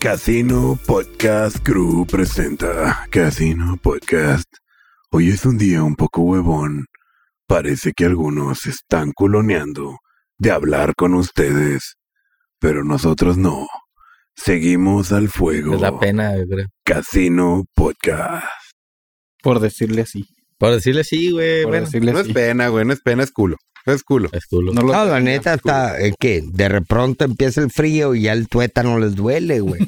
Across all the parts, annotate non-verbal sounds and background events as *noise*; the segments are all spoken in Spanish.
Casino Podcast Crew presenta Casino Podcast. Hoy es un día un poco huevón. Parece que algunos están culoneando de hablar con ustedes, pero nosotros no. Seguimos al fuego. Es la pena, yo creo. Casino Podcast. Por decirle así. Por decirle sí, güey. Por Bueno, decirle No así. es pena, güey, no es pena, es culo. Es culo. es culo. No lo- No, la neta está eh, que de repronto empieza el frío y ya el tuétano les duele, güey.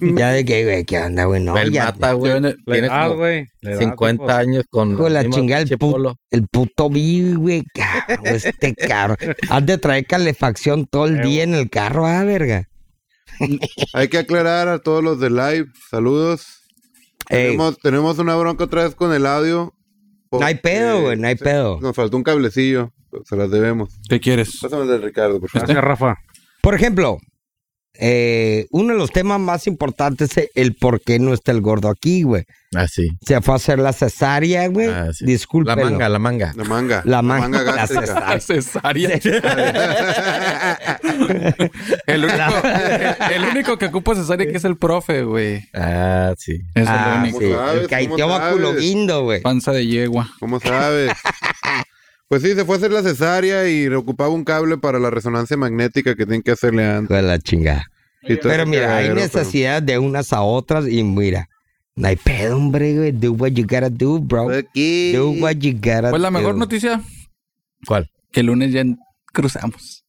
ya de que, güey, ¿qué onda, güey? No, el ya. mata, güey. Yo en el- La Tiene edad, como güey. La edad, 50 pues. años con Hijo de la misma chingada, el pinche pu- polo. El puto vi, güey, carro, este carro. Has de traer calefacción todo el día en el carro, ah, verga. Hay que aclarar a todos los de live. Saludos. Ey. Tenemos, tenemos una bronca otra vez con el audio. No hay pedo, güey, no hay se- pedo. Nos faltó un cablecillo. Se las debemos. ¿Qué *laughs* quieres? Pásame el del Ricardo, por favor. Gracias, Rafa. Por ejemplo, eh, uno de los temas más importantes es el por qué no está el gordo aquí, güey. Ah, sí. Se fue a hacer la cesárea, güey. Ah, sí. La Discúlpelo. manga, la manga. La manga. La manga, la gástrica. cesárea. *laughs* Cesárea. el, único, el único que ocupa cesárea que es el profe, güey. Ah, sí. Es Ah, el sí. único. ¿Cómo sabes? El caiteo ¿Cómo sabes? vaculo guindo, güey. Panza de yegua. *laughs* ¿Cómo sabes? Pues sí, se fue a hacer la cesárea y le ocupaba un cable para la resonancia magnética que tienen que hacerle antes. Hijo de la chingada. Y todo Pero ese mira, hay cagadero, pero- necesidad de unas a otras y mira, no hay pedo, hombre, güey. Do what you gotta do, bro. Pues Aquí. Do what you gotta Pues la mejor do. noticia, ¿Cuál? que el lunes ya en- cruzamos.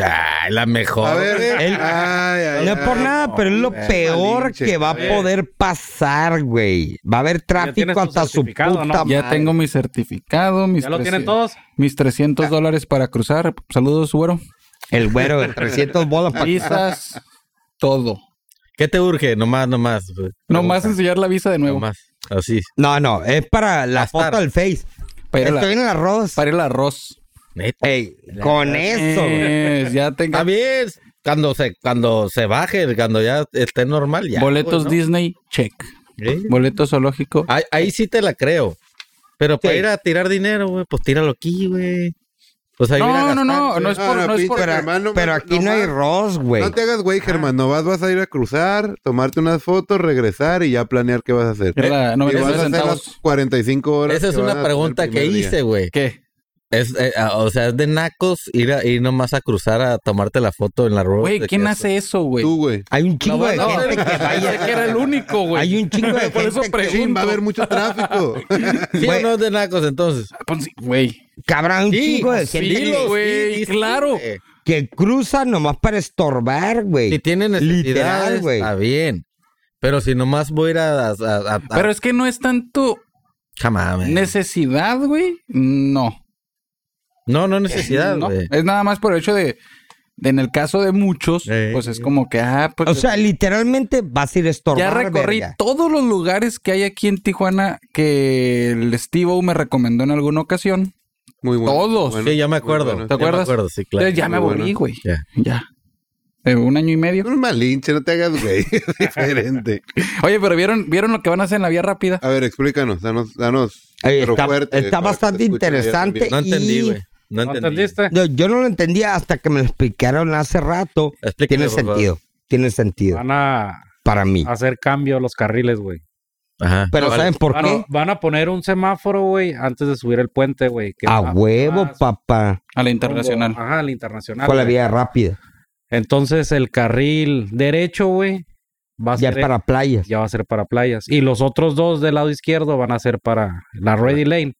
Ah, la mejor. A ver, eh. Él- ay, ay, No es por ay. nada, pero es lo eh, peor malinche. que va a poder pasar, güey. Va a haber tienes tráfico tu hasta su puta certificado, ¿no? Ya Ah, madre. tengo mi certificado, mis, ¿Ya lo 300 tienen todos? mis 300 dólares para cruzar. Saludos, güero. El güero de 300 bolas para Visas, todo. ¿Qué te urge? Nomás, nomás. pues, Nomás pregunta. enseñar la visa de nuevo. Nomás. Así. No, no, es para la Gastar. foto del Face. Para ir, a la- Estoy en el arroz. para ir al arroz. Neta. Ey, con eso, güey. Eh, ya tengo Está bien. Cuando se, cuando se baje, cuando ya esté normal, ya. boletos güey, Disney, check. ¿no? Sí. Boleto zoológico. Ah, Ahí, ahí sí te la creo. Pero para Sí. ir a tirar dinero, güey, pues tíralo aquí, güey. Pues ahí viene no, a no, no, gastar, no es Ah, por, no, no es por- Ah. pinche Germán, no Pero me- aquí no más. hay arroz, güey. No te hagas güey, Germán. No vas, vas a ir a cruzar, tomarte unas fotos, regresar y ya planear qué vas a hacer. Era eh, la Y 99 vas a hacer las centavos. 45 horas. Esa es que van a una tener pregunta el que primer día. hice, güey. ¿Qué? Es, eh, ah, o sea, es de nacos ir, a, ir nomás a cruzar a tomarte la foto en la road. Güey, de ¿quién que- hace eso, güey? Tú, güey. Hay un chingo de no, gente que vaya. Pensé que era el único, güey. Hay un chingo *laughs* de Por eso gente que- pregunto. Chin, va a haber mucho *laughs* tráfico. ¿Sí o Güey. no es de nacos entonces? Pon- Ah, pues sí, Güey. Cabrón, un Sí, chingo de sí, gente dilo, güey, sí, sí, claro. güey. que cruza nomás para estorbar, Si güey. tiene necesidad, Literal, güey. está bien. Pero si nomás voy a ir a... a, a- a- Ah. Pero es que no es tanto Jamás, güey. necesidad, güey. No. No, no necesidad, No. güey. Es nada más por el hecho de, de en el caso de muchos, Eh. pues es como que, ah, pues O sea, literalmente vas a ir a estorbar. ya recorrí verga. todos los lugares que hay aquí en Tijuana que el Steve O me recomendó en alguna ocasión. Muy bueno. Todos. Bueno, Sí, ya me muy acuerdo. bueno. ¿Te Ya acuerdas? me acuerdo, sí, claro. Entonces ya me muy aburrí, bueno. güey. Ya. Ya. Eh, un año y medio. No eres malinche, no te hagas güey. *laughs* Es diferente. Oye, pero vieron, vieron lo que van a hacer en la vía rápida. A ver, explícanos, danos, danos. Ey, pero está fuerte, está para que bastante te escuchen allá interesante. No entendí, y- güey. No ¿No entendí. entendiste? No, yo no lo entendía hasta que me lo explicaron hace rato. Explícame, tiene por favor. sentido. Tiene sentido Van a para mí. hacer cambio a los carriles, güey. Ajá. Pero Vale. ¿saben por Van, qué? van a poner un semáforo, güey, antes de subir el puente, güey. que va A Ah, huevo, más papá. A la rumbo- internacional. Ajá, al internacional. Con la güey. vía rápida. Entonces, el carril derecho, güey, va a Ya ser... para playas. Ya va a ser para playas. Y los otros dos del lado izquierdo van a ser para la Ready Lane.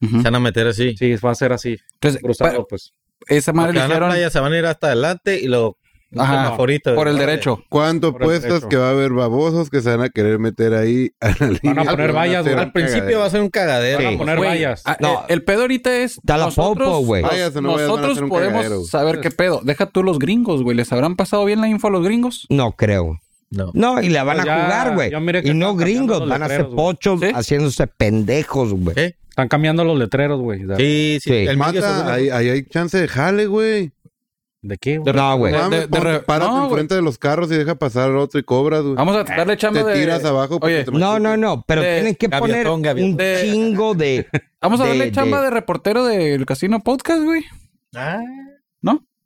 Ujú. Se van a meter así. Sí, va a ser así, Entonces, cruzado, pa- pues. esa madre Porque le van a dijeron playa, se van a ir hasta adelante y luego... un Ajá, semaforito, por el ¿vale? derecho. ¿Cuánto Por el puestas techo. que va a haber babosos que se van a querer meter ahí a la línea? poner Pero vallas, hacer güey. un Al principio va a ser un cagadero. Van a Sí. poner Güey, vallas. ah, No. eh, El pedo ahorita es. Está la nosotros- popo, güey. Vayas o no vayas, van a nosotros hacer un podemos cagadero, güey. saber qué pedo. Deja tú los gringos, güey. ¿Les habrán pasado bien la info a los gringos? No creo. No. No, y la van a Pues ya, jugar, güey. yo miré que Y no están cambiando gringos, los van a ser letreros, güey. pochos ¿Sí? haciéndose pendejos, güey. ¿Qué? Están cambiando los letreros, güey. de- Sí, sí. Sí. El mío es Mata, una- ahí, ahí hay chance de jale, güey. ¿De qué, güey? No, güey. De- Mames, de ponte- re- párate no, güey. enfrente de los carros y deja pasar otro y cobras, güey. Vamos a estarle echando Te de. tiras abajo porque Oye, te- No, no, no, pero De tienen que poner gaviotón, gaviotón. un De- chingo de... vamos a de- darle chamba de reportero del Casino Podcast, güey. Ah,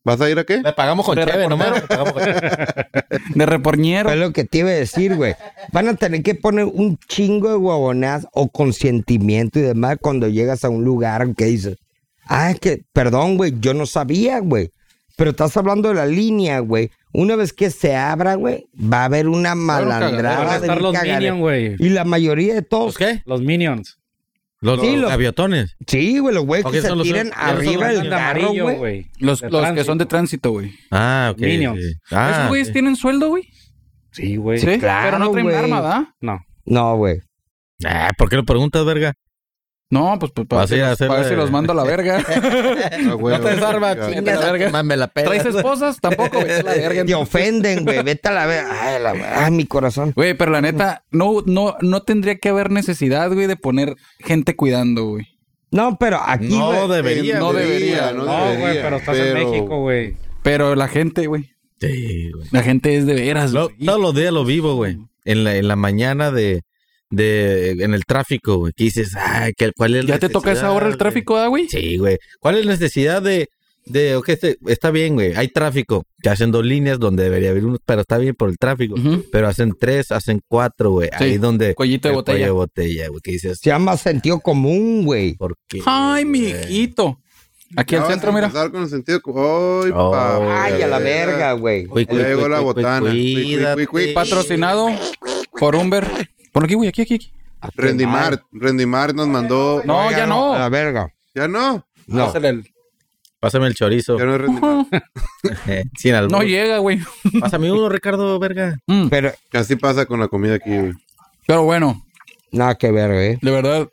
¿Vas a ir a qué? Le pagamos con De Cheve nomás. le pagamos con- de reporñero. Es lo que te iba a decir, güey. Van a tener que poner un chingo de huevonadas o consentimiento y demás cuando llegas a un lugar que dices, ah, es que, perdón, güey, yo no sabía, güey. Pero estás hablando de la línea, güey. Una vez que se abra, güey, va a haber una malandrada. Van a de estar los cagadero. Minions, güey. Y la mayoría de todos. ¿Los qué? Los Minions. Los, Sí, los- aviotones. Sí, güey, los güeyes que Ok, se son los- tiran son- arriba Esos del andan carro, amarillo, güey. Los, De los que son de tránsito, tránsito. güey. Ah, ok. Minions. sí. Ah, ¿Esos güeyes sí. tienen sueldo, güey? Sí, güey. Sí, claro, pero no traen güey. arma, ¿verdad? No. No, güey. Ah, ¿Por qué lo preguntas, verga? No, pues, pues para, Vas a ver ir si a los- para hacerle- ver si los mando a la *laughs* verga. Ah, güey, No traes güey, *laughs* arma, ya. chingas a tu verga. madre, me la pela. ¿Traes esposas? Tampoco, güey. la verga. Te ofenden, güey. Vete a la verga. Ay, la ver- ay, mi corazón. Güey, pero la neta, no, no, no tendría que haber necesidad, güey, de poner gente cuidando, güey. No, pero aquí, güey. No debería. No güey. debería, No, güey, pero estás en México, güey. Pero la gente, güey. Sí, güey. La gente es de veras, Lo- güey. todos los días lo vivo, güey. En la, en la mañana de, de... En el tráfico, güey. Que dices, ay, que- ¿cuál es la ¿Ya te toca esa necesidad, hora el güey? tráfico, ah, güey? Sí, güey. ¿Cuál es la necesidad de... de ok, este- está bien, güey. Hay tráfico. Que hacen dos líneas donde debería haber uno, pero está bien por el tráfico. Ujú. Pero hacen tres, hacen cuatro, güey. Sí. Ahí donde... Cuellito de el cuello de botella. botella, güey. Que dices, Se llama sentido común, güey. ¿por qué? Ay, güey? mijito. Aquí al Ya vas a centro, mira. empezar con el sentido. cu- Ay, Oh, papá. Ay, a la verga, güey. Cuí, cuí, Ya llegó cuí, la cuí, botana. cuídate. Cuí, cuí, cuí, cuí. Patrocinado por Umber. Por aquí, güey, aquí, aquí, aquí. Rendimart. Rendimart nos mandó. No, ya no. A la verga. Ya no. No. Pásale el- Pásame el chorizo. *laughs* eh, Ya no es Rendimart. *laughs* Sin albur. No llega, güey. Pásame uno, Ricardo, verga. Mm, Pero, Así pasa con la comida aquí, güey. Pero bueno, nada que ver, güey. de verdad,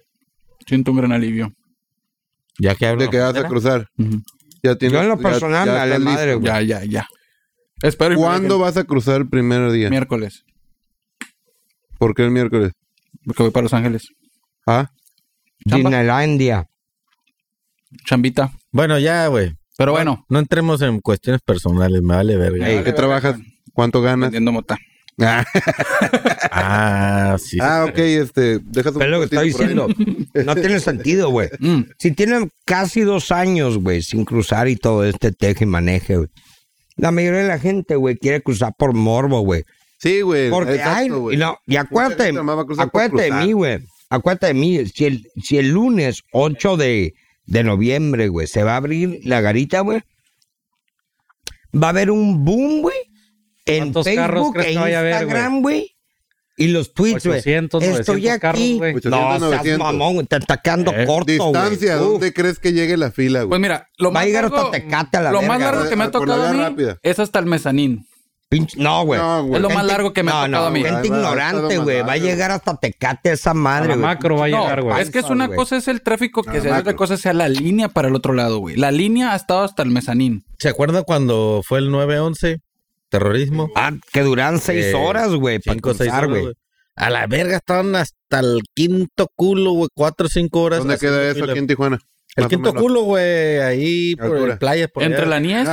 siento un gran alivio. Ya que hablo. Te quedas a cruzar. Ujú. Ya tienes, Yo en lo ya- personal, ya dale estás madre, listo. güey. Ya, ya, ya. Espero. y- ¿Cuándo vas a cruzar el primer día? Miércoles. ¿Por qué el miércoles? Porque voy para Los Ángeles. Ah, Chamba. Disneylandia. Chambita. Bueno, ya, güey. Pero bueno, No entremos en cuestiones personales, me vale verga. ¿qué trabajas? ¿Cuánto ganas? vendiendo mota. Ah, Ah, sí. *laughs* ah, ok, este, dejas un Es lo que estoy poquito por ahí. diciendo. *laughs* No tiene sentido, güey. Mm. Si tienen casi dos años, güey, sin cruzar y todo este teje y maneje, güey. La mayoría de la gente, güey, quiere cruzar por morbo, güey. Sí, güey. Porque, ay, exacto, güey. y, no, y acuérdate, gente nomás va a cruzar por acuérdate de cruzar. mí, güey. Acuérdate de mí. Si el, si el lunes 8 de, de noviembre, güey, se va a abrir la garita, güey, va a haber un boom, güey, en ¿Cuántos carros Facebook crees e que vaya a haber, Instagram, güey. Y los tweets, güey. 800, Estoy 900 carros, aquí. güey. no, 800, seas 900. mamón, güey, te está atacando Eh, corto, güey. Distancia, Uf, ¿dónde crees que llegue la fila, Pues güey? mira, lo Va a más llegar largo, hasta Tecate a la lo verga, más largo güey. que me ha Ah, por la tocado a mí vía rápida. es hasta el mezanín. pinche- No, güey. No, güey. Es lo más Gente- largo que me ha no, tocado no, a mí. Gente Ahí va, ahí ignorante, está lo güey. más Va a largo. llegar hasta Tecate esa A madre, la güey. macro va a llegar, No, güey. *laughs* es que es una güey. cosa es el tráfico que Ah, sea, otra macro. cosa sea la línea para el otro lado, güey. La línea ha estado hasta el mezanín. ¿Se acuerdan cuando fue el 9-11? Terrorismo. Ah, que duran seis Eh, horas, güey, para Cinco, seis cruzar, horas, güey. güey. A la verga estaban hasta el quinto culo, güey. Cuatro o cinco pues, horas. ¿Dónde haciendo queda eso fila. aquí en Tijuana? El Más o quinto menos. culo, güey. Ahí por Altura. el playa. Por Entre allá. la *laughs* niez.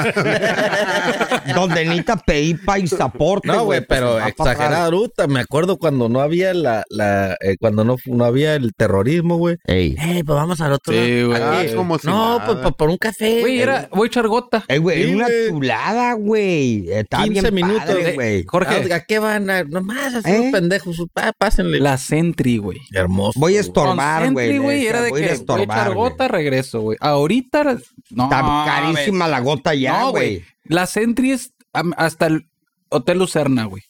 Donde necesita pedir paisaporte. No, güey, pero exagerada bruta. Me acuerdo cuando no había la, la eh, cuando no, no había el terrorismo, güey. Ey. Eh, pues vamos al otro. Sí, güey. lado. Ah, Aquí. como si no, nada. pues pa- por un café. Eh, Güey, era voy a echar gota. Ey, güey, Sí, era una güey. chulada, güey. Está 15 bien minutos, padre, de- güey. Jorge, Jorge, ¿a qué van? A, nomás, así ¿Eh? unos pendejos. pa- pásenle. la Sentry, güey. Hermoso. Voy a güey. estorbar, Con güey. Sentry, le güey, decía, era de voy a ir que a voy a estorbar, echar güey. gota, regreso, güey. Ahorita no, Está güey. carísima la gota ya, no, güey. güey. La Sentry es am- hasta el Hotel Lucerna, güey.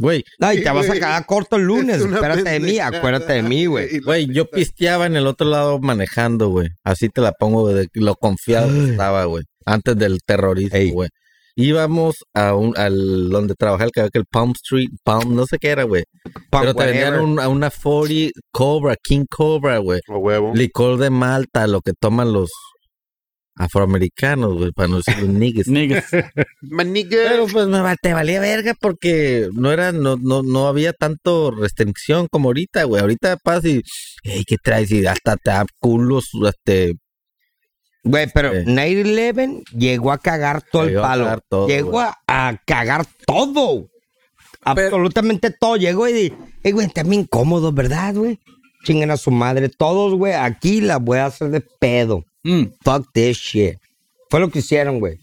Güey, No, y Sí, te vas a güey. quedar corto el lunes. Es una Espérate de mí, pendejada. acuérdate de mí, güey. Y- güey, yo pisteaba en el otro lado manejando, güey. Así te la pongo, güey, de lo confiado que estaba, güey. Antes del Ey. terrorismo, güey. Íbamos a un, al donde trabajaba el cabrón, que el Palm Street, Palm, no sé qué era, güey. Pa' Pero te vendían whatever. un- a una 40 Cobra, King Cobra, güey. A huevo. Licor de Malta, lo que toman los afroamericanos, güey, para no decir *laughs* los niggas. *laughs* Niggas. Pero pues me val- te valía verga porque no era, no, no, no había tanto restricción como ahorita, güey. Ahorita pasa y, "Ey, ¿qué traes? Y hasta te da culos, este, Güey, pero Sí. 9-11 llegó a cagar todo Llegó el a palo. cagar todo, llegó güey. a, a cagar todo. Absolutamente todo. Llegó y di- "Ey, güey, también incómodo, ¿verdad, güey? Chingan a su madre. Todos, güey, aquí la voy a hacer de pedo. Mm. Fuck this shit. Fue lo que hicieron, güey.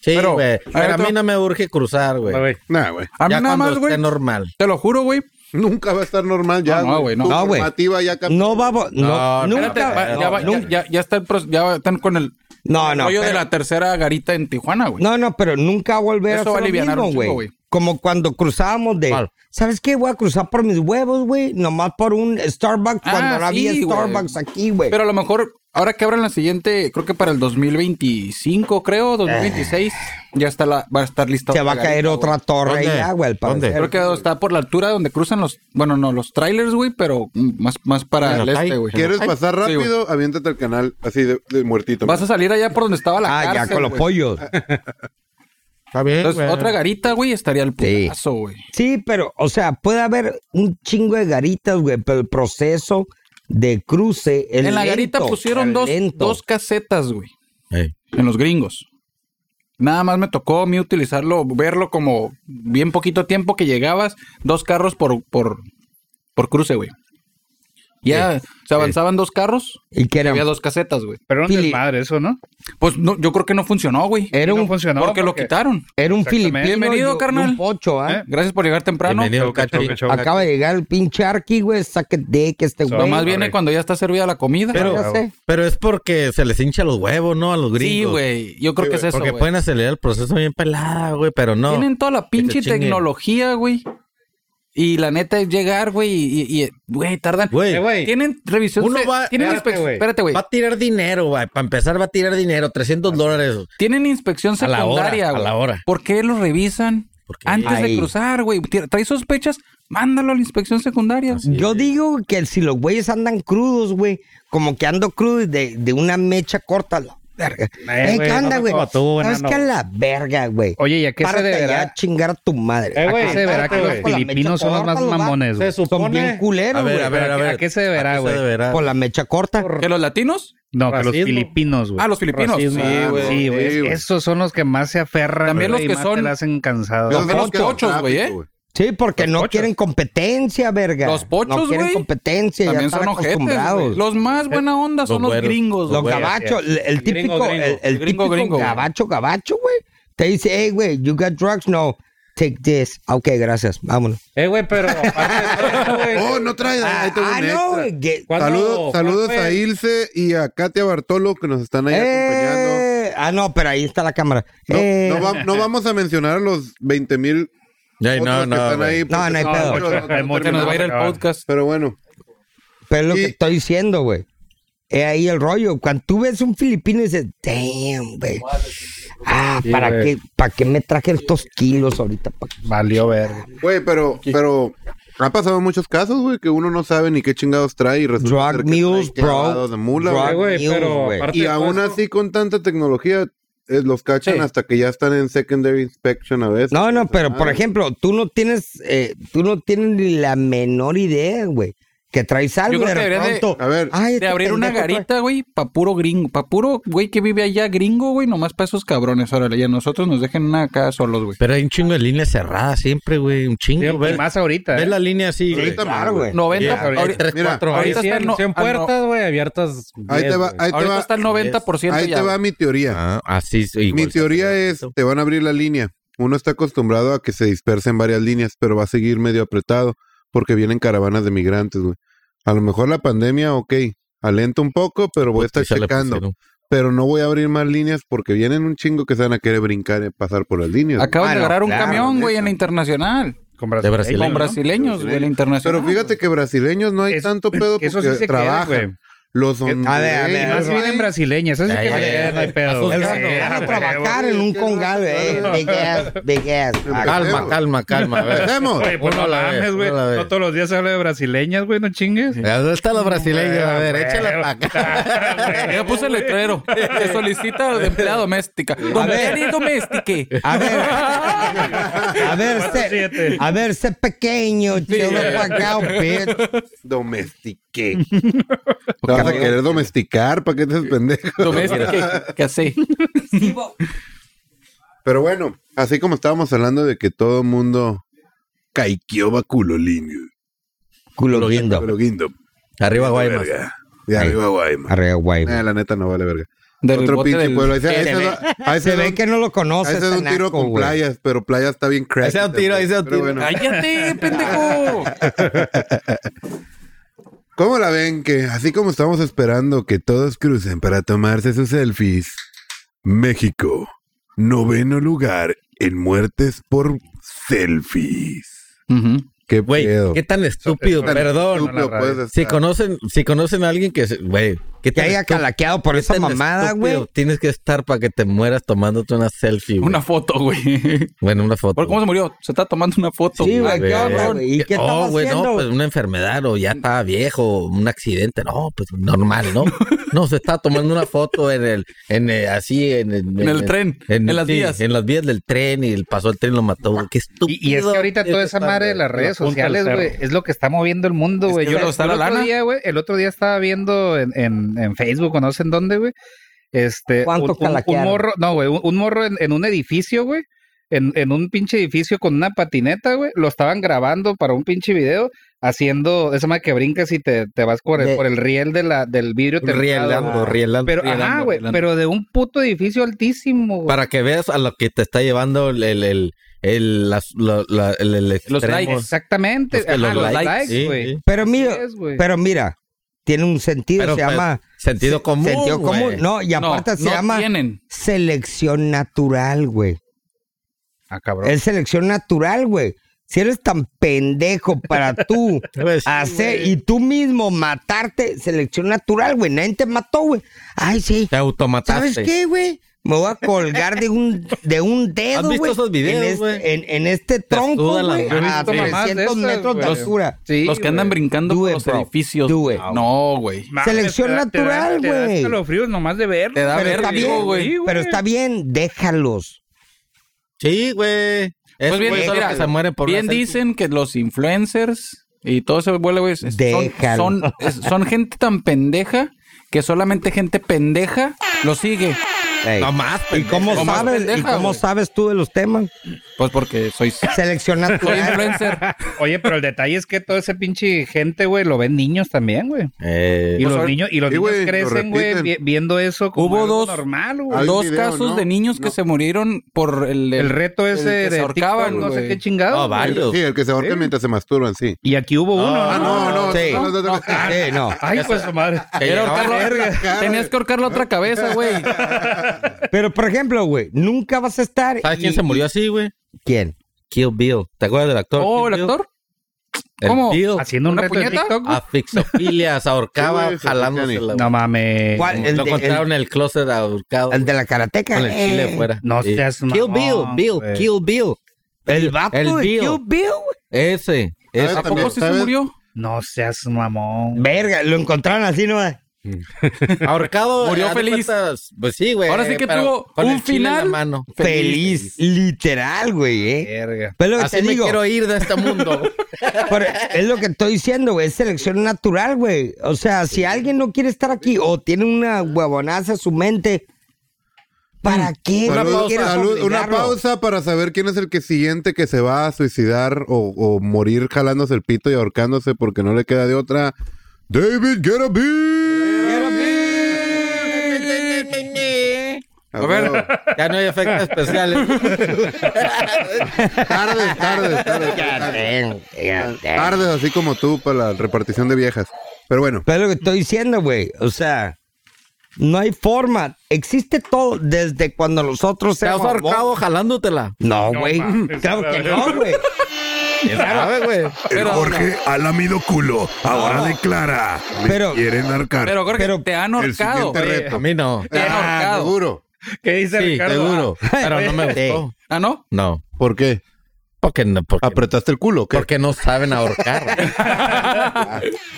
Sí, Pero, güey. a Pero, ver, a mí tú- no me urge cruzar, güey. güey. Nah, güey. A mí Ya nada cuando más, esté güey. normal. Te lo juro, güey. Nunca va a estar normal ya. No, no, güey, no. Tu No, güey. normativa ya cambió. No va a vo- No, no, nunca. Espérate, va- ya, va- ya- Ah, nunca- ya- ya está el pro- ya están con el No, no, rollo de pero- la tercera garita en Tijuana, güey. No, no, pero nunca va a volver Eso a va a ser lo alivianar un mismo, chingo, güey. güey. Como cuando cruzábamos de, ¿Cuál? ¿sabes qué? Voy a cruzar por mis huevos, güey. Nomás por un Starbucks Ah, cuando no había sí, güey. Starbucks aquí, güey. Pero a lo mejor, ahora que abran la siguiente, creo que para el 2025, creo, 2026, ya está la, va a estar lista. Eh. Se va a otra caer garita, otra güey. torre ¿Dónde? allá, güey. al ¿Dónde? Creo parecer. que está por la altura donde cruzan los, bueno, no, los trailers, güey, pero mm, más, más para Bueno, el ahí, este, güey. ¿Quieres Ay, pasar sí, güey. rápido? Aviéntate al canal así de, de muertito. Vas a salir allá por donde estaba la Ah, ya cárcel, con los güey. *laughs* pollos. Está bien, Entonces, Eh, güey. otra garita, güey, estaría el Sí. putazo, güey. Sí, pero, o sea, puede haber un chingo de garitas, güey, pero el proceso de cruce es en la garita lento, pusieron es dos, lento. dos casetas, güey. Ey. En los gringos. Nada más me tocó a mí utilizarlo, verlo como bien poquito tiempo que llegabas, dos carros por, por, por cruce, güey. Ya se avanzaban dos carros Y que y era, había dos casetas, güey. Pero era un Fili- desmadre eso, ¿no? Pues no, yo creo que no funcionó, güey. era Y no un, funcionó. porque lo quitaron. era un Exactamente. filipino. Bienvenido, y un- y Un carnal. pocho, ¿ah? ¿Eh? Gracias por llegar temprano. Bienvenido, Choca, Cachi. choca, choca. Acaba de llegar el pinche arqui, güey, saque de que este So, güey. Nomás Correcto. viene cuando ya está servida la comida. Pero- ya sé. Pero es porque se les hincha los huevos, ¿no? A los gringos. sí, güey. Yo creo que es eso, Porque güey. pueden acelerar el proceso bien pelada, güey, pero no. Tienen toda la te pinche chinguen. tecnología, güey. Y la neta es llegar, güey, y, y- y, güey, tardan. Güey, Eh, güey. Tienen revisión. Uno se- va- tienen espérate, inspec- güey. Espérate, güey. va a tirar dinero, güey. Para empezar, va a tirar dinero. 300 dólares Tienen inspección a la hora. secundaria, A güey. la hora. ¿Por qué los revisan? Porque- Antes Ahí. de cruzar, güey. Tira- ¿Traes sospechas? Mándalo a la inspección secundaria. Yo digo que si los güeyes andan crudos, güey, como que ando crudo y de, de una mecha corta, la verga. Eh, Eh, ¿Qué güey, no onda, seas güey? como tú, ¿Sabes enano. qué? A la verga, güey. Oye, ¿y a qué se Párate allá deberá? a chingar a tu madre. Eh, güey, Acá se deberá está, que güey, los por la mecha filipinos son los corta, más los mamones. vatos. güey. Son bien culeros, A ver, güey. a ver, a ver. ¿A qué se deberá, ¿A qué güey? se deberá? Por la mecha corta. ¿Que los latinos? No, que Racismo. los filipinos, güey. Ah, los filipinos. Racismo. Sí, güey. Sí, güey. Sí, güey. Esos son los que más se aferran. También güey, los y que más son- Te la hacen cansado. Esos son los Los que dan pochos, güey, tráfico, ¿eh? Sí, porque Los no pochos. quieren competencia, verga. Los pochos, No quieren güey. competencia, ya También están son ojetes. güey. acostumbrados. Los más buena onda Eh, son Los los güeros. gringos, Los Los güey. güey, gabachos, Pues, así el, es. el Gringo, típico, gringo. el, el Gringo, típico gringo, güey. gabacho, gabacho, güey. Te dice, hey, güey, you got drugs? No, take this. Ah, Ok, gracias, vámonos. Eh, güey, pero aparte de *laughs* todo, güey, Oh, no trae. ah, ahí tengo un extra. güey, que- ¿cuándo, Saludos, saludos Juanfe? a Ilse y a Katia Bartolo que nos están ahí acompañando. Eh, ah, no, pero ahí está la cámara. No, Eh, no, va- no vamos a mencionar los 20 mil Ay, no, que no. están güey. ahí. porque- No, no hay pedo. pero- Hay pero- mucho. Que nos va a ir el Ah. podcast. Pero bueno, pero es lo que y- estoy diciendo, güey. Es ahí el rollo. Cuando tú ves un filipino y dices, damn, güey. Ah, Sí, ¿para güey. qué, ¿para qué me traje estos kilos ahorita? ¿Para qué?" Valió ver. güey, pero, pero ha pasado muchos casos, güey, que uno no sabe ni qué chingados trae y resulta ser Drug que mules, trae bro. llevados de mula, Drug güey. güey, mules, pero güey. aparte- Y aún así con tanta tecnología eh, los cachan Sí. hasta que ya están en secondary inspection a veces. No, no, pero por Ah. ejemplo, tú no tienes, eh, tú no tienes ni la menor idea, güey, que traes algo creo de que debería de- pronto. A ver, Ay, De este abrir una pendejo trae- garita, güey, pa' puro gringo, pa' puro güey que vive allá gringo, güey, nomás pa' esos cabrones, órale, y a nosotros nos dejen una acá solos, güey. Pero hay un chingo de líneas cerradas siempre, güey. Un chingo. Y güey. más ahorita. Ves eh. la línea así, güey. ahorita más, Claro, güey. 90, Ya, ahorita, ahorita- Eh, Tres, Mira, cuatro, ahorita Ahí está el no- 100 ah, no. puertas, güey, abiertas. ahí te 10, va, güey. ahí te ahorita va, está el 90% ahí ya, te va güey. mi teoría. Ah, así sí, igual. Mi teoría es, te van a abrir la línea. Uno está acostumbrado a que se dispersen varias líneas, pero va a seguir medio apretado porque vienen caravanas de migrantes, güey. A lo mejor la pandemia, ok, alenta un poco, pero voy a estar Se le checando. pusieron. Pero no voy a abrir más líneas porque vienen un chingo que se van a querer brincar y pasar por las líneas. güey. Acaban Ah, de no, agarrar un claro, camión, güey, neta. en la internacional. Con De brasileño, Con ¿no? brasileños, güey, en la internacional. Pero fíjate que brasileños no hay Es- tanto pedo que porque eso sí se queda, trabajan. güey. Los hondureños. a ver, a ver, Y más güey. vienen brasileñas. Eso sí Ya, que ya, vale, ya, no hay ya. pedo. Azul El güey. claro, que van a Sí, trabajar güey, en un qué congal, raro, eh, güey. big ass, big *laughs* ass. Empezamos. Calma, calma, calma. a ver. Empecemos. Güey, pues Uno no a la mames, vez, güey. uno a la vez. No todos los días se habla de brasileñas, güey, no chingues. ¿Dónde está la brasileña? A ver, Güey, échala para acá. *laughs* Yo puse el letrero. Se solicita *laughs* de empleada doméstica. Doméstica doméstica. A ver, a ver, Cuatro, sé, siete. a ver, sé pequeño, chelo pagado, bitch. *laughs* Domestiqué. Te vas a Cabrón. querer domesticar, ¿para qué te haces pendejo? Doméstica. ¿Qué hace? Pero bueno, así como estábamos hablando de que todo el mundo caiqueó baculolín. Culo guindo. Pero guindo. Arriba, Guaymas. verga. De arriba Guaymas. Arreo, güey. Eh, la neta no vale verga. Del Otro bote pinche del- pueblo. Ahí se- Se ahí se ve- da- ahí Se se da ve un- que no lo ahí conoces. se da un tiro con playas, pero playas está bien crack. Ahí se da un tiro, ahí se da un Pero tiro. bueno. ¡Cállate, pendejo! *laughs* ¿Cómo la ven? Que así como estamos esperando que todos crucen para tomarse sus selfies, México, noveno lugar en muertes por selfies. Ujú. Qué Güey, pedo. qué tan estúpido, Tan perdón. estúpido la puedes radio. Si estar. conocen, si conocen a alguien que se, güey, que Que haya calaqueado por esa mamada, güey. Tienes que estar para que te mueras tomándote una selfie, güey. Una foto, güey. Bueno, una foto. Bueno, ¿Cómo se murió? Se está tomando una foto. Ah, Sí, güey, güey. ¿qué onda, güey? ¿Y qué estaba oh, güey, no, haciendo? pues una enfermedad o ya estaba viejo, un accidente, no, pues normal, *laughs* ¿no? No, se estaba tomando una foto en el, en el- así, en el, En el tren, en las sí, vías. En las vías del tren y el, pasó el tren y lo mató, güey. Qué estúpido. Y, y es que ahorita tiene toda que esa estar, madre de güey. las redes punta del sociales, cerro. güey, es lo que está moviendo el mundo, güey. que Yo luego el- está el la otro lana. día, güey, el otro día estaba viendo en, en, en Facebook, o no sé en dónde, güey. Este, ¿Cuánto un, un- un calaquearon? morro, no, güey, un, un morro en, en un edificio, güey. En, en un pinche edificio con una patineta, güey. Lo estaban grabando para un pinche video haciendo esa madre que brincas y te, te vas por el, De- por el riel de la, del vidrio. templado, güey. Rielando, rielando. Pero, ajá, rielando, güey, rielando. pero de un puto edificio altísimo, güey. Para que veas a lo que te está llevando el, el, el, el, las- la- la- el- el extremo. Pues, likes. Exactamente. Los que ajá, los los likes, likes, sí, güey. sí. Pero Así mira, es, güey. pero mira, tiene un sentido, Pero, se pues, llama... Sentido común. Sentido güey. común. No, y aparte no, se no llama tienen. selección natural, güey. Ah, cabrón. Es selección natural, güey. Si eres tan pendejo para tú Pues sí, hacer y tú mismo matarte, selección natural, güey. Nadie te mató, güey. Ay, sí. Te automataste. ¿Sabes qué, güey? Me voy a colgar de un, de un dedo, ¿Has visto güey, esos videos, en, güey? este, en, en este tronco, suda la güey, mano. a Yo he visto mamás de 300 esas, metros de güey. altura. Sí, los que andan güey. brincando Do por it, los bro. edificios. Do it. No, güey. Mames, Selección te da- te da- natural, te da güey. escalofríos nomás de ver. Te da Pero está vértigo, bien, güey. Pero está bien, déjalos. Sí, güey. Esos Pues bien, güeyes son los mira, que se mueren por bien una selfie. dicen que los influencers y todo ese vuelo, güey, es- son, Déjalo. son, es- son gente tan pendeja que solamente gente pendeja lo sigue. Ey. No más, ¿Y cómo, Como sabes, ¿Y pendeja, cómo güey. sabes tú de *laughs* los temas? Pues porque soy, soy Selección natural. *laughs* influencer. *laughs* Oye, pero el detalle es que todo ese pinche gente, güey, lo ven niños también, güey. Eh, Pues Y los ahora- niños, y los Sí, niños güey, lo crecen, güey, repiten. vi- viendo eso como Hubo algo dos- normal, güey. Hay Dos video, casos ¿no? de niños que No. se murieron por el, El reto el ese que se de ahorcaban, TikTok, no sé güey. qué chingado. no, güey. varios. Sí, el que se ahorca mientras se masturban, sí. Y aquí hubo uno. Ah, no, no. sí. no, no, no, ah, Sí, no. Ay, pues su madre. Que Era llegaban- ahorcarlo- verga. tenías que ahorcar la otra cabeza, güey. Pero, por ejemplo, güey, nunca vas a estar. ¿Sabes quién y- se murió así, güey? ¿Quién? Kill Bill. ¿Te acuerdas del actor? Oh, el Kill Bill? actor. El ¿Cómo? Bill. Haciendo un ¿Una reto de puñeta? TikTok. güey. Asfixofilia, se Sí, ahorcaba güey, se jalándosela. hacían No güey. mames. ¿Cuál? El Lo de, encontraron el, en el closet ahorcado. el de la karateca. Con el chile Eh, afuera. no Sí. seas Kill mamón, Bill, Bill, güey. Kill Bill. El vato El de Bill. Kill Bill, güey. Ese. ese. ¿A También, poco sí se ¿sabes? murió? No seas mamón. Verga, lo encontraron así, ¿no? Ahorcado. Murió haz de feliz. cuenta, pues sí, güey. Ahora sí que pero tuvo con el un chile en la final. mano. Feliz. Literal, güey, ¿eh? Verga. Pero es lo que Así te me digo. quiero ir de este *laughs* mundo. pero es lo que estoy diciendo, güey. Es selección natural, güey. O sea, si alguien no quiere estar aquí o tiene una huevonaza en su mente, ¿para Mm. qué? Salud, güey? salud, una ¿Quieres obligarlo? pausa para saber quién es el que siguiente que se va a suicidar o, o morir jalándose el pito y ahorcándose porque no le queda de otra. David, get a A ver, ya no hay efectos especiales. *laughs* tardes, tardes, tardes. tardes. Tardes, así como tú, para la repartición de viejas. Pero bueno, Pero es lo que estoy diciendo, güey. O sea, no hay forma. Existe todo desde cuando nosotros Te has éramos bo- ahorcado jalándotela. No, güey. *laughs* *laughs* claro que no, güey. ¿Quién sabe, güey? El Jorge ha lamido culo. Ahora declara. Me Pero- quieren arcar. Pero, Jorge, Pero- te han el ahorcado. siguiente A reto. mí no. Te han ahorcado. seguro. ¿Qué dice Sí, Ricardo? *laughs* seguro. Pero no me Sí. gustó. ¿Ah, no? No. ¿Por qué? Porque no, porque, ¿Apretaste el culo? o qué? porque no saben ahorcar.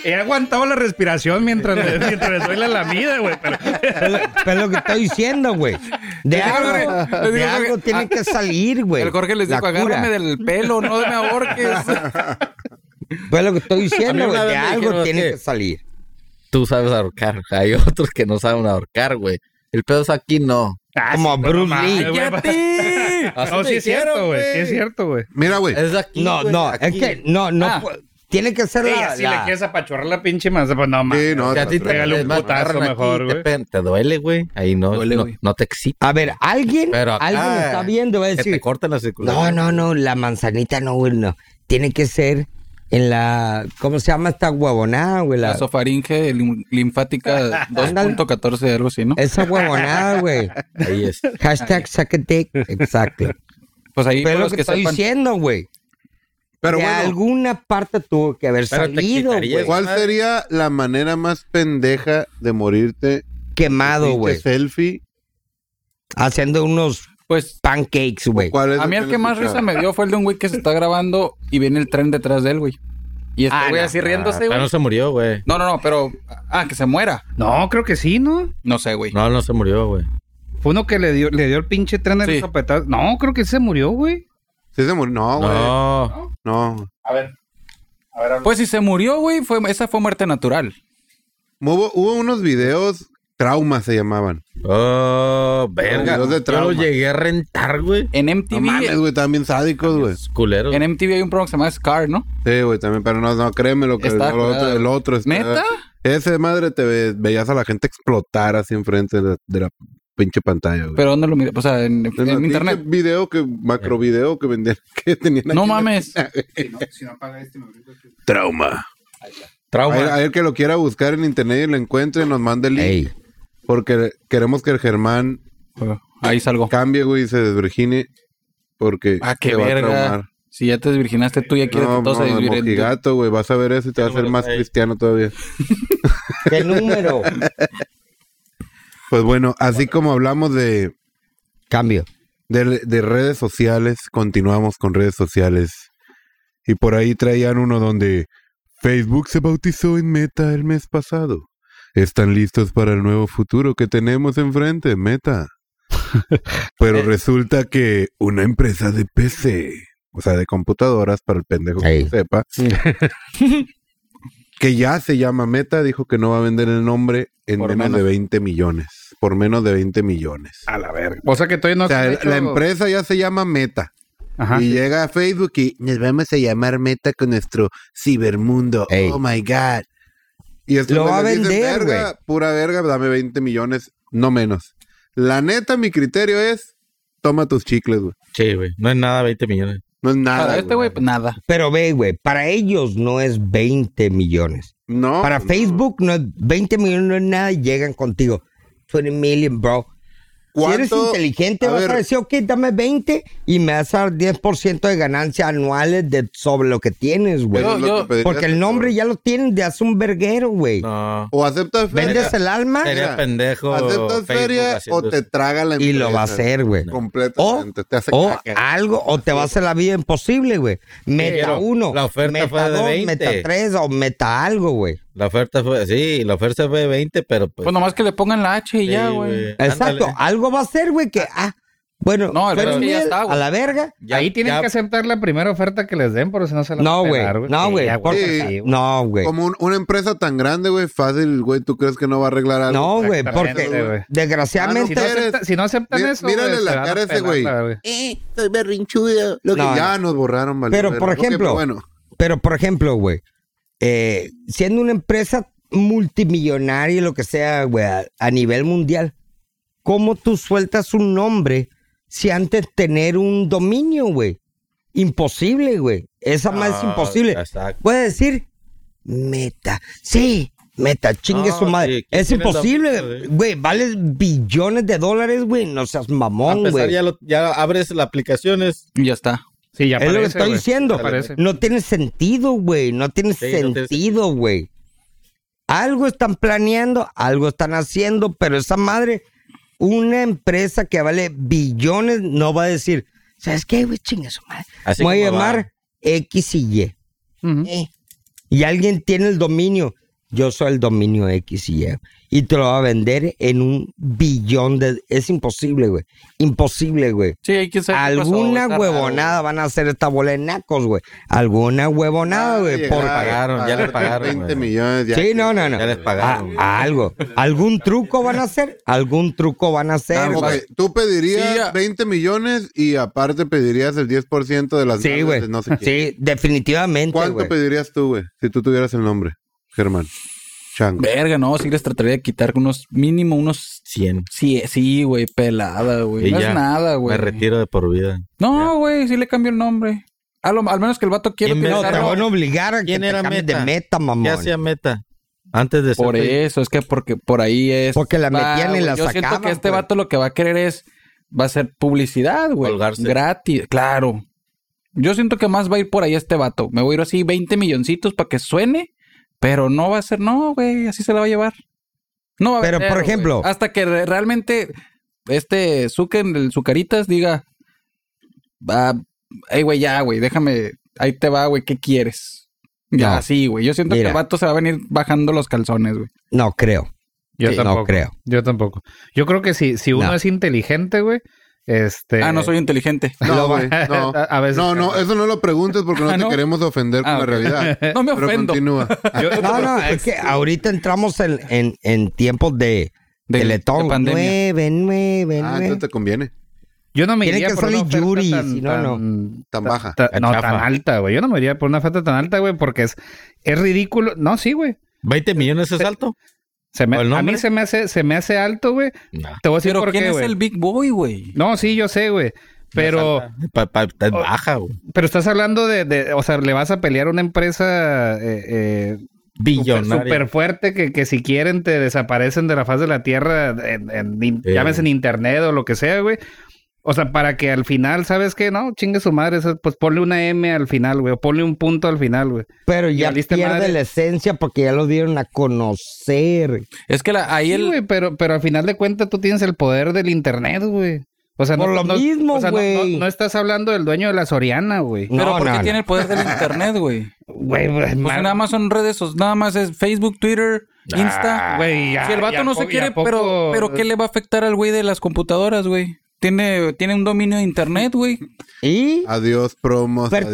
He aguantado la respiración mientras le, mientras le doy la lamida, güey. Pero... *laughs* Pero, pero es lo que estoy diciendo, güey. De Jorge, algo, les de digo, algo Jorge, tiene ah, que salir, güey. El Jorge les La dijo, cura. agárrame del pelo, no me ahorques. Pero es lo que estoy A mí diciendo, una vez güey. De me algo dijeron tiene que- que salir. Tú sabes ahorcar. Hay otros que no saben ahorcar, güey. El pedo es aquí, no. *laughs* Ah, Como sí, Bruce mamá, Lee. güey. ¡Cállate! Así No, me sí es dijeron, cierto, güey. Sí es cierto, güey. Eh, Mira, güey. Es de aquí, No, güey, no, aquí. es que no, no. Ah. pu- Tiene que ser Sí, la. así le la- quieres apachurrar la pinche más. Pues no, mames. no, sea, a ti te Pégale un además, putazo agarran aquí, mejor, te güey. pegan, Te, duele, güey. Ahí no, Duele, no, güey. no te excita. A ver, alguien, Pero ah. acá- alguien está viendo, va a Que te decir. cortan la No, circulación. no, no, la manzanita no, güey, no. Tiene que ser en la. ¿Cómo se llama esta huevonada, güey? *laughs* La- La sofaringe lim- linfática 2.14, algo así, ¿no? esa huevonada, güey. Ahí es. Hashtag suck a dick. Exacto. Pues ahí Pero para es lo los que, que estoy sepan, diciendo, güey. Pero de bueno, alguna parte tuvo que haber Pero te salido, quitaría- güey. Pues, ¿cuál ah, sería la manera más pendeja de morirte? Quemado, Pinche güey. selfie. Haciendo unos pues pancakes, güey. ¿Cuál es a mí el que más risa me... me dio fue el de un güey que se está grabando y viene el tren detrás de él, güey. Y este Ah, güey no. así riéndose, Ah, güey. no se murió, güey. No, no, no, pero... Ah, que se muera. No, creo que sí, ¿no? No sé, güey. No, no se murió, güey. Fue uno que le dio, le dio el pinche tren de Sí. los sopetazos. No, creo que se murió, güey. Sí se murió. No, güey. No. No. A ver. A ver, Pues si se murió, güey, fue, esa fue muerte natural. Hubo, hubo unos videos, traumas se llamaban. Oh, verga. Dios de Yo lo trauma. llegué a rentar, güey. En No MTV... mames, güey, estaban bien sádicos, güey. Es culero. en MTV hay un programa que se llama Scar, ¿no? Sí, güey, también, pero no, no, créeme lo que Está no, lo curado. otro, el otro. está- ¿Neta? Ese madre te ve- veías a la gente explotar así enfrente de la, de la pinche pantalla, güey. Pero ¿dónde lo miré? O sea, en, en En la pinche internet. Eh. video que, macro video que vendían, *laughs* que tenían No aquí. mames. *laughs* Trauma. A ver, Trauma. a ver que lo quiera buscar en internet y lo encuentre, nos mande el link. Ey. Porque queremos que el Germán Ahí salgo. cambie, güey, y se desvirgine. Porque Ah, qué se va a traumar. verga. Si ya te desvirginaste tú, ya quieres No, que todo se no, desvirgine. mojigato, güey. Vas a ver eso y te vas a hacer más cristiano todavía. ¿Qué número? Pues bueno, así como hablamos de, Cambio. de, de redes sociales, continuamos con redes sociales. Y por ahí traían uno donde Facebook se bautizó en Meta el mes pasado. Están listos para el nuevo futuro que tenemos enfrente, Meta. Pero resulta que una empresa de PC, o sea, de computadoras, para el pendejo que Ey. no sepa, que ya se llama Meta, dijo que no va a vender el nombre en Por menos, menos. de 20 millones. Por menos de 20 millones. O sea que todavía no o sea, se ha la- hecho- la empresa ya se llama Meta. Ah, Ajá. Y llega a Facebook y nos vamos a llamar Meta con nuestro cibermundo. Ey. Oh my God. Y es Lo cuando va a les dicen, vender, "Verga, güey". Pura verga, dame 20 millones, no menos. La neta, mi criterio es: toma tus chicles, güey. Sí, güey. No es nada 20 millones. No es Ah, nada. Para este güey, pues nada. Pero ve, güey, para ellos no es 20 millones. No. Para no. Facebook, no es 20 millones no es nada y llegan contigo. 20 million, bro. Si eres ¿Cuánto- inteligente, a vas ver, a decir, ok, dame 20 y me vas a dar 10% de ganancias anuales de, sobre lo que tienes, güey. eso es lo Yo- que yo- pediría Porque el este nombre cabrón. ya lo tienen de hace un verguero, güey. No. O aceptas feria. Vendes el alma Sería Mira, pendejo. aceptas Facebook feria o haciendo te eso. traga la y empresa. lo va a hacer, güey. Completamente. te hace O caca. algo, o te va a hacer la vida imposible, güey. Meta Pero uno, la oferta meta fue de dos, 20. meta tres o meta algo, güey. La oferta fue, sí, la oferta fue de 20, pero pues. Pues nomás que le pongan la H y sí, ya, güey. Exacto, Ándale. algo va a ser, güey, que, ah, bueno, No, el fue pedo es que ya miel, está, güey. a la verga. Ya- Ahí tienen ya- que aceptar la primera oferta que les den, por eso no se la No, van a güey, pelar, no, Sí, güey, ya, porque- sí, güey. No, güey. Como un- una empresa tan grande, güey, fácil, güey, ¿tú crees que no va a arreglar algo? No, güey, Exactamente, porque güey. desgraciadamente... Si Ah, no, acepta- si no aceptan Mí- eso, mírale güey, la se van a cara a ese pelar, güey. la verga. Eh, soy berrinchudo. Lo que No, ya nos borraron, vale, Pero, verga. por Ok, pero ejemplo, bueno, Pero, por ejemplo, güey, eh, siendo una empresa multimillonaria, y lo que sea, güey, a, a nivel mundial, ¿cómo tú sueltas un nombre si antes tener un dominio, güey? Imposible, güey. Esa más es Ah, imposible. Exacto. Puede decir meta. Sí, meta, chingue No, su madre. sí, ¿quién es tiene la- imposible, güey. Vale billones de dólares, güey. No seas A mamón, pesar, güey. ya, lo- ya abres la aplicación, es. Y ya está. Sí, ya Es lo que parece, estoy güey. diciendo. Ya parece. No tiene sentido, güey. No tiene Sí, no tiene sentido, güey. algo están planeando, algo están haciendo, pero esa madre, una empresa que vale billones, no va a decir, ¿sabes qué, güey? Chinga su madre. Así Voy a como va. llamar X y Y. Ujú. Eh, Y alguien tiene el dominio. yo soy el dominio X y Y. Y te lo va a vender en un billón de... Es imposible, güey. Imposible, güey. Sí, hay que saber qué pasó, güey, Alguna está raro, huevonada van a hacer esta bola de nacos, güey. Alguna huevonada, güey. Por pagar. pagaron, Ah, ya le pagarte pagaron, 20 güey. millones. ya Sí, que- no, no, no. Ya les pagaron. güey. A- algo. ¿Algún truco van a hacer? ¿Algún truco van a hacer? Ok, güey? tú pedirías Sí, ya. 20 millones y aparte pedirías el 10% de las Sí, nalgas güey. de no sé quién. Sí, definitivamente, ¿Cuánto güey. pedirías tú, güey? Si tú tuvieras el nombre, Germán. Chango. Verga, no, sí les trataría de quitar unos, mínimo unos 100. Sí, sí, güey, pelada, güey. Y No ya, es nada, güey. Me retiro de por vida. No, güey, sí le cambió el nombre. A lo- al menos que el vato quiera ¿Quién No, me- te utilizarlo. van a obligar a que ¿Quién te era cambies de Meta? meta, mamón. ¿Qué hacía Meta? Antes de Por ser- eso, es que porque por ahí es. Porque la metían y güey, la Yo siento sacaban, pues. que este güey. vato lo que va a querer es. Va a ser publicidad, güey. Colgarse. Gratis, claro. Yo siento que más va a ir por ahí este vato. Me voy a ir así 20 milloncitos para que suene, pero no va a ser, no, güey, así se la va a llevar. No va a Pero, vender, por güey. ejemplo- Hasta que re- realmente este Zucker, el Zucaritas, diga, va, hey, güey, ya, güey, déjame, ahí te va, güey, ¿qué quieres? Ya, No. así, güey. Yo siento que Mira. el vato se va a venir bajando los calzones, güey. No creo. Yo Sí, no tampoco. creo. Yo tampoco. Yo creo que si, si uno No. es inteligente, güey, este... Eh. Ah, no soy inteligente. No, güey, *laughs* *laughs* no. A- a veces- No, no, eso no lo preguntes porque no Ah, te ¿no? queremos ofender con Ah, la ok. realidad. *laughs* Eh, No me Pero ofendo. *laughs* continúa. *laughs* *laughs* Yo- No, no, es que ahorita entramos en, en, en tiempos de, De- teletón. de pandemia. Nueve, nueve, Ah, nueve. entonces te conviene. Yo no me Tiene iría que por una salir oferta Yuri, tan, si no, no. tan- Tan baja. ta- no, Chafa. tan alta, güey. Yo no me iría por una oferta tan alta, güey, porque es, es ridículo. No, sí, güey. 20 millones es alto. Se me- ¿O el a mí nombre? se me hace, se me hace alto, güey. Te voy a decir Pero por ¿quién qué, es güey. el Big Boy, güey? No, sí, yo sé, güey. Pero, Pa- pa- está Oh. baja, güey. pero estás hablando de, de- o sea, le vas a pelear a una empresa eh, eh, *laughs* super, Billonaria. super fuerte que, que si quieren te desaparecen de la faz de la tierra, en, en, in- Eh. llames en internet o lo que sea, güey. O sea, para que al final, ¿sabes qué? No, chingue su madre, eso- pues ponle una M al final, güey, o ponle un punto al final, güey. Pero ya valiste pierde madre. la esencia porque ya lo dieron a conocer. Es que la- ahí Sí, el... güey, pero, pero al final de cuentas tú tienes el poder del internet, güey. O sea, no, Por lo no- mismo, o sea, no- güey. no- no estás hablando del dueño de la Soriana, güey. Pero No, ¿por qué no, tiene el poder del internet, *laughs* güey? Güey, Pues nada más son redes, so- nada más es Facebook, Twitter, Insta. Ah, güey, ya, si el ya vato no po- se ya quiere, poco- pero, pero ¿qué le va a afectar al güey de las computadoras, güey? Tiene, tiene un dominio de internet, güey. Y Adiós, promos. adiós.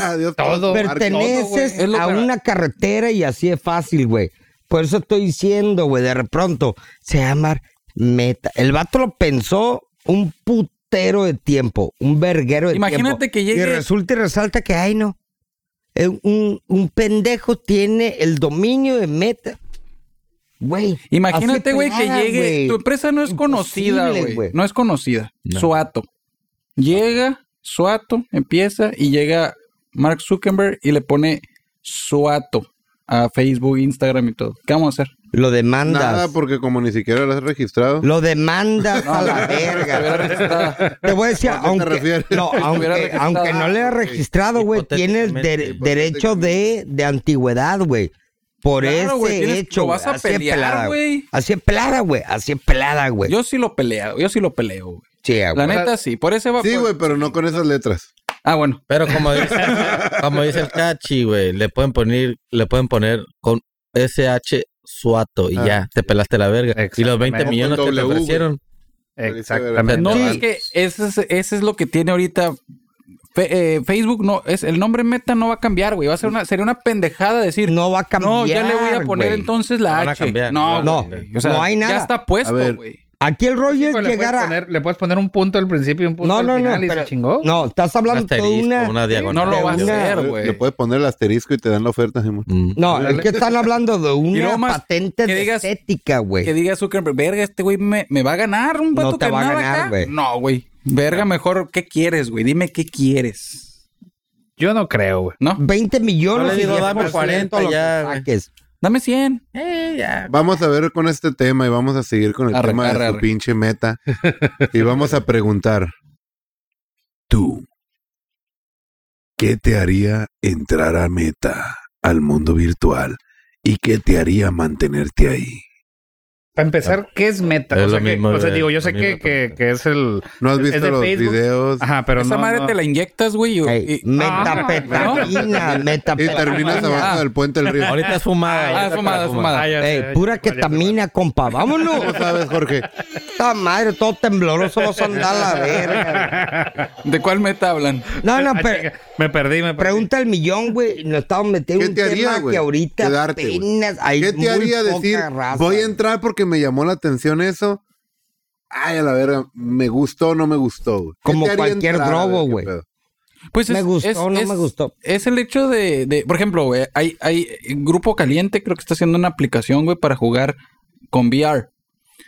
*laughs* adiós, Todo, promos, marketing. perteneces todo, güey. Es lo a que- una carretera y así es fácil, güey. Por eso estoy diciendo, güey, de pronto se llama meta. El vato lo pensó un putero de tiempo, un verguero de Imagínate tiempo. que llegue- Y resulta y resalta que, ay, no. eh, Un, un pendejo tiene el dominio de meta. Güey. Imagínate, así güey, que pegada, llegue. güey. Tu empresa no es conocida, Imposible, güey. No es conocida. Suato. Llega, Suato, empieza y llega Mark Zuckerberg y le pone Suato a Facebook, Instagram y todo. ¿Qué vamos a hacer? Lo demandas. Nada, porque como ni siquiera lo has registrado. Lo demandas *laughs* a la Se hubiera verga. registrado. Te voy a *laughs* decir, ¿A qué te aunque, refieres? no, hubiera aunque, registrado. aunque no le ha registrado, güey, tiene el Hipotéticamente, de- derecho de, de antigüedad, güey. Por Claro, ese güey, tienes- hecho, lo güey. vas a Así es pelear, pelada, güey. Así es pelada, güey. Así es pelada, güey. Yo sí lo peleo, yo sí lo peleo, güey. Sí, La güey. neta sí, por ese va. Sí, por- güey, pero no con esas letras. Ah, bueno. Pero como dice, *laughs* como dice el Cachi, güey, le pueden poner, le pueden poner con SH suato y Ah. ya, te pelaste la verga. Y los 20 Exactamente. millones que te W, güey. ofrecieron. Exactamente. No, Sí. es que ese es, ese es lo que tiene ahorita. Fe- eh, Facebook no es el nombre Meta no va a cambiar, güey. Va a ser una sería una pendejada decir. no va a cambiar. no, ya le voy a poner güey. entonces No la van a H. cambiar, no, no, güey. no hay nada. Ya está puesto, A ver. güey. Aquí el rollo es le, llegar puedes a. poner, le puedes poner un punto al principio y un punto No, al no, no. final y se pero- chingó. No, estás Un hablando de asterisco, una. una, diagonal. No lo va a Una- hacer, Le güey. puedes poner el asterisco y te dan la oferta, Simón. Mm. No, es que están hablando de una luego más, patente que de digas- estética, güey. Que diga Zuckerberg, verga, este güey me, me va a ganar un vato No te que va a nada ganar, acá". güey. No, güey. Verga, mejor, ¿qué quieres, güey? Dime qué quieres. Yo no creo, güey. ¿No? 20 millones. No le y digo, dame 10% 40 lo que ya, güey. saques. Dame 100. Vamos a ver con este tema y vamos a seguir con el Arre, tema arre, de su arre. *laughs* pinche meta. y vamos a preguntar, Tú, ¿qué te haría entrar a meta al mundo virtual y qué te haría mantenerte ahí? Para empezar, ¿qué es meta? Es o sea, lo que- mismo o sea, de- digo, yo sé la que, misma que, que es el... ¿No has es visto de los Facebook. videos? Ajá, pero Esa no, madre no. te la inyectas, güey. y- ah, Ey, y- metapetamina, y terminas metapetamina. abajo del puente del río? Ahorita es Ah, fumada. es fumada, es fumada. Ah, ya sé, Ey, ya pura sé cuál, ya sé cuál. ketamina, *laughs* compa, vámonos. ¿Cómo sabes, Jorge? Esta madre, todo tembloroso vas a andar *laughs* a la verga. ¿De cuál meta hablan? No, no, Ah, pero chinga, me perdí, me perdí. pregunta al millón, güey. Nos estamos metiendo ¿Qué en un te haría, tema güey? que ahorita Quedarte, güey. apenas hay ¿Qué te muy haría poca decir? raza. Voy a entrar porque me llamó la atención eso. Ay, a la verga, me gustó o no me gustó. güey? ¿Qué Como te haría cualquier entrar, a ver, drogo, qué güey. pedo? Pues Me gustó, no me gustó. Es el hecho de, de- por ejemplo, güey, hay, hay Grupo Caliente, creo que está haciendo una aplicación, güey, para jugar con VR.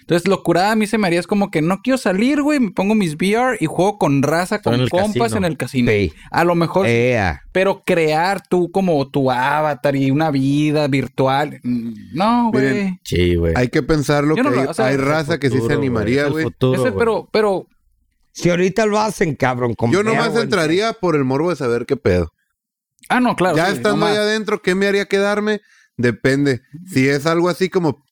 Entonces, lo curada a mí se me haría es como que no quiero salir, güey, me pongo mis VR y juego con raza, Pero en con el compas casino. en el casino. Sí. Eh. A lo mejor, Ea. pero crear tú como tu avatar y una vida virtual. mm, No, güey. Miren, Sí, güey. Hay que pensarlo Yo que no lo- hay, o sea, hay es el raza que sí se Futuro, animaría, güey. Es el futuro, Ese- güey. pero, pero, Si ahorita lo hacen, cabrón. con Yo nomás vergüenza. entraría por el morbo de saber qué pedo. ah, no, claro. ya sí, estando nomás. allá adentro, ¿qué me haría quedarme? Depende. Si es algo así como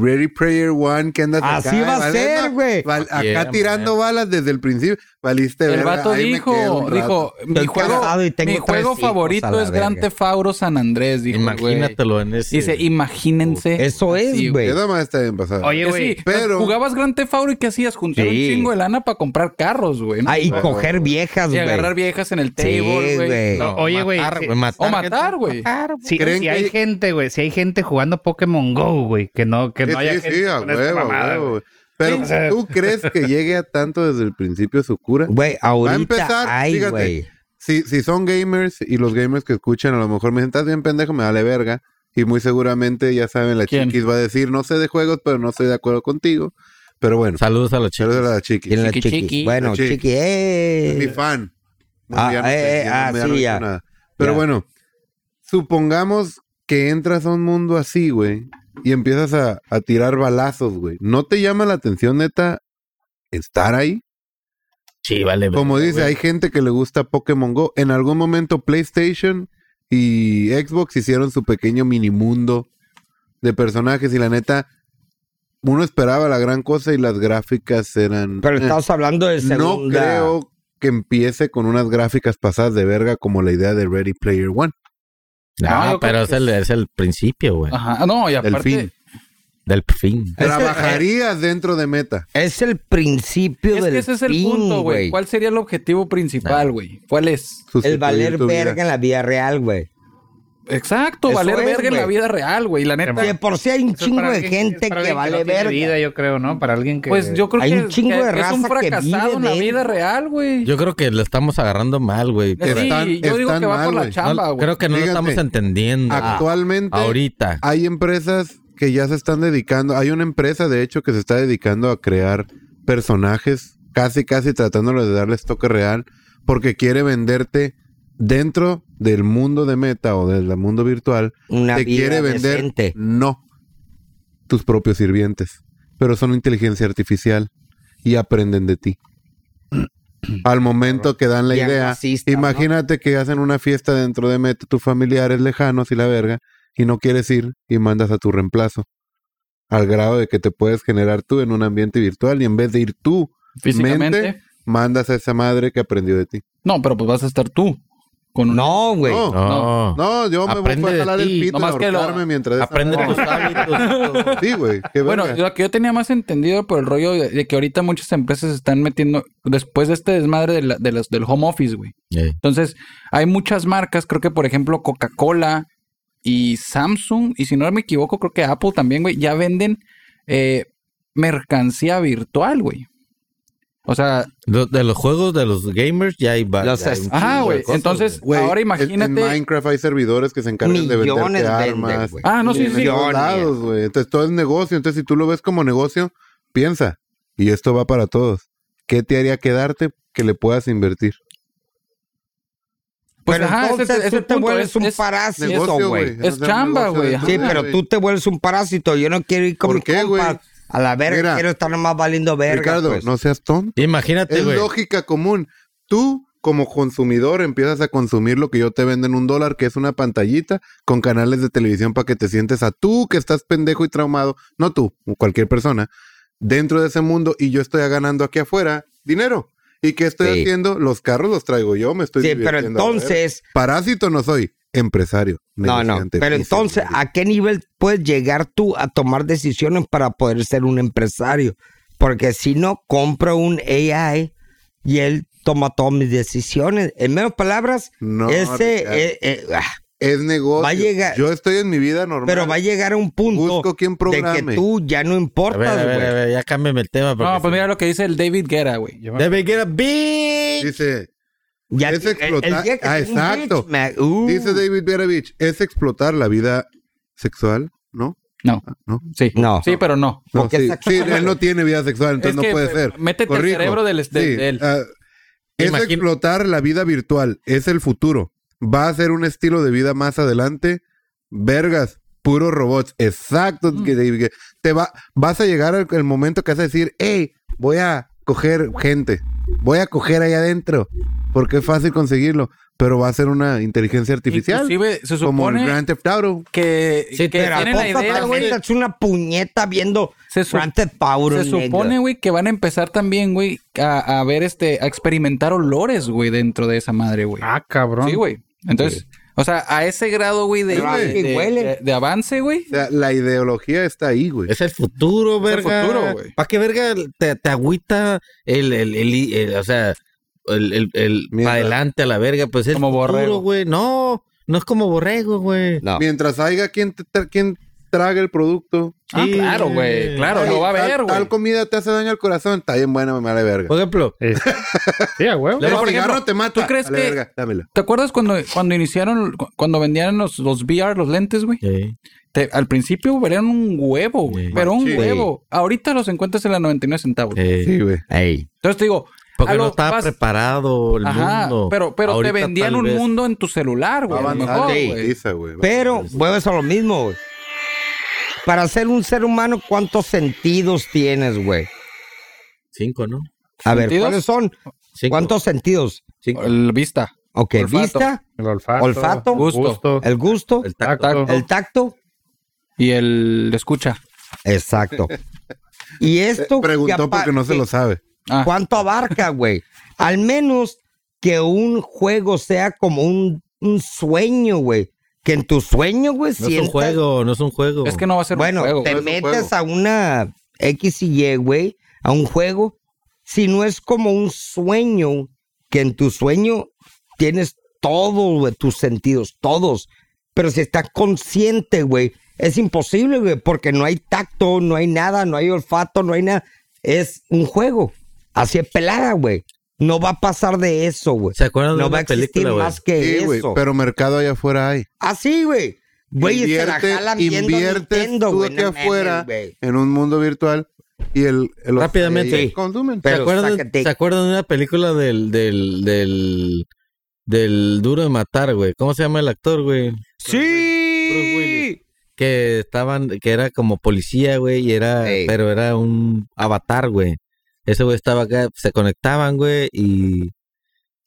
Ready Player One, que andas Así acá, va a valiendo- ser, güey. val- acá Yeah, tirando balas desde el principio, valiste El verga, vato ahí me quedo dijo, un rato. dijo, mi Estoy juego, casado y tengo mi tres juego hijos, a favorito la es Gran verga. Theft Auto San Andrés, dijo. el güey. Imagínatelo en ese. Dice, imagínense. Eso Sí, es, güey. Eso más está bien pasado. Oye, Que güey, sí, pero- jugabas Gran Theft Auto y ¿qué hacías? Juntar un Sí. chingo de lana para comprar carros, güey. ¿no? Ah, y coger viejas, y güey. agarrar viejas en el Sí, table, güey. güey. No, oye, güey, matar, sí. O matar, güey. Si, ¿Creen si que- hay gente, güey, si hay gente jugando Pokémon Go, güey, que no, que Sí, no haya sí, gente sí, a con esta huevo, a mamada, huevo, güey. güey. Pero, Sí, o sea- *laughs* ¿tú crees que llegue a tanto desde el principio su cura? Güey, ahorita empezar, hay, fíjate. güey. Si, si son gamers y los gamers que escuchan, a lo mejor me dicen, estás bien pendejo, me vale verga. Y muy seguramente, ya saben, la ¿Quién? chiquis va a decir, no sé de juegos, pero no estoy de acuerdo contigo. Pero bueno, Saludos a los chicos. saludos a la chiquis. Y en la Chiqui, chiqui. chiqui. Bueno, La chiqui. chiqui. eh. mi fan. No, Ah, ya no eh, sé, eh, ya ah, no- ya sí, no he dicho ya. nada. Pero Ya. bueno, supongamos que entras a un mundo así, güey, y empiezas a, a tirar balazos, güey. ¿No te llama la atención, neta, estar ahí? Sí, vale. Como verga, dice, güey. hay gente que le gusta Pokémon Go. En algún momento PlayStation y Xbox hicieron su pequeño minimundo de personajes y la neta, uno esperaba la gran cosa y las gráficas eran... Pero eh. estamos hablando de segunda. No creo que empiece con unas gráficas pasadas de verga como la idea de Ready Player One. No, No, Ah, yo pero creo es el, es el principio, güey. Ajá. Ah, No, y Del aparte. fin. Del fin. Ese- Trabajarías dentro de Meta. Es el principio Es del que ese es el fin, punto, güey. ¿Cuál sería el objetivo principal, güey? ¿Cuál es? El Sustituir valer tu vida. verga en la vida real, güey. Exacto, Eso valer es, verga en güey. la vida real, güey. La neta. Que por si hay un Eso es para chingo de alguien- gente es para que alguien vale no tiene verga. vida, yo creo, ¿no? Para alguien que... Pues yo creo Hay que, un chingo que- de que es un raza que fracasado vive en la de- vida real, güey. Yo creo que lo estamos agarrando mal, güey. Sí, Por ahí. Están- yo digo están que va mal, por la güey. chamba, güey. creo que no lo Fíjate, estamos entendiendo. Actualmente Ahorita. hay empresas que ya se están dedicando. Hay una empresa, de hecho, que se está dedicando a crear personajes, casi, casi tratándolo de darles toque real, porque quiere venderte dentro del mundo de Meta o del mundo virtual. Una te vida quiere vender decente. no tus propios sirvientes, pero son inteligencia artificial y aprenden de *clears throat* ti. Al momento que dan la Bien idea, racista, ¿no? imagínate que hacen una fiesta dentro de Meta, tus familiares lejanos y la verga, y no quieres ir y mandas a tu reemplazo. Al grado de que te puedes generar tú en un ambiente virtual y en vez de ir tú, Físicamente. mente, mandas a esa madre que aprendió de ti. No, pero pues vas a estar tú. Con un... No, güey. No, No. no, yo me Aprende voy a de jalar ti, el pito y nomás que lo- ahorcarme mientras... esa Aprende Ah. madre- tus hábitos. Sí, güey, qué Bueno, verga. lo que yo tenía más entendido por el rollo de, de que ahorita muchas empresas están metiendo, después de este desmadre de la- de las- del home office, güey. Eh, Entonces, hay muchas marcas, creo que por ejemplo Coca-Cola y Samsung, y si no me equivoco, creo que Apple también, güey, ya venden eh, mercancía virtual, güey. O sea, lo- de los juegos de los gamers ya hay varios. Los ya hay un ajá, chingo güey. de cosas, Entonces, Güey, ahora en- En imagínate. Minecraft hay servidores que se encargan de Millones venderte venden, armas. güey. Ah, no, sí, sí. en todos Millones. lados, güey. Entonces todo es negocio. Entonces, si tú lo ves como negocio, piensa. Y esto va para todos. ¿Qué te haría quedarte que le puedas invertir? Pues, pero ajá, ese- entonces ese tú te punto vuelves es- un es- parásito, Negocio, güey. güey. Es Hacer un chamba, negocio güey. de Ajá. Sí, todo, pero Ah, güey. tú te vuelves un parásito. Yo no quiero ir con ¿Por mis qué, güey? compas a la verga. Mira. quiero estar nomás valiendo verga. Ricardo, pues. no seas tonto. Imagínate, Es güey. lógica común. Tú como consumidor empiezas a consumir lo que yo te vendo en un dólar, que es una pantallita con canales de televisión para que te sientes a tú que estás pendejo y traumado, no tú, cualquier persona, dentro de ese mundo y yo estoy ganando aquí afuera dinero. ¿Y qué estoy Sí. haciendo? Los carros los traigo yo, me estoy Sí, pero divirtiendo, a ver. entonces, Parásito no soy, empresario. no, no, negociante, pero piso, entonces, marido. ¿a qué nivel puedes llegar tú a tomar decisiones para poder ser un empresario? Porque si no, compro un AI y él toma todas mis decisiones. En menos palabras, No, ese... Ricardo. eh, eh, ah, es negocio. va a llegar- Yo estoy en mi vida normal. pero va a llegar a un punto Busco quien de programe. que tú ya no A ver, a importas, ver, a güey. ver, ya cámbiame el tema. No, porque pues se- mira lo que dice el David Guerra, güey. Debe get a bitch. Dice, Ya Es te- el- explotar- el día que ah, tenga un exacto. bitch, me- uh, dice David Berovich, es explotar la vida sexual, ¿no? No. Ah, ¿No? Sí. No. Sí, pero no. No, Porque sí, es sí, él no tiene vida sexual, entonces Es no que, puede eh, ser. métete al Corrijo. cerebro del- de- Sí, del- ah, es Imagina- explotar la vida virtual, es el futuro. Va a ser un estilo de vida más adelante. Vergas, puros robots. Exacto. Mm. que- que te va, vas a llegar al el momento que vas a decir, hey, voy a coger gente. Voy a coger ahí adentro. Porque es fácil conseguirlo. Pero va a ser una inteligencia artificial. Inclusive se como el supone Grand Theft Auto. que, Sí, que pero tienen la Posta, idea, tal güey. vez es una puñeta viendo Se su- Grand Theft Auto, Se negro. supone, güey, que van a empezar también, güey, a, a ver este, a experimentar olores, güey, dentro de esa madre, güey. Ah, cabrón. sí, güey. Entonces, o sea, a ese grado, güey, de, Pero de, así de- huele. de- de avance, güey. O sea, la ideología está ahí, güey. Es el futuro, Es el verga. futuro, güey. ¿Para qué verga te, te agüita el, el, el- el- o sea, el, el, el Mierda. para adelante a la verga? Pues es Como futuro, borrego. güey. No, no es como borrego, güey. No. Mientras haya quien, te tra- quien traga el producto. Ah, Sí. claro, güey. Claro, Ay, lo va a tal- ver, Tal güey. Pues, comida te hace daño al corazón. Está bien buena, me vale verga. Por ejemplo, *laughs* Es- Sí, a huevo. Luego, por cigarro ejemplo, te ¿tú mata. crees Vale que- verga, dámela. ¿Te acuerdas cuando, cuando iniciaron, cu- cuando vendían los, los VR, los lentes, güey? eh, Te- al principio valían un huevo, güey. Sí. Pero un Sí. huevo. Ahorita los encuentras en la 99 centavos. eh, Sí, güey. Ey, Entonces te digo, porque a no lo- estaba Ah, vas- preparado el Ajá, mundo. pero, pero Ahorita te vendían tal un vez. mundo en tu celular, güey. a lo Avanzada mejor, sí. güey. putiza, güey. Pero vuelves a lo mismo, güey. Para ser un ser humano, ¿cuántos sentidos tienes, güey? Cinco, ¿no? A ver, ¿Sentidos? ¿cuáles son? Cinco. ¿Cuántos sentidos? Cinco. El vista. Ok, Olfato. vista, *laughs* El olfato. Olfato, gusto. gusto, el gusto, El tacto. tacto. el tacto. Y el escucha. Exacto. Y esto... que Eh, Preguntó apa- porque no se que- lo sabe. Ah, ¿Cuánto abarca, güey? Al menos que un juego sea como un, un sueño, güey. Que en tu sueño, güey, No es un sientas- juego, no es un juego. es que no va a ser Bueno, un juego. te no es un metes juego. a una X y Y, güey, a un juego, si no es como un sueño, que en tu sueño tienes todos, güey, tus sentidos, todos. Pero si estás consciente, güey, es imposible, güey, porque no hay tacto, no hay nada, no hay olfato, no hay nada. Es un juego. Así es pelada, güey. No va a pasar de eso, güey. ¿Se acuerdan de No va una a existir película, güey? más que Sí, eso. güey. Pero mercado allá afuera hay. Así, güey. Güey, se la Invierte- jalan viendo inviertes Nintendo, tú güey. aquí No mames, afuera güey. en un mundo virtual y el. el- Rápidamente. y- Consumen. ¿Se Pero acuerdan, sácate. se acuerdan de una película del, del, del, del Duro de Matar, güey? ¿Cómo se llama el actor, güey? Bruce Willis. Sí. Que estaban, que era como policía, güey, y era, Ey. pero era un avatar, güey. Ese güey estaba acá, se conectaban, güey, y...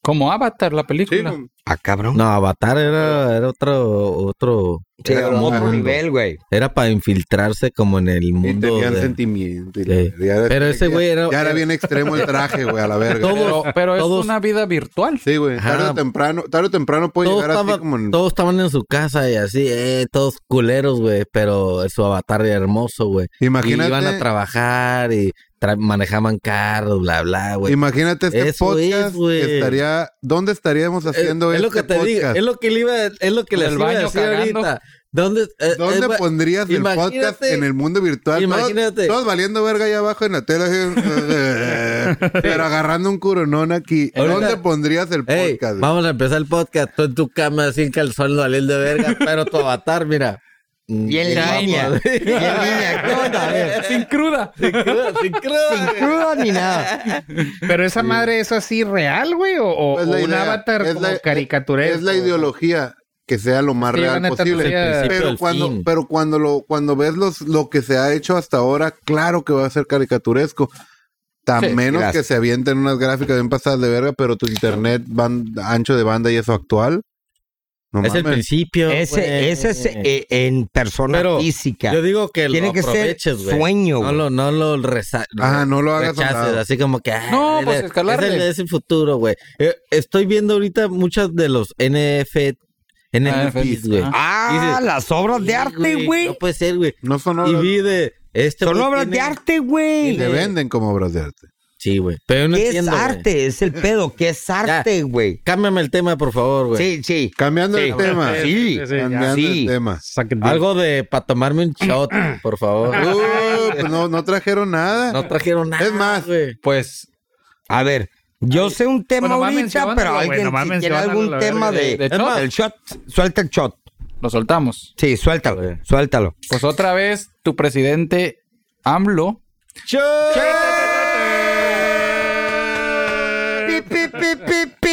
Como Avatar, la Sí, película. güey. Ah, cabrón. No, avatar era, era otro, otro... Sí, Era como otro mundo. nivel, güey. Era para infiltrarse como en el Y mundo. tenían de- sentimientos. y la Sí. verga. Ya- Pero ese güey era... Ya era bien extremo el traje, güey, a la verga. Pero, pero es todos- una vida virtual. Sí, güey. Tarde Ajá. o temprano, tarde o temprano puede Todos llegar así estaban- como en. Todos estaban en su casa y así, eh, todos culeros, güey, pero su avatar era hermoso, güey. Imagínate. Y iban a trabajar y tra- manejaban carros, bla, bla, güey. Imagínate este Eso es, podcast güey. estaría ¿Dónde estaríamos haciendo Eh, es, es lo que este te digo, podcast? es lo que le iba, es lo que En les el iba a baño decir cagando. ahorita. ¿Dónde, eh, ¿Dónde eh, güey, pondrías el imagínate- podcast en el mundo virtual? Todos- imagínate. Todos, valiendo verga allá abajo en la tela. así, *laughs* pero agarrando un curonón aquí. Ahorita- ¿Dónde pondrías el Ey, podcast? güey? vamos a empezar el podcast. Tú en tu cama sin calzón valiendo *laughs* verga, pero tu avatar, mira. Mm, Y en línea. Y en línea. *laughs* ¿Qué onda? A ver. Sin cruda. Sin cruda, sin cruda. Crudo ni nada. Pero esa madre es así real, güey, o, o- Es o la un idea, avatar es como la- caricaturesco. Es la ideología que sea lo más Sí, la real neta, posible. pues, sí, al principio Pero al cuando, fin. pero cuando lo, cuando ves los, lo que se ha hecho hasta ahora, claro que va a ser caricaturesco. Tan Sí, menos gracias. que se avienten unas gráficas bien pasadas de verga, pero tu internet ban- ancho de banda y eso actual. No es el mames. principio. güey. Ese, ese es eh, en persona Pero física. Yo digo que Tiene lo que ser aproveches, güey. sueño, No güey. lo, no lo reza- Ah, no lo hagas a un rechaces, lado. así como que. ah, No, es pues, el- escalarle. Es el, es el futuro, güey. Eh, estoy viendo ahorita muchas de los NF, NFTs, güey. Ah. Ah, Dice- las obras de arte, güey. No puede ser, güey. No son Y obras. vi de. Este Son güey obras de tiene- arte, güey. Te venden como obras de arte. Sí, güey. Pero yo no ¿Qué es entiendo. güey. arte? Es el pedo. *laughs* ¿Qué es arte, güey? Cámbiame el tema, por favor, güey. Sí, sí. Cambiando Sí. el tema. Sí. Sí, sí, ya. Cambiando Sí. el tema. Saquen- Algo de para tomarme un shot, por favor. *laughs* Uh, pues no, no trajeron nada. No trajeron nada. Es más, güey. Pues A ver, yo sé un tema Bueno, va ahorita, mencionándolo, pero güey, alguien nomás si tiene mencionándolo, algún la tema verga. de, De- de shot. del shot, suelta el shot. lo soltamos. Sí, suéltalo, suéltalo. Pues otra vez tu presidente AMLO Pi, pi, pi, pi, pi.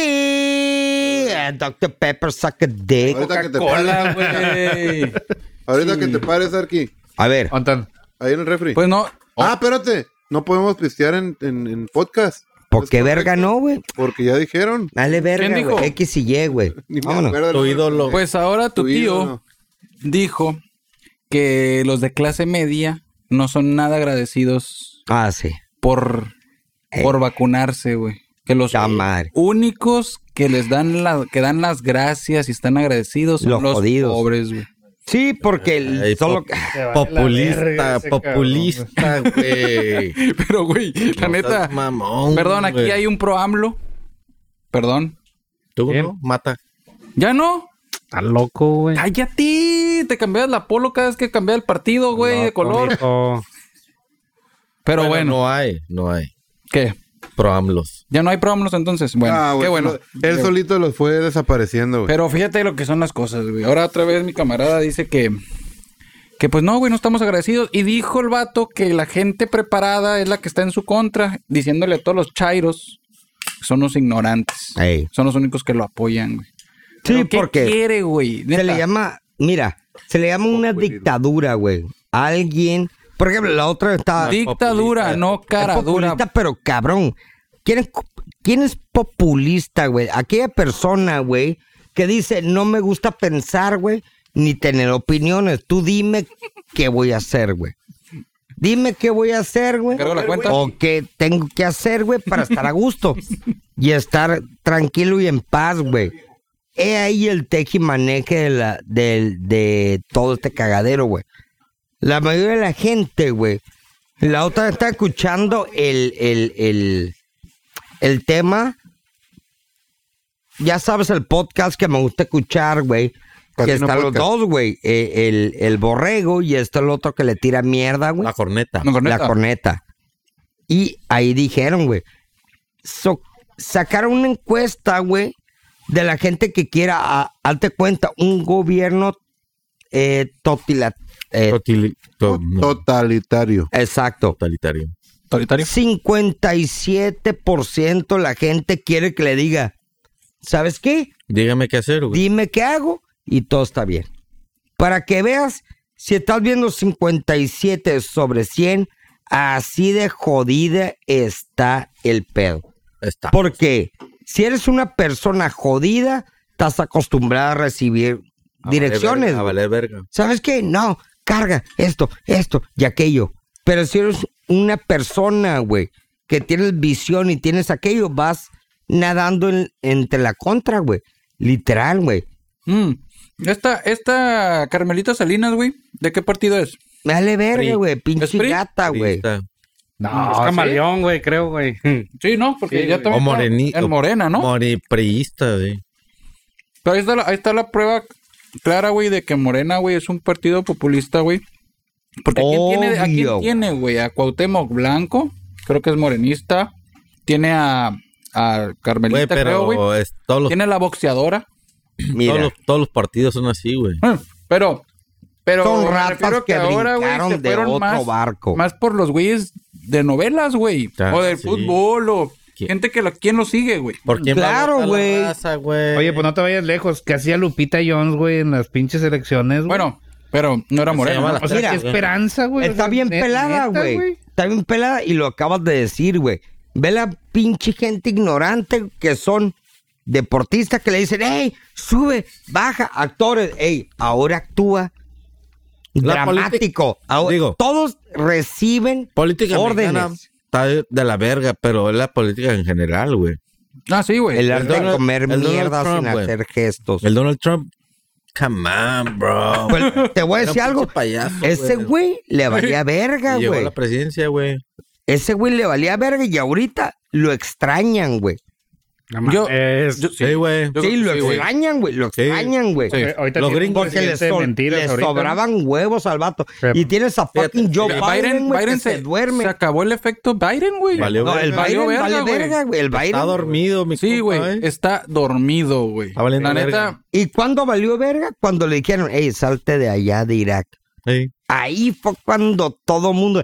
Eh, Dr. Pepper suck a dick. Ahorita que te pares, güey. ahorita que te pares, Arqui. A ver, *laughs* Anton, Ahí en el refri. Pues no. Oh. Ah, espérate. No podemos pistear en, en, en podcast. ¿por Es qué correcto, verga no, güey? Porque ya dijeron. Dale verga, dijo? güey. X y Y, güey. *laughs* Ni me Vámonos. acuerdo. Tu ídolo. Pues ahora tu Tu tío ídolo. dijo que los de clase media no son nada agradecidos Ah, sí. por, por vacunarse, güey. Que los Ta Eh. madre. únicos que les dan la, que dan las gracias y están agradecidos son Los los, jodidos. pobres, güey. *laughs* Sí, porque el- eh, Ay, solo... pop- se va de la verga populista, ese populista, güey. Pero, güey, *laughs* No la neta. seas mamón, Perdón, aquí güey. hay un pro AMLO. Perdón. Tú ¿Quién? no, mata. ¿Ya no? Está loco, güey. ¡Cállate! Te cambias la polo cada vez que cambias el partido, güey, de Loco, color. mijo. Pero Bueno, bueno, No hay, no hay. ¿qué? Proamlos. ¿Ya no hay pro AMLOs entonces? Bueno, Ah, qué güey, bueno. Él solito los fue desapareciendo, güey. Pero fíjate lo que son las cosas, güey. Ahora otra vez mi camarada dice que... Que pues no, güey, no estamos agradecidos. Y dijo el vato que la gente preparada es la que está en su contra, diciéndole a todos los chairos que son los ignorantes. Ey. Son los únicos que lo apoyan, güey. Sí, ¿Pero qué porque quiere, güey? se Neta. le llama... Mira, se le llama una dictadura, güey. Alguien... Por ejemplo, la otra está... Dictadura, no Es cara dura. populista, pero cabrón. ¿Quién es, quién es populista, güey? Aquella persona, güey, que dice, no me gusta pensar, güey, ni tener opiniones. Tú dime qué voy a hacer, güey. Dime qué voy a hacer, güey. Cargo la cuenta. O qué tengo que hacer, güey, para estar a gusto. y estar tranquilo y en paz, güey. He ahí el tejimaneje de, la, del- de todo este cagadero, güey. La mayoría de la gente, güey. La otra está escuchando el, el, el, el tema. Ya sabes el podcast que me gusta escuchar, güey. Que Casino están los Podcast. dos, güey. Eh, El, el borrego y está el otro que le tira mierda, güey. La corneta. No, corneta. La corneta. Y ahí dijeron, güey. so- sacaron una encuesta, güey, de la gente que quiera, a- hazte cuenta, un gobierno eh, totila- eh, Totili- to- no, Totalitario. exacto. totalitario. Autoritario. 57% la gente quiere que le diga, ¿sabes qué? Dígame qué hacer, güey. Dime qué hago y todo está bien. Para que veas, si estás viendo 57 sobre 100, así de jodida está el pedo. Está. Porque si eres una persona jodida, estás acostumbrada a recibir A valer direcciones. verga, A valer verga. ¿Sabes qué? No, carga esto, esto y aquello. Pero si eres una persona, güey, que tienes visión y tienes aquello, vas nadando en- entre la contra, güey. Literal, güey. Mm. Esta, esta Carmelita Salinas, güey, ¿de qué partido es? Me vale verga, güey. Pinche PRI? gata, Ahí güey. está. No, es camaleón, güey, creo, güey. *laughs* Sí, no, porque ya O también. está morenito. En Morena, ¿no? Moripriista, güey. Pero ahí está, la, ahí está la prueba clara, güey, de que Morena, güey, es un partido populista, güey. Porque ¿quién tiene, ¿a Obvio. quién tiene, güey? A Cuauhtémoc Blanco, creo que es morenista. Tiene a, a Carmelita, Güey, creo, güey. pero es- todos los Tiene a la boxeadora. todos Mira. los- todos los partidos son así, güey. Bueno, Pero, pero Son me ratas refiero que güey, brincaron se de fueron otro barco. Más por los güeyes de novelas, güey. Ah, o del sí. fútbol, o ¿Quién? gente que lo, ¿quién lo sigue, güey. ¿Por quién va a Claro, votar la güey. raza, güey? pues Oye, pues no te vayas lejos. ¿Qué hacía Lupita Jones, güey, en las pinches elecciones? güey? Bueno, Pero no era Se moreno. llama ¿no? la- O sea, Mira, qué esperanza, güey. Está bien Ne- pelada, neta, güey. Está bien pelada y lo acabas de decir, güey. Ve la pinche gente ignorante que son deportistas que le dicen, hey, sube, baja, actores, hey, ahora actúa. La Dramático. Ahora- digo- todos reciben Política órdenes. mexicana está de de la verga, pero es la política en general, güey. Ah, sí, güey. el arte de Donald- comer el Donald mierda Trump, sin güey. hacer gestos. El Donald Trump, come on, bro. *laughs* Pues, te voy a Era decir un algo. pinche payaso, Ese güey. güey le valía *laughs* verga, Y llegó a güey. la presidencia, güey. Ese güey le valía verga y ahorita lo extrañan, güey. No Yo- mames. Yo- Sí, güey. Yo- Sí, lo sí, güey. extrañan, güey. Lo Sí. extrañan, güey. Sí. güey. Eh, Ahorita Los tiene un gringos Porque le, presidente de so- mentiras le ahorita, ¿no? sobraban huevos al vato. Fíjate. Y tienes a fucking Joe Mira, eh, Biden, Biden, güey, que Biden se duerme. se acabó el efecto Biden, güey. Valió No, el verga. valió Biden verga, vale güey. verga, güey. El Está Biden. dormido, mi Sí, compa, ¿eh? güey. Está dormido, güey. Está valiendo La verga. neta, ¿Y cuándo valió verga? Cuando le dijeron, hey, salte de allá de Irak. Sí. Ahí fue cuando todo mundo.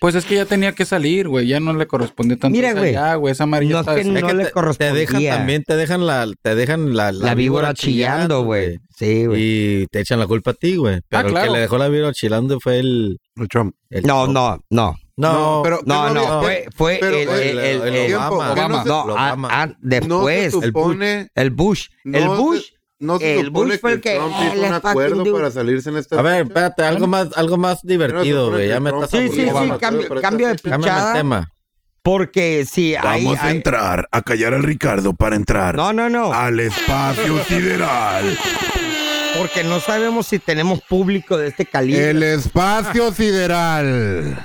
pues es que ya tenía que salir, güey. Ya no le correspondió tanto. Mira, esa güey. ya, güey. Esa amarilla No está es que Es no que le te- correspondía. Te dejan también, te dejan la, te dejan la, La, víbora chillando, güey. Sí, güey. Y te echan la culpa a ti, güey. Pero el claro. que le dejó la víbora chillando fue el. Trump. el- No, no, no. No, pero. No, ¿qué no. no, Fue, fue pero el, el, el- el- el el- Obama. ¿qué Obama. No se, No, Lo a- ama. a- no se después. Eh, pues, el Bush. supone, El Bush. El no se- Bush. no se el supone Bush fue que el que- Trump eh, hizo un la acuerdo fucking para salirse en esta A ver, espérate, algo más, algo más divertido, güey. Ya me estás Sí, sí, aburriendo. sí. Obama, Cambio, pero- pero- cambio de Cámbiame el pichada. tema. Porque sí, ahí. Vamos a ahí- entrar, a callar al Ricardo para entrar No, no, no. al espacio sideral. Porque no sabemos si tenemos público de este calibre. El espacio sideral.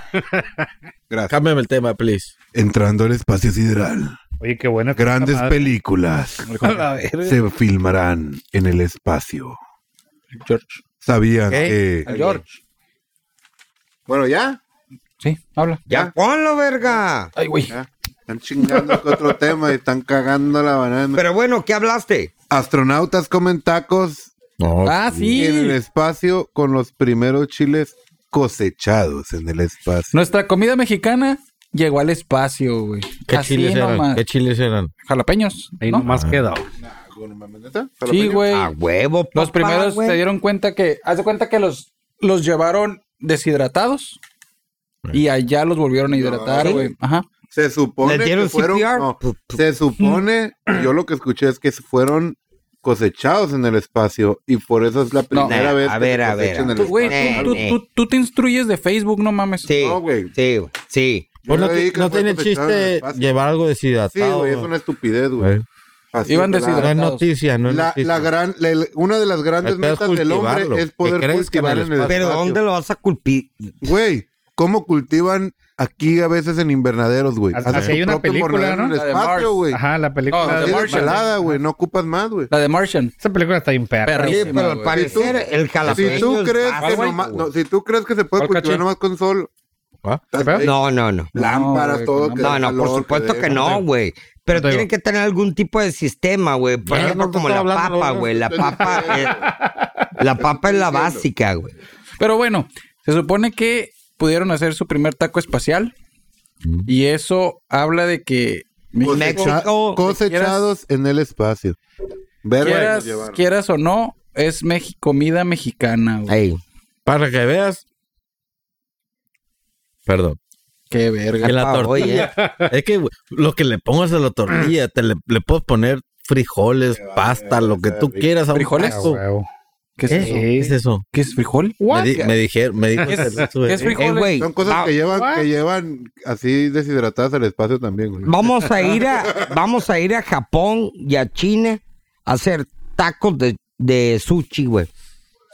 Gracias. Cámbiame el tema, please. Entrando al espacio sideral. Oye, qué bueno. que Grandes esta madre- películas *laughs* A ver, se filmarán en el espacio. George. ¿Sabían ¿Qué? El que George. Bueno, ya. Sí, habla. Ya ponlo, verga. Ay, güey. Están chingando con otro tema y están cagando la banana. Pero bueno, ¿qué hablaste? Astronautas comen tacos No. Ah, en el sí. espacio con los primeros chiles cosechados en el espacio. Nuestra comida mexicana llegó al espacio, güey. ¿Qué Así chiles eran? nomás. ¿Qué chiles eran? Jalapeños. Ahí ¿no? nomás quedó. Sí, güey. Ah, A huevo, Los papá, primeros güey. se dieron cuenta que, haz de cuenta que los, los llevaron deshidratados y allá los volvieron a hidratar, güey. Ajá. Se supone ¿Les dieron que fueron. CPR? no, se supone, yo lo que escuché es que fueron cosechados en el espacio y por eso es la primera Nah, vez a que ver, se a ver, cosecha a en el Tú, Pues, güey, Este, tú, Eh, tú- eh. tú- tú te instruyes de Facebook, no mames. Sí, No, güey. sí, güey, sí. Pues Yo no, leí ti- que no fue tiene cosechado en el chiste espacio. llevar algo Sí, deshidratado. güey, es una estupidez, güey. güey. Pues, Así Iban de la- No es deshidratados. noticia, no es La, noticia. la gran, la- la- una de las grandes El pedo es metas del hombre cultivarlo, es que poder crezca en cultivar el en el espacio. espacio. Pero ¿dónde lo vas a culpir? Güey, ¿cómo cultivan aquí a veces en invernaderos, güey? Así Hacen hay su una propio película, invernadero ¿no? En el La de Mars. espacio, güey. Ajá, la película. No, de- The Es Martian. pelada, güey. No ocupas más, güey. La de Martian. Esa película está bien perra. Perra. güey. Sí, Sí, pero ma, al güey. parecer Si el jalapeño Si tú es crees vasto, que güey. nomás, no, si tú crees que se puede ¿Cuál cultivar caché? nomás con sol, ¿Ah? estás- ¿Qué pedo? No, no, no. lámparas, No, todo. güey, que No, dé no, por calor, supuesto dé- que no, güey. Pero Te digo. tienen que tener algún tipo de sistema, güey. Por Ya, ejemplo, no te como estoy la hablando, papa, no, güey. no La estoy papa, diciendo. es- la papa es la Estoy diciendo. básica, güey. Pero bueno, se supone que pudieron hacer su primer taco espacial y eso habla de que México, Cosecha- México, cosechados en el espacio. Verga. quieras, quieras o no, es Mex- comida mexicana, güey. Ey. Para que veas. Perdón. Qué verga. En la pa, voy, tortilla. Es que güey, lo que le pongas a la tortilla, te le, le puedes poner frijoles, pasta, lo que tú quieras. a un ¿Frijoles? Ah, taco. huevo. ¿Qué es ¿Eh? eso? ¿Qué es eso? ¿Qué es frijol? Me, di- me dijeron, me dijo ¿Qué es, el- qué es eh, Ey, frijol? güey. Son cosas va- que llevan, what? que llevan así deshidratadas al espacio también, güey. Vamos a ir a, vamos a ir a Japón y a China a hacer tacos de, de sushi, güey.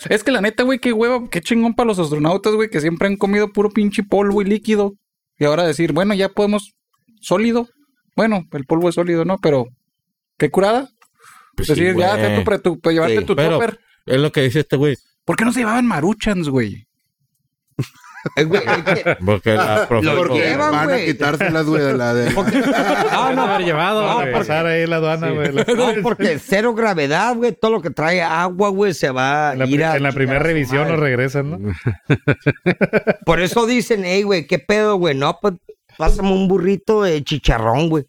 Es que la neta, güey, qué hueva, qué chingón para los astronautas, güey, que siempre han comido puro pinche polvo y líquido. Y ahora decir, bueno, ya podemos sólido. Bueno, el polvo es sólido, ¿no? Pero, qué curada. pues sí, decir, ya, güey. ten tu, pre- tu- pues, llevarte Sí, tu pero- topper. Es lo que dice este güey. ¿Por qué no se llevaban maruchans, güey? Eh, güey, es *laughs* que- Porque la profe- Lo Porque llevan, van güey. a quitárselas, güey, de la *laughs* de... no, no, haber llevado, no, güey. porque, Pasar ahí la aduana, güey. La- *laughs* no, porque cero gravedad, güey. Todo lo que trae agua, güey, se va a en la, ir a. en la primera revisión nos regresan, ¿no? Por eso dicen, hey, güey, ¿qué pedo, güey? No, pues pásame un burrito de chicharrón, güey.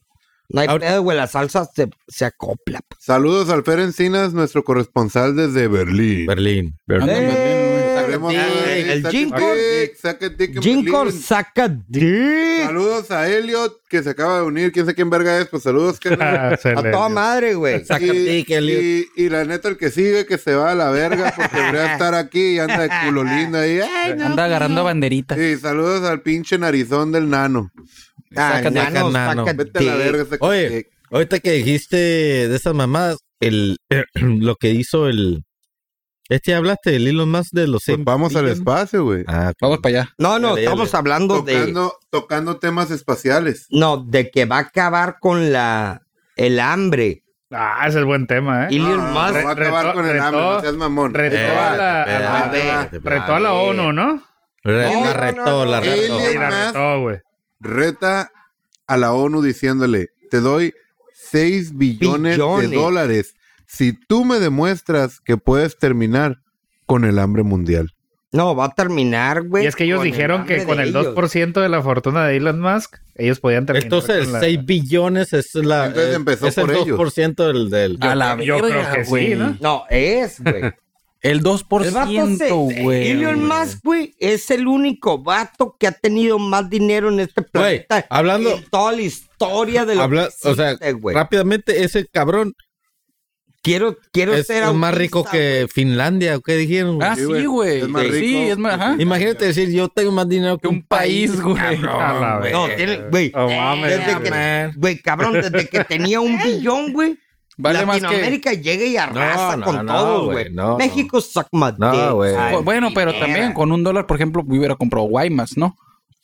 No hay Ahora- pedo, güey. La salsa se, se acopla. pues, pa. Saludos al Fer Encinas, nuestro corresponsal desde Berlín. Berlín. Anda, Eh, Berlín, güey. Queremos Sí, ver. el Saca Jinko. dick, saca dick and Jinkor believe. saca dick. Saludos a Elliot, que se acaba de unir. Quién sabe quién verga es, pues saludos, carnal. A toda madre, güey. Saca y, dick, Elliot. Y, y la neta, el que sigue, que se va a la verga porque debería estar aquí y anda de culo lindo ahí. Ay, no. Anda agarrando banderitas. Sí, saludos al pinche narizón del nano. Ah, saca, nano, nano. saca Vete a la dick. verga, saca Oye, dick. ahorita que dijiste de esas mamadas, el, *clears throat* lo que hizo el... Este hablaste, el Elon Musk de los... Pues 100 vamos al billones. espacio, güey. Ah, Vamos para allá. No, Dale, no, dale. estamos hablando de... Tocando, tocando temas espaciales. No, de que va a acabar con la el hambre. Ah, ese es buen tema, ¿eh? No, Elon Musk. no va a acabar retó- con el hambre, retó- no seas mamón. retó Eh, a la- espérate, a la- espérate, espérate. Retó a la ONU, ¿no? Re- No, la no, retó, no, no. la retó. Alien. Sí, la más? retó, güey. Reta a la ONU diciéndole, te doy 6 billones, Billones. de dólares si tú me demuestras que puedes terminar con el hambre mundial. No, va a terminar, güey. Y es que ellos con el dijeron hambre que con de el ellos. 2% de la fortuna de Elon Musk, ellos podían terminar. Entonces, con la- 6 billones es la... Entonces es- empezó es el por ellos. 2% del... del a la yo creo verga, que sí, güey. ¿no? No, es, güey. El El vato 2%, se... güey. Elon Musk, güey, es el único vato que ha tenido más dinero en este planeta. hablando- En toda la historia de la Habla- o sea, rápidamente ese cabrón quiero, quiero es, ser es más autista, rico que Finlandia, ¿o qué dijeron? güey? Ah, Sí, güey. sí, güey. Es más rico. Sí, es más. ajá. Imagínate decir, yo tengo más dinero que, Que un país, güey. A la güey. vez. Eh, No, tiene, güey. Oh, mames, desde que- man. güey, cabrón, desde que tenía *laughs* un billón, güey. Vale más que. Latinoamérica llega y arrasa no, con no, todo, güey, güey. no, México suck my No, dick. güey. Ay, Bueno, pero mira. también con un dólar, por ejemplo, yo hubiera comprado Guaymas, ¿no?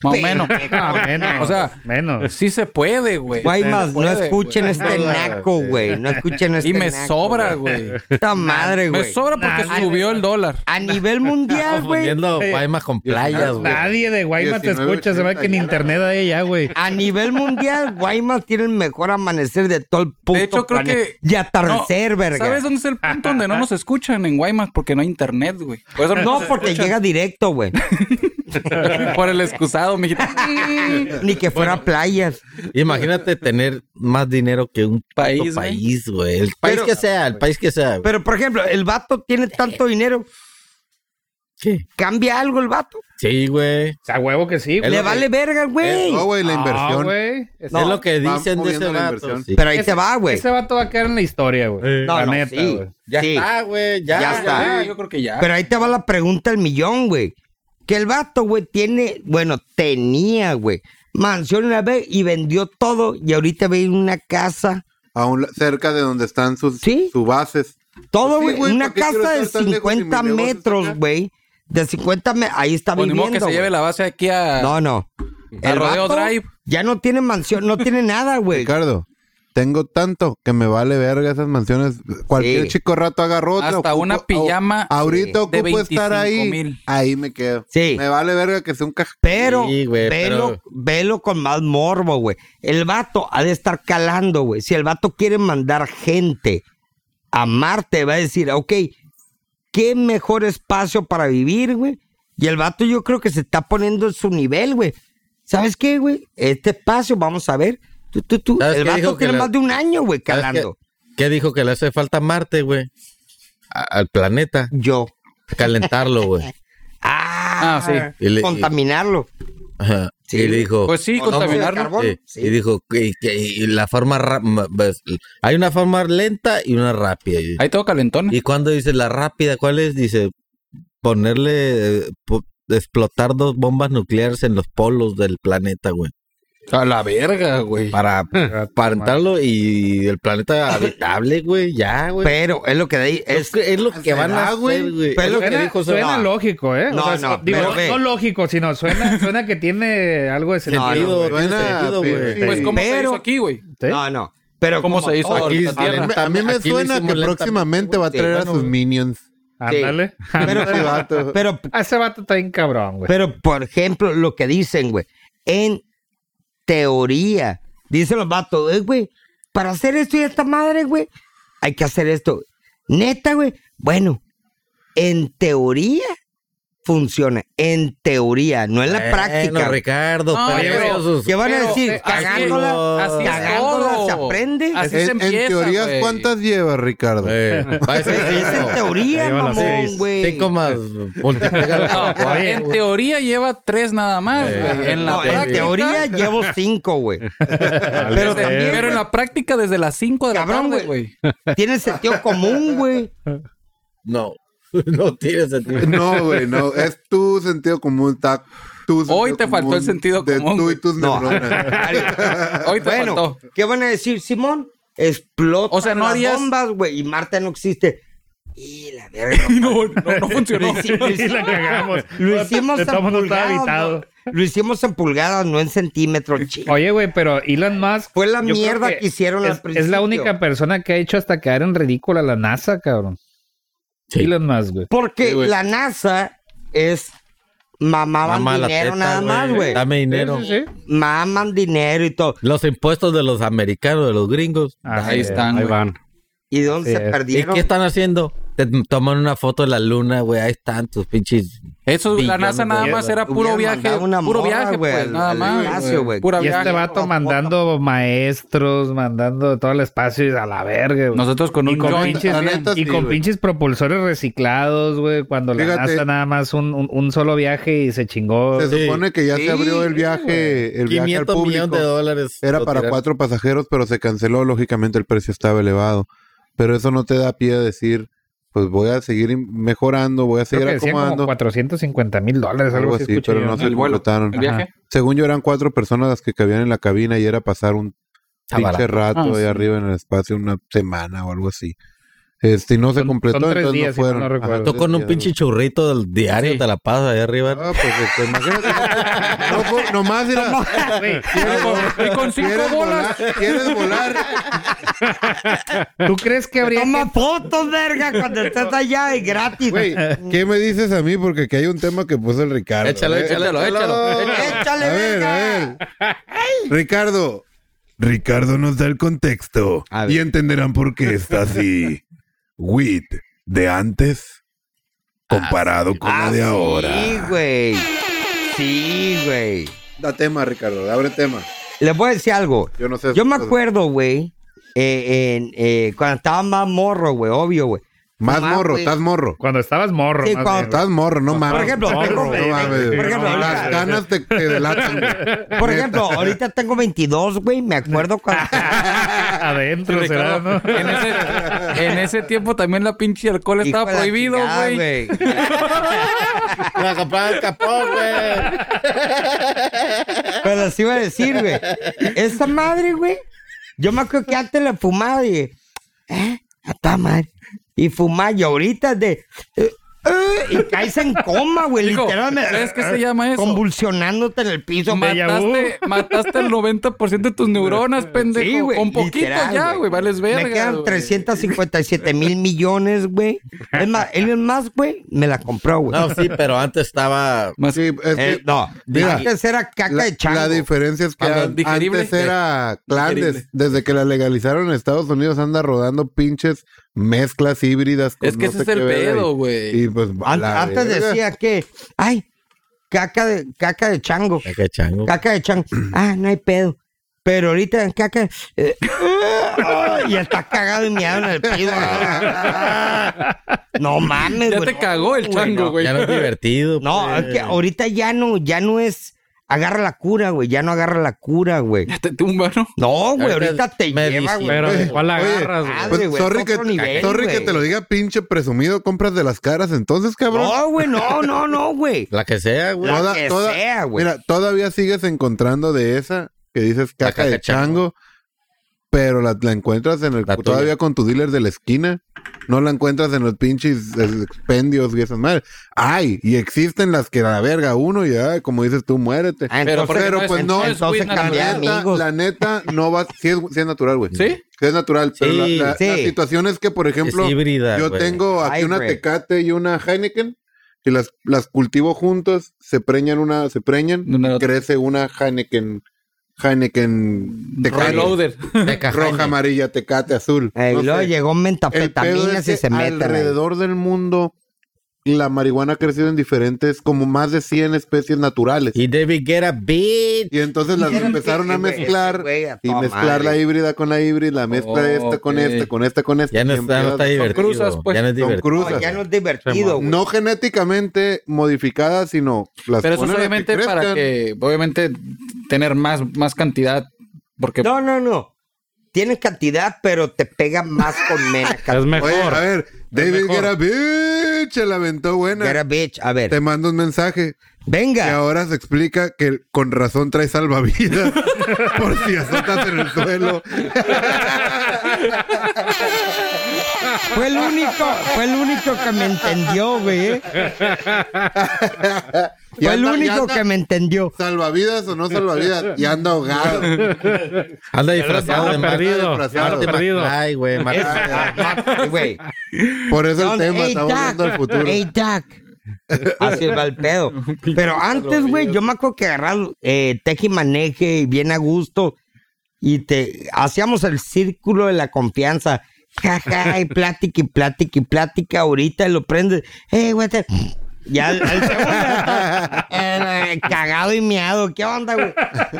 Más o Pero- *laughs* menos. *laughs* Ah, menos. O sea, Ah. menos. Sí se puede, güey. Guaymas, Se no puede, escuchen güey. este naco, güey. No escuchen este Y me naco, sobra, güey. güey. Esta *laughs* madre, Me güey. sobra porque Nah, subió el dólar. A nivel *laughs* mundial, Pues, güey. Confundiendo Guaymas con playas, güey. Nadie de Guaymas te 19, escucha, se ve que en 80. internet hay ya, güey. A nivel mundial, Guaymas tiene el mejor amanecer de todo el puto De hecho, creo planeta. que- Y atardecer, No, verga. ¿Sabes dónde es el punto donde no nos escuchan en Guaymas? Porque no hay internet, güey. Por eso *laughs* No, nos porque escuchan. llega *laughs* directo, güey. Por el excusado, mijita. Ni que fuera playas. Imagínate tener más dinero que un puto País, país, güey. güey. El país que sea, el país que sea. güey. Pero, por ejemplo, el vato tiene tanto dinero. ¿Qué? ¿Cambia algo el vato? Sí, güey. O sea, huevo que sí, güey. Le vale verga, güey. No, güey, la Ah, inversión. güey. Ese- No, es lo que va dicen de moviendo ese la vato. inversión. sí. Pero ahí te va, güey. Este Ese vato va a quedar en la historia, güey. No, la no, neta, sí. güey. Ya Sí. está, güey. Ya, Ya está. Ah, Yo creo que ya. Pero ahí te va la pregunta del millón, güey. Que el vato, güey, tiene, bueno, tenía, güey, mansión una vez y vendió todo y ahorita ve una casa. A un la- cerca de donde están sus, Sí. sus bases. Todo, Sí, güey, güey, una ¿para qué quiero casa de estar tan lejos si mi 50 negocio está metros, acá? güey. De 50 metros, ahí está Pues ni modo viviendo. que se güey. lleve la base aquí a. No, no. A Rodeo Drive. ya no tiene mansión, no tiene *laughs* nada, güey. Ricardo, tengo tanto que me vale verga esas mansiones. Cualquier Sí. chico rato agarró otra. Hasta una pijama Ahorita de ocupo estar ahí. 25,000. Ahí me quedo. Sí. Me vale verga que sea un caja. Pero, Sí, güey, velo, pero- velo con más morbo, güey. El vato ha de estar calando, güey. Si el vato quiere mandar gente a Marte, va a decir, ok, qué mejor espacio para vivir, güey. Y el vato yo creo que se está poniendo en su nivel, güey. ¿Sabes qué, güey? Este espacio, vamos a ver. Tú, tú, tú. ¿Sabes El qué dijo que vato tiene la- más de un año, güey, ¿Sabes calando. ¿Qué, qué dijo que le hace falta a Marte, güey? A- Al planeta. Yo. Calentarlo, güey. Ah, Ah, sí. Y le- y- Contaminarlo. Ajá. Sí. Y le dijo. Pues sí, No, no, contaminarlo. no, carbón, Sí, sí. Y dijo que, que- y la forma ra- ma- ves, hay una forma lenta y una rápida. Y, Ahí todo calentón. y cuando dice la rápida, ¿cuál es? Dice ponerle eh, po- explotar dos bombas nucleares en los polos del planeta, güey, A la verga, güey. para Este aparentarlo y el planeta habitable, güey, ya, güey. Pero es lo que de ahí es. Es, que- es lo que van a ¿Será, hacer, güey? Pues, güey. Pero Es lo que Suena, dijo suena no. lógico, ¿eh? O No, sea, no, digo, pero no, ve. no lógico, sino suena, suena que tiene algo de sentido. sentido, no, güey. tiene Suena, sentido, güey. pinche- Pues cómo se Pero- hizo aquí, güey. ¿eh? ¿sí? No, no. Pero ¿Cómo se hizo todo, aquí? todo, A mí, me- a mí me Aquí lo hicimos suena que lentamente, próximamente va a Sí, traer a bueno, *laughs* sus minions. Ándale. Pero, Ese vato. pero, Ah, Ese vato está bien cabrón, güey. pero, por ejemplo, lo que dicen, güey, en teoría, dicen los vatos, "Eh, güey, para hacer esto y esta madre, güey, hay que hacer esto. Neta, güey, bueno, en teoría funciona en teoría, no en la Bueno, práctica. Ricardo, No, pero pero- veo sus- ¿Qué van a Pero, decir? eh, así es- Cagándola, así es cagándola todo. se aprende. Así se En, en empieza, teorías, güey. ¿cuántas llevas, Ricardo? *laughs* Eh, va a Es en decir teoría, Lleva las mamón, seis. güey. Cinco más. multiplícalo *laughs* No, por cuatro, en teoría lleva tres nada más, Eh, güey. En la No, en práctica- teoría llevo cinco, güey. Pero, Pero también, pero en la práctica desde las 5 de la Cabrón, tarde, güey. Tiene sentido común, güey. No, no *laughs* tiene sentido. No, güey, no. Es tu sentido común. Está tu sentido Hoy te faltó el sentido de común, Tú y güey. tus No. neuronas. *laughs* Hoy te *laughs* bueno, faltó. ¿qué van a decir, Simón? Explota O sea, no las harías- bombas, güey, y Marta no existe. Y *laughs* la verga. No, no, no funcionó. Lo hici- lo Y la hicimos- cagamos. Lo hicimos De en todo mundo estaba pulgadas. habitado. ¿no? Lo hicimos en pulgadas, no en centímetros, chico. Oye, güey, pero Elon Musk. Fue la yo creo mierda que hicieron al es, es la principio. única persona que ha hecho hasta quedar en ridícula la NASA, cabrón. Elon Musk, güey. Porque la NASA es mamaban Mamá, la dinero teta, nada más, güey. Dame dinero. Sí, sí, sí. Maman dinero y todo. Los impuestos de los americanos, de los gringos. Así Ahí es. están, Ahí güey. van. ¿Y de dónde Así se es. ¿Y perdieron? qué están haciendo? Te toman una foto de la luna, güey. Ahí están tus pinches. Eso, la Billones NASA de nada más dólares. era puro Hubieran viaje. mandado una Puro morra, viaje, güey, pues, al- nada al más. espacio, güey. güey. Pura Y este viaje. vato Ojo. mandando maestros, mandando todo el espacio y a la verga, güey. Nosotros con Y un con joint. pinches, *laughs* la neta y sí, con güey. pinches propulsores reciclados, güey. Cuando la Fíjate. NASA nada más un, un, un solo viaje y se chingó. Se supone que ya Sí, se abrió el viaje, el viaje al 500 millones de público. dólares. Era Lo para tiraron. cuatro pasajeros, pero se canceló. Lógicamente el precio estaba elevado. Pero eso no te da pie a decir, pues voy a seguir in- mejorando, voy a Creo seguir que decían acomodando. como 450 mil dólares, Algo algo así, así. escuché pero yo, no ¿no? se El vuelo. completaron. El viaje. Según yo eran cuatro personas las que cabían en la cabina y era pasar un Está pinche barato. rato Ah, ahí sí. arriba en el espacio, una semana o algo así. Este, y no se Son- completó, son tres entonces días, no si fueron. mal no recuerdo. Tú tres con un días. pinche churrito del diario te la pasas ahí arriba. Ah, pues este, imagínate. *laughs* No, no, por- nomás era. *laughs* Güey, Y con- Y con cinco ¿Quieres bolas. volar? ¿Quieres volar? ¿Tú crees que habría Toma fotos, verga, *laughs* cuando estés allá y gratis. Güey, ¿qué me dices a mí? Porque aquí hay un tema que puso el Ricardo. Échalo, Eh, échalo, échalo. Échale, A ver, verga. a ver. Ricardo. Ricardo nos da el contexto A ver. y entenderán por qué está *laughs* así. Wit de antes comparado con Ah, la de ahora. Sí, güey. Sí, güey. Da tema, Ricardo, abre tema. Les voy a decir algo. Yo no sé. Yo me acuerdo, güey, eh, en, eh, cuando estaba más morro, güey, obvio, güey. Más Más, morro, güey. estás morro. Cuando estabas morro. Sí, más cuando bien, güey. Estás morro, no mames. Por ejemplo, tengo, no mames. por ejemplo, No, Las ahorita, canas te, te delatan. *laughs* güey. por Neta. ejemplo, ahorita tengo 22, güey, me acuerdo *laughs* cuando... *laughs* Adentro, será, ¿no? En ese, en ese tiempo también la pinche alcohol Hijo estaba de la prohibido, chingada, güey. *laughs* La compraba el capón, güey. Pero así iba a decir, güey. Esa madre, güey. Yo me acuerdo que antes la fumaba y eh, a toda madre. Y fumaba y ahorita de. eh, eh, y caes en coma, güey. Hijo, Literalmente. ¿sabes qué se llama eso? Convulsionándote en el piso, güey. Mataste, *laughs* mataste el 90% de tus neuronas, pendejo. Sí, güey. Con poquito literal, ya, güey. Vales verga. Me quedan güey. 357 mil millones, güey. Es más, Elon Musk, güey, me la compró, güey. No, sí, pero antes estaba. Más- Sí, es que Eh, no, Mira, antes era caca la, de chango. la diferencia es que Cuando an- digerible. antes era clandes. Digerible. Desde que la legalizaron en Estados Unidos anda rodando pinches mezclas híbridas. con Es que no ese sé es el qué verga pedo, y- güey. Y pues An- la antes verga. decía que, ay, caca de, caca de chango, Ay, Qué chango. caca de chango, ah, no hay pedo. Pero ahorita caca, eh, *laughs* ah, y está cagado y miado en el piso. Ah, no mames, Ya güey. te cagó el güey, chango, no. güey. Ya no es divertido. No, pues. es que ahorita ya no, ya no es agarra la cura, güey, ya no agarra la cura, güey. Ya te tumba, ¿no? No, güey, Ahorita ahorita te medicina. lleva, güey. Pero de cuál Oye, agarras, güey. madre, Pues, güey, sorry, es que, otro nivel, sorry que güey. te lo diga pinche presumido, compras de las caras entonces, cabrón. No, güey, no, no, no, *laughs* güey. La que sea, güey. La que sea, güey. Mira, todavía sigues encontrando de esa que dices Pues. La caca caca de chango, pero la, la encuentras en el La tuya. todavía con tu dealer de la esquina. No la encuentras en los pinches eh, expendios y esas madres. Ay, y existen las que la verga uno y ay, como dices tú, muérete. Ah, Pero, por entonces- pero, ejemplo, pues, no, entonces es cambié la, natural. de amigo. neta, amigos. la neta no va, sí es, sí es natural, güey. ¿Sí? Sí es natural, pero la, Sí, la- sí. la situación es que, por ejemplo, Es híbrida, yo güey. tengo aquí una Hybrid. Tecate y una Heineken y las, las cultivo juntas, se preñan una, se preñan, De una- crece una Heineken, Heineken Tecate, Reloader. Teca roja, Jaime. amarilla, Tecate azul. Eh, y no luego sé. llegó El pedo es metafetaminas y se que meten. ahí. alrededor del mundo la marihuana ha crecido en diferentes, como más de 100 especies naturales. Y David Guetta beat. Y *laughs* entonces las empezaron a mezclar y Oh, mezclar la híbrida con la híbrida, la mezcla Oh, esta con ok. esta, con esta con esta. Ya no y está, no está empiezas- divertido. cruzas, pues, ya no es Son divertido. cruzas. No, ya no es divertido, güey. No genéticamente modificadas, sino las Pero eso es ponen a que obviamente para crezcan. que, obviamente, tener más, más cantidad. Porque No, no, no. Tienes cantidad, pero te pegan más *laughs* con menos Es cantidad. mejor. Oye, a ver, David mejor. Guerra, bitch, se la aventó buena. Get a bitch. A ver, Te mando un mensaje que venga. ahora se explica que con razón trae *laughs* salvavidas por si azotas en el suelo. Fue el único, fue el único que me entendió, güey. eh. Y Fue el anda- y único anda- que me entendió. Salvavidas o no salvavidas, y anda ahogado. Anda disfrazado anda de Marty. perdido, disfrazado. anda perdido. Ay, güey, Marty. *laughs* Güey. Por eso el Don- tema, Hey, estamos Doc. viendo el futuro. Hey, Doc. Así va *laughs* el pedo. Pero antes, güey, yo me acuerdo que agarrar eh, teje y maneje y bien a gusto. Y te hacíamos el círculo de la confianza. Ja, ja, y plática y plática y plática. Ahorita lo prendes. Hey, güey, te- Ya al, al segundo está, eh, cagado y miado. ¿Qué onda, güey?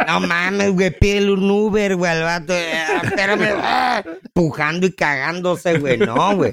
No mames, güey. Pídele un Uber, güey, al vato. Eh, espérame, ah, pujando y cagándose, güey. No, güey.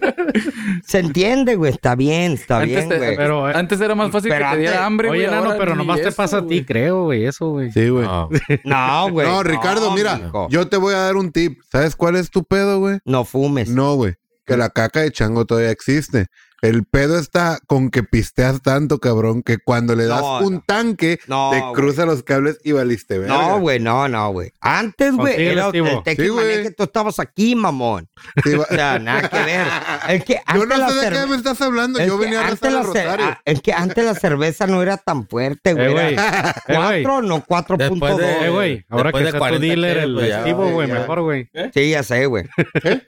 Se entiende, güey. Está bien, está antes, bien, te- güey. pero, eh, antes era más fácil pero que te diera antes- hambre, Oye, güey, Nano, ahora pero ni nomás te eso, pasa a ti, güey. creo, güey, eso, güey. Sí, güey. No. No, güey. No, Ricardo, mira, mijo. yo te voy a dar un tip. ¿Sabes cuál es tu pedo, güey? No fumes. No, güey. Que la caca de chango todavía existe. El pedo está con que pisteas tanto, cabrón, que cuando le das No, un no. tanque, No, te güey. cruza los cables y valiste, verga. No, güey, no, no, güey. Antes, güey, Contigo, era Estivo. el tequila Sí, güey. maneje, tú estabas aquí, mamón. Sí, va- O sea, nada que ver. Es que Yo antes no la sé de qué cerve- me estás hablando. es Yo que venía a antes rezar la el cer- rosario. ah, Es que antes la cerveza no era tan fuerte, Eh, güey. güey. Era Eh, güey. cuatro, no cuatro Después punto de- Eh, dos. güey, ahora Después que de sea tu 40 dealer kilos, el pues, ya, estivo, ya, güey, ya. mejor, güey. Sí, ya sé, güey. ¿Eh?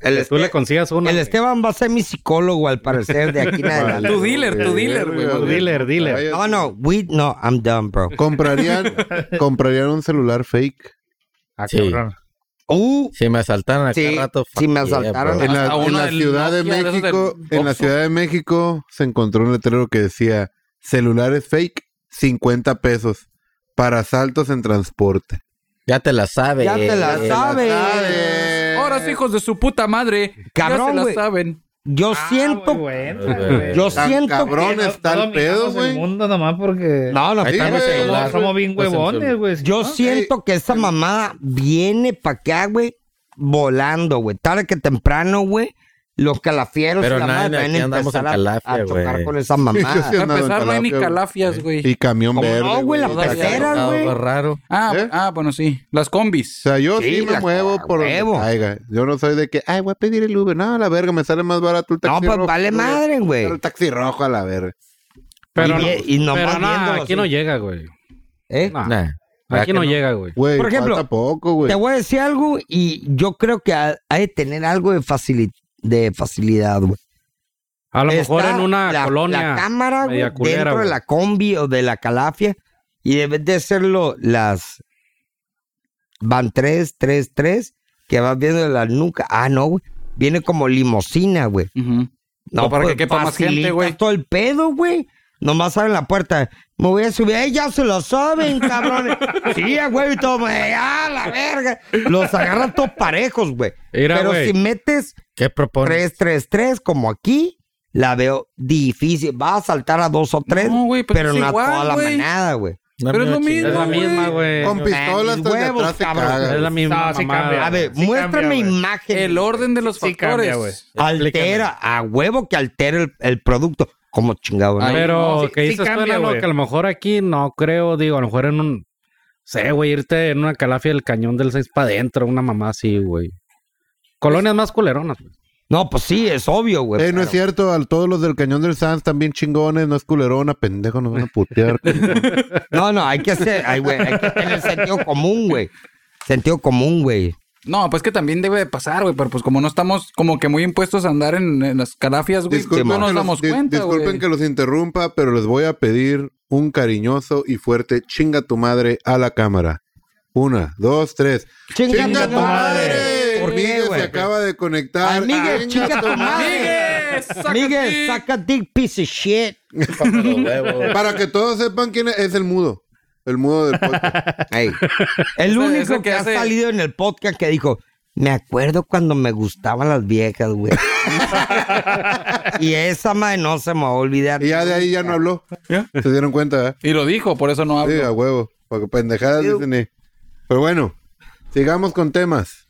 El, Que Tú Este- le consigas uno. el güey. Esteban va a ser mi psicólogo, al parecer, de aquí en adelante. Tu dealer, tu dealer, güey. Tu dealer, dealer. Vaya, No, no, we, no, I'm done, bro. *laughs* Comprarían, comprarían un celular fake. Ah, Sí. cabrón. Uh, Si me asaltaron acá Sí, rato. sí me fuck yeah, asaltaron. bro. En la, Hasta en uno la del Ciudad de Nokia, de esos del México, en la Oxxo. Ciudad de México se encontró un letrero que decía celulares fake, 50 pesos para asaltos en transporte. Ya te la sabes. ya te la te la sabes. sabes. Ahora sí, hijos de su puta madre. ya Cabrón, se la güey. saben. Yo Ah, Ah, siento, yo Tan siento que cabrón está el pedo, El güey. mundo nomás porque... No, no, Ahí está Sí, mi güey. celular. somos bien Pues, en huevones, celular. güey. Yo siento que esa mamada viene para acá, güey, volando, güey. Tarde que temprano, güey, los calafieros Pero y la nada, madre van aquí a andamos empezar en a- calafia, a chocar güey. con esa Yo sí mamada. Para andaba en empezar, no hay ni Calafia, güey. calafias, güey. Y camión ¿Cómo verde. no, güey? Las güey. terceras, güey. Algo raro. Ah, ¿Eh? ah, bueno, sí. Las O combis. sea, yo Sí, sí, me la- muevo por donde huevo. caiga. Yo no soy de que, ay, voy a pedir el Uber. No, a la verga, me sale más barato el taxi No, pues rojo. vale madre, güey. El taxi rojo a la verga. Pero, Y no, bien- y nomás pero no, viéndolo aquí no así. llega, güey. ¿Eh? No, Nah. aquí no, llega, güey. Güey, Por ejemplo, falta poco, güey. Te voy a decir algo y yo creo que ha, ha de tener algo de, facili- de facilidad, güey. A lo mejor Está en una la- colonia. La cámara, güey, media culera, dentro de güey. la combi o de la calafia. Y debe de serlo las. Van tres, tres, tres. Que vas viendo la nuca. Ah, no, güey. Viene como limosina, güey. Ujú. No, O para que quepa más facilita gente, güey. todo el pedo, güey. Nomás abren la puerta. Me voy a subir. ¡Ey, ya se lo saben, *laughs* cabrones! sí, a güey, y todo. güey, ¡Ah, la verga! Los agarran todos parejos, güey. Mira, Pero güey. si metes ¿Qué propones? 3-3-3, como aquí, la veo difícil. Va a saltar a dos o tres, No, güey, pero pero es no igual, a toda la güey. manada, güey. No, Pero es no, lo mismo, Es la chingada. güey. misma, güey. Con pistolas mis hasta de huevos, atrás se cabrón. caga. Es la misma. No, sí mamada. cambia. A ver, Sí muéstrame cambia, güey. imagen. El orden de los Sí factores. cambia, güey. altera, a huevo que altera el, el producto. Como chingado, ¿no? Ay, Pero no, sí- que sí dices tú, cambia, Lalo, güey. que a lo mejor aquí no creo, digo, a lo mejor en un. Sé, güey, irte en una calafia del cañón del 6 para adentro, una mamá así, güey. Colonias más culeronas. güey. No, pues sí, es obvio, güey. Eh, no pero- es cierto, a todos los del Cañón del Sanz también chingones, no es culerona, pendejo, nos van a *laughs* putear. No, no, hay que hacer, ay, güey, hay que tener sentido común, güey. Sentido común, güey. No, pues que también debe de pasar, güey. Pero pues como no estamos como que muy impuestos a andar en, en las calafias, güey. disculpen no que nos los- damos dis- cuenta, disculpen güey. que los interrumpa, pero les voy a pedir un cariñoso y fuerte chinga tu madre a la cámara. Una, dos, tres. ¡Chinga tu madre! ¿Por qué, Miguel se güey? acaba de conectar. Ah, Ay, Miguel, chinga tu madre. Miguel. Miguel, saca dick piece of shit. Para que todos sepan quién es, es el mudo. El mudo del podcast. *laughs* Ey, El único ese que, que ha hace- salido en el podcast que dijo, me acuerdo cuando me gustaban las viejas, güey. *laughs* y esa madre no se me va a olvidar. Y ya de ahí ya no habló. ¿Ya? Se dieron cuenta, ¿eh? Y lo dijo, por eso no hablo. Sí, a huevo. Porque pendejadas dicen. eh. Pero bueno, sigamos con temas.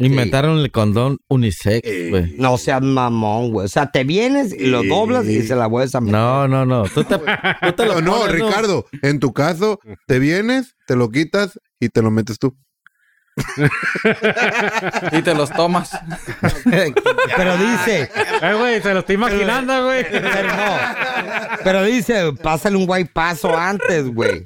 Inventaron el condón unisex, güey. No seas mamón, güey. O sea, te vienes y lo doblas y se la vuelves a meter. No, no, no. Tú te, tú te No, lo *laughs* no, pones, Ricardo, en tu caso, te vienes, te lo quitas y te lo metes tú. Y te los tomas. *laughs* Pero dice, Eh, güey, se lo estoy imaginando, güey. pero no. Pero dice, pásale un guay paso antes, güey.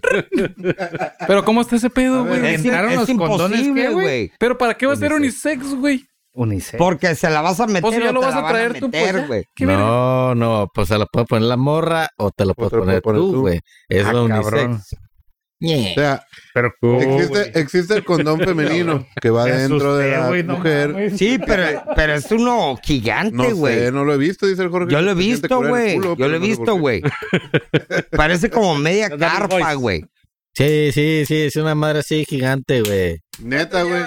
Pero ¿cómo está ese pedo, güey? Es, ¿Inventaron es los condones qué, imposible, güey? güey. Pero ¿para qué va a ser unisex, güey? Unisex. Porque se la vas a meter. O Pues si o ya lo te vas la a van traer tú, pues. meter, ya. güey. ¿Qué verga? No, no, pues se lo puedes poner la morra o te lo O te lo puedes poner, puedes poner tú. tú, güey. Es Ah, lo cabrón. unisex. O sea, Pero existe, existe el condón femenino que va Me dentro de asusté, la güey, no mujer. mames. Sí, pero, pero es uno No gigante, Este, güey. sé, no lo he visto, dice el Jorge. Yo lo he Se siente visto, curar el güey. culo, Yo pero lo he no sé por visto, qué. güey. Parece como media Los Dallas carpa, Boys. güey. Sí, sí, sí, es una madre así gigante, güey. Neta, güey.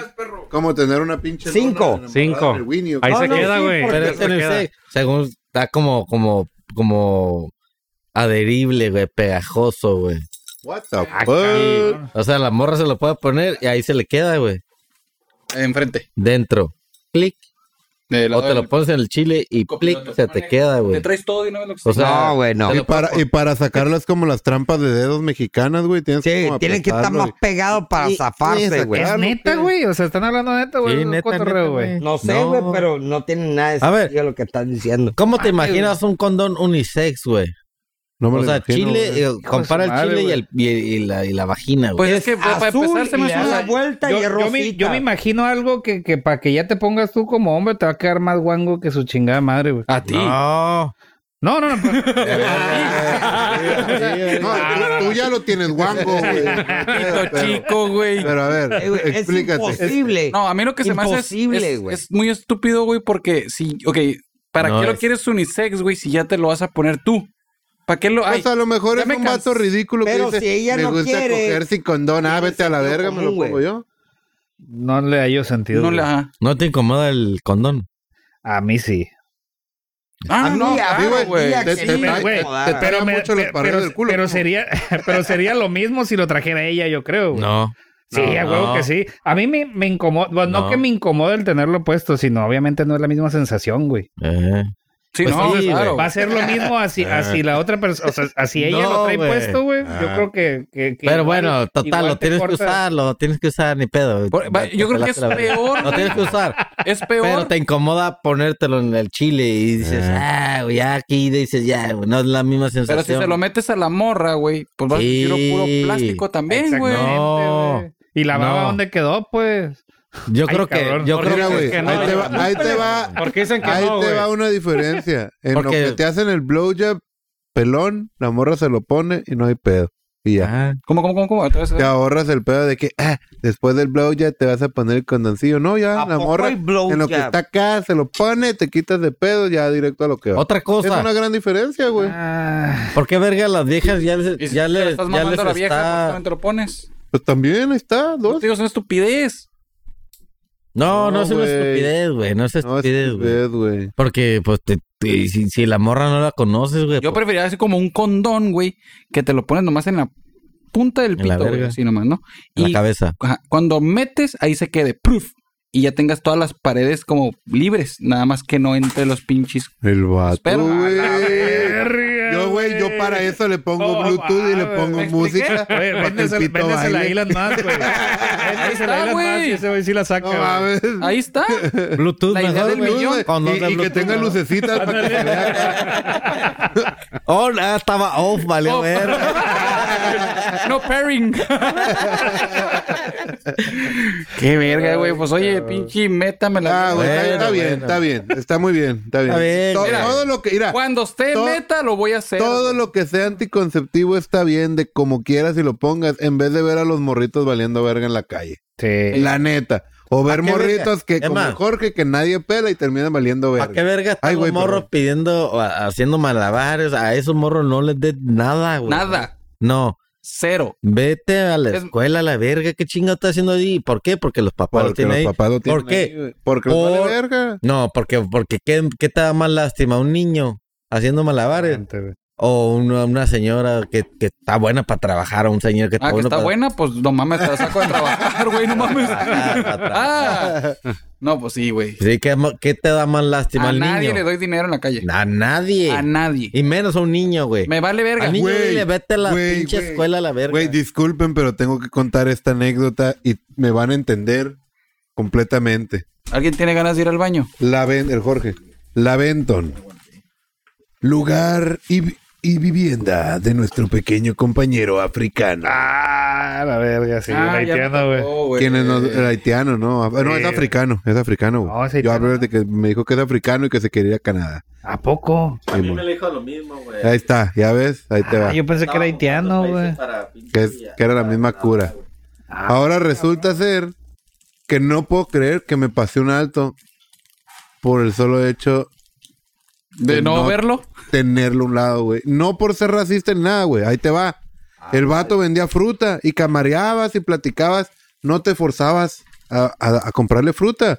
Como tener una pinche. Cinco. lona enamorada Cinco. del Winnie, o Ahí qué. se queda, sí, güey. porque- Pero Ahí es se queda. unisex. Según está como, como, como adherible, güey, pegajoso, güey. What the Ah, fuck? O sea, la morra se lo puede poner y ahí se le queda, güey. Enfrente. Dentro. Clic. De la- O te lo pones en el chile y clic, se te queda, Te güey. traes todo y no ves lo que O sea, no, güey, no. te Y lo- para, y para sacarlas como las trampas de dedos mexicanas, güey. Tienes que Sí, como tiene que estar apretarlo más y- pegado para Sí, zafarse, sí, güey. sacar- Es neta, güey. O sea, están hablando neta, güey. Sí, Es un neta, neta, cotorreo, güey. güey. No sé, güey, No. pero no tiene nada de A ver. sentido lo que estás diciendo. ¿Cómo te imaginas un condón unisex, güey? No me O lo sea, imagino, chile, güey. eh, compara su madre, el chile y, el, y, y la, y la vagina, güey. Pues es que para empezar se me y le da hace la una- vuelta Yo, y es yo me, rosita. yo me imagino algo que, que para que ya te pongas tú como hombre te va a quedar más guango que su chingada madre, güey. A ti. No. No, no, no. pero- No, tú, tú ya lo tienes guango, güey. Pito Pero, chico, güey. pero a ver, Eh, güey, es explícate. imposible. No, a mí lo que se me hace es- Imposible, es, güey. es muy estúpido, güey, porque si, ok, ¿para No qué lo es. quieres unisex, güey, si ya te lo vas a poner tú? ¿Para qué lo hay? Pues a lo mejor ya es me un vato cansé. ridículo Pero que dice, si ella me no gusta quiere, coger sin condón, ah, vete a la verga, me lo común, pongo güey. yo. No le hallo sentido. No güey. le- ajá. No te incomoda el condón. A mí sí. Ah, A mí, no, a claro, mí, güey, güey. Ya Te, que te- sí, te- pero, te- güey, te pero- pega me- mucho las pe- paredes pero- del culo. pero sería, *laughs* pero sería lo mismo si lo trajera ella, yo creo. güey. No. Sí, No, a huevo no. que sí. A mí me, me incomoda. Bueno, no. No. que me incomode el tenerlo puesto, sino obviamente no es la misma sensación, güey. Eh. Sí, Pues no, sí, güey. claro. Va a ser lo mismo así, así la otra persona. O sea, así ella No, lo trae güey. puesto, güey. Yo Ah. creo que. que- que Pero igual- bueno, total, igual lo te tienes corta- que usar, lo tienes que usar, ni pedo. Por- va- yo creo que es Te la- peor, Lo tienes que usar. Es *laughs* peor. Pero te incomoda ponértelo en el chile y dices, ah, güey, ya aquí dices, ya, güey, no es la misma sensación. Pero si se lo metes a la morra, güey, pues vas Sí. a tirar puro plástico también, güey. Exactamente. No. güey. Y la baba, No. ¿dónde quedó? Pues. Yo Ay, creo que, cabrón, yo ¿por qué Mira, creo güey, dices que no? ahí te Yo- va, ahí te va, Porque dicen que ahí no, te güey. va una diferencia. En Porque- lo que te hacen el blowjob pelón, la morra se lo pone y no hay pedo. Y que... ya. Ah, ¿Cómo, cómo, cómo? cómo? Otra vez. Te ahorras el pedo de que ah, después del blowjob te vas a poner el condoncillo. No, ya, ¿A la poco morra hay en blowjob? lo que está acá se lo pone, te quitas de pedo, ya directo a lo que va. Ah, Otra cosa. Es una gran diferencia, güey. Ah, ¿Por qué verga las viejas ya Y les, si ya te la les, estás ya mamando les a la vieja, pues está... también te lo pones. Pues también ahí está, No dos. te digo, es una estupidez. No, no, No, es una güey. estupidez, güey, no es No, es estupidez, güey. estupidez, güey. Porque, pues, te- te- si, si la morra no la conoces, güey, Yo pues, preferiría así como un condón, güey, que te lo pones nomás en la punta del En la pito, güey, verga. así nomás, ¿no? en la Y cabeza. ajá, cuando metes, ahí se quede, proof. Y ya tengas todas las paredes como libres, nada más que no entre los pinches. El Pues vato, Espero. güey. verga, Yo, güey, yo para eso le pongo Oh, Bluetooth y le va, pongo ¿me música. Oye, para que el véndesela, pito véndesela baile. ahí las más, güey. Véndesela ahí las más y ese güey sí la saca, No güey. mames. Ahí está. *laughs* Bluetooth La idea mejor, del güey. millón. Cuando Y, habla y que Bluetooth, tenga ¿no? *laughs* lucecitas para que se vea. Oh, ah, estaba off, vale, a ver. Oh. *laughs* *laughs* no pairing. Qué verga, güey. Pues oye, pinche, métame la. Ah, güey, está, Bueno, está bien, bueno. está bien. Está muy bien, está bien. Está bien, To- mira. todo, lo que, *laughs* mira, Cuando esté To- meta, lo voy a hacer. todo lo que sea anticonceptivo está bien de como quieras y lo pongas, en vez de ver a los morritos valiendo verga en la calle. Sí. La neta. O ver ¿A qué morritos verga? que Es como más. Jorge que nadie pela y terminan valiendo *laughs* ¿Para qué verga. verga están Ay, los güey, morros perdón. pidiendo, a- haciendo malabares? A esos morros no les des nada, güey. Nada. No, Cero. vete a la Es- escuela, a la verga, ¿qué chinga está haciendo ahí? ¿Por qué? Porque los papás lo Porque tienen los ahí. papás lo tienen ¿Por qué? ahí, güey. Porque les vale Por- verga. No, porque, porque ¿qué, qué te da más lástima? ¿Un niño haciendo malabares? ¿O una, una señora que, que está buena para trabajar? ¿O un señor que está Ah, que bueno está para buena, pues no mames, te la saco de trabajar, güey, *laughs* no mames. trabajar? *laughs* para trabajar? Ah, no, pues sí, güey. Sí, ¿qué, mo- qué te da más lástima A al nadie niño? le doy dinero en la calle. A nadie. A nadie. Y menos a un niño, güey. Me vale verga. Al niño Güey, dile, vete a la güey, pinche güey. escuela a la verga. Güey, disculpen, pero tengo que contar esta anécdota y me van a entender completamente. ¿Alguien tiene ganas de ir al baño? La Ben- el Jorge. La Benton. Lugar y, vi- y vivienda de nuestro pequeño compañero africano. Ah, la verga, sí, un haitiano, Pues, güey. Quien es no- el haitiano, ¿no? Ah, No, Sí. es africano, es africano, güey. No, es Yo haitiano. hablo de que me dijo que es africano y que se quería ir a Canadá. ¿A poco? A mí Simón. me le dijo lo mismo, güey. Ahí está, ya ves, ahí te va. Ah, yo pensé que era haitiano, güey. Que, es- que era la misma cura. Ahora resulta ser que no puedo creer que me pasé un alto por el solo hecho ¿De no, no- verlo? tenerlo a un lado, güey. No por ser racista ni nada, güey. Ahí te va. El vato vendía fruta y camareabas y platicabas. No te forzabas a, a- a comprarle fruta.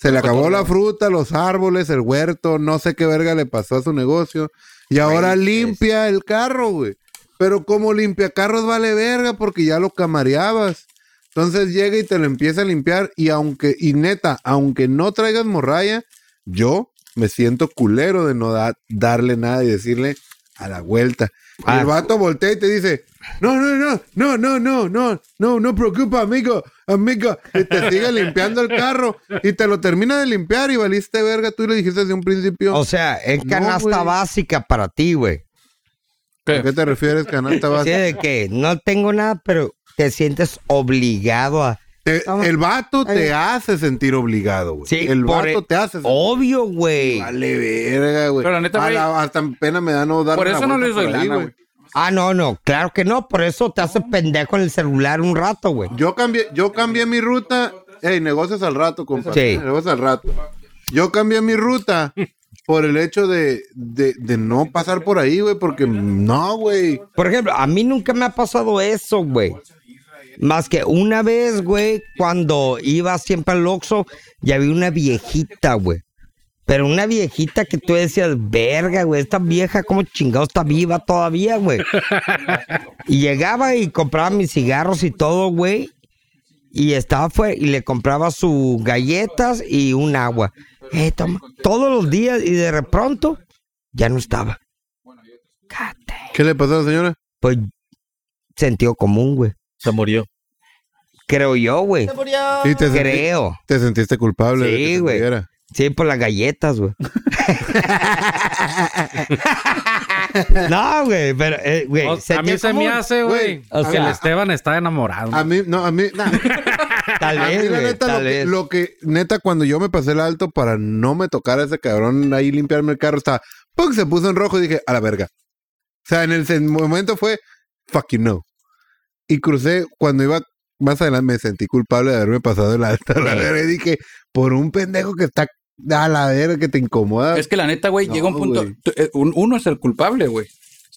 Se le acabó la fruta, los árboles, el huerto, no sé qué verga le pasó a su negocio. Y ahora limpia el carro, güey. Pero como limpia carros vale verga porque ya lo camareabas. Entonces llega y te lo empieza a limpiar y aunque, y neta, aunque no traigas morralla, yo me siento culero de no da- darle nada y decirle a la vuelta. Y el vato voltea y te dice, no, no, no, no, no, no, no, no, no preocupa, amigo, amigo. Y te sigue limpiando el carro y te lo termina de limpiar y valiste verga, tú le dijiste desde un principio. O sea, es No, canasta güey. básica para ti, güey. ¿A qué te refieres, canasta O sea, básica? de que no tengo nada, pero te sientes obligado a... Te- el vato te hace sentir obligado, güey. Sí, el por- vato te hace sentir Obvio, güey. Vale, verga, güey. Pero la neta, A güey, hasta pena me da no dar e- Por eso no les doy lana, güey. Ah, no, no, claro que no. Por eso te haces pendejo en el celular un rato, güey. Yo cambié, yo cambié mi ruta. Ey, negocios al rato, compadre. Sí. Negocios al rato. Yo cambié mi ruta por el hecho de, de, de no pasar por ahí, güey, porque no, güey. Por ejemplo, a mí nunca me ha pasado eso, güey. Más que una vez, güey, cuando iba siempre al Oxxo, ya vi una viejita, güey. Pero una viejita que tú decías, verga, güey, esta vieja, ¿cómo chingado está viva todavía, güey? Y llegaba y compraba mis cigarros y todo, güey. Y estaba fue y le compraba sus galletas y un agua. Eh, toma, todos los días y de pronto ya no estaba. Cate. ¿Qué le pasó a la señora? Pues sentido común, güey. Se murió. Creo yo, güey. Y te, senti- Creo. te sentiste culpable. de Sí, que se güey. muriera. Sí, por las *laughs* galletas, güey. no, güey, pero, eh, güey. O- a mí sentido se me común. hace, güey, O que el sea- Esteban está enamorado. A mí, no, a mí, nah. Tal A mí, vez, la güey, neta, tal lo, que, vez. lo que- neta, cuando yo me pasé el alto para no me tocar a ese cabrón ahí limpiarme el carro, estaba, ¡pum! se puso en rojo y dije, a la verga. O sea, en el sen- momento fue, fuck you no. Y crucé, cuando iba más adelante, me sentí culpable de haberme pasado el alto a la verga. Y dije, por un pendejo que está a la verga, que te incomoda. Es que la neta, güey, No, llega un punto. güey. tú- eh, un- uno es el culpable, güey.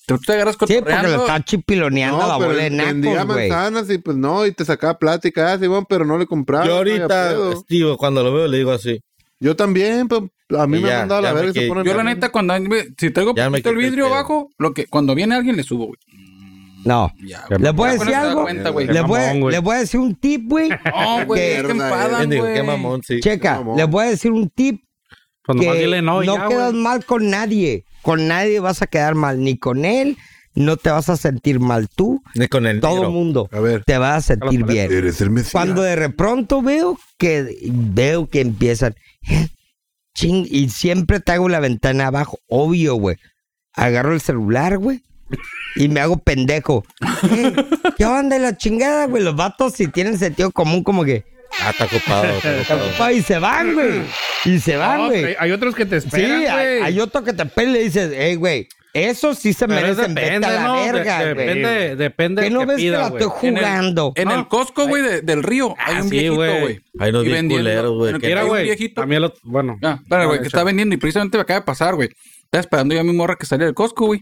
Tú te agarras con Sí, porque lo está chipiloneando la bola de vendía nacos, güey. manzanas y pues no, y te sacaba plática, ah, Simón, pero no le compraba. Yo no había ahorita, pedo. Steve, cuando lo veo, le digo así. Yo también, pues, a mí Y me ya, han mandado a la ya me verga y se quedé. ponen Yo la verga. neta, cuando si traigo Ya me poquito el quité el vidrio pedo. abajo, lo que cuando viene alguien le subo, güey. No. Ya, güey. ¿Le voy a Ya con decir eso te das algo? cuenta, güey. Pues ¿Le voy, mamón, a- güey. le voy a decir un tip, *laughs* güey. No, güey, Qué es que mierda, enfadan, Digo, güey. qué mamón, sí. Checa, mamón. le voy a decir un tip Pues que nomás dile no, no y ya, quedas güey. mal con nadie. Con nadie vas a quedar mal, ni con él, no te vas a sentir mal tú, Ni con el todo negro. el mundo A ver. te vas a sentir bien. Eres el Mesías. Cuando de repronto veo que veo que empiezan "Eh, ching", y siempre te hago la ventana abajo, obvio, güey. Agarro el celular, güey. Y me hago pendejo. "Eh, ¿Qué onda la chingada, güey? Los vatos si tienen sentido común como que Ah, está ocupado. está ocupado. "Pa", y se van, güey. Y se van, No, güey. hay, hay otros que te esperan, sí, hay, güey. hay otro que te pelea y dices, hey, güey, Eso sí se Pero es merecen vete depende, a la ¿no? De- verga, güey. depende, depende. ¿Qué del no que ves que pida, la güey. estoy jugando? En No. el Costco, güey, de- del río. hay Ah, un sí, viejito, güey. güey. Ahí nos Y bien vendiendo- culeros, güey. en el que- que Mira, hay un güey. viejito. A mí el otro. Bueno. Ah, espera, güey, que está vendiendo y precisamente me acaba de pasar, güey. Estaba esperando yo a mi morra que salía del Costco, güey.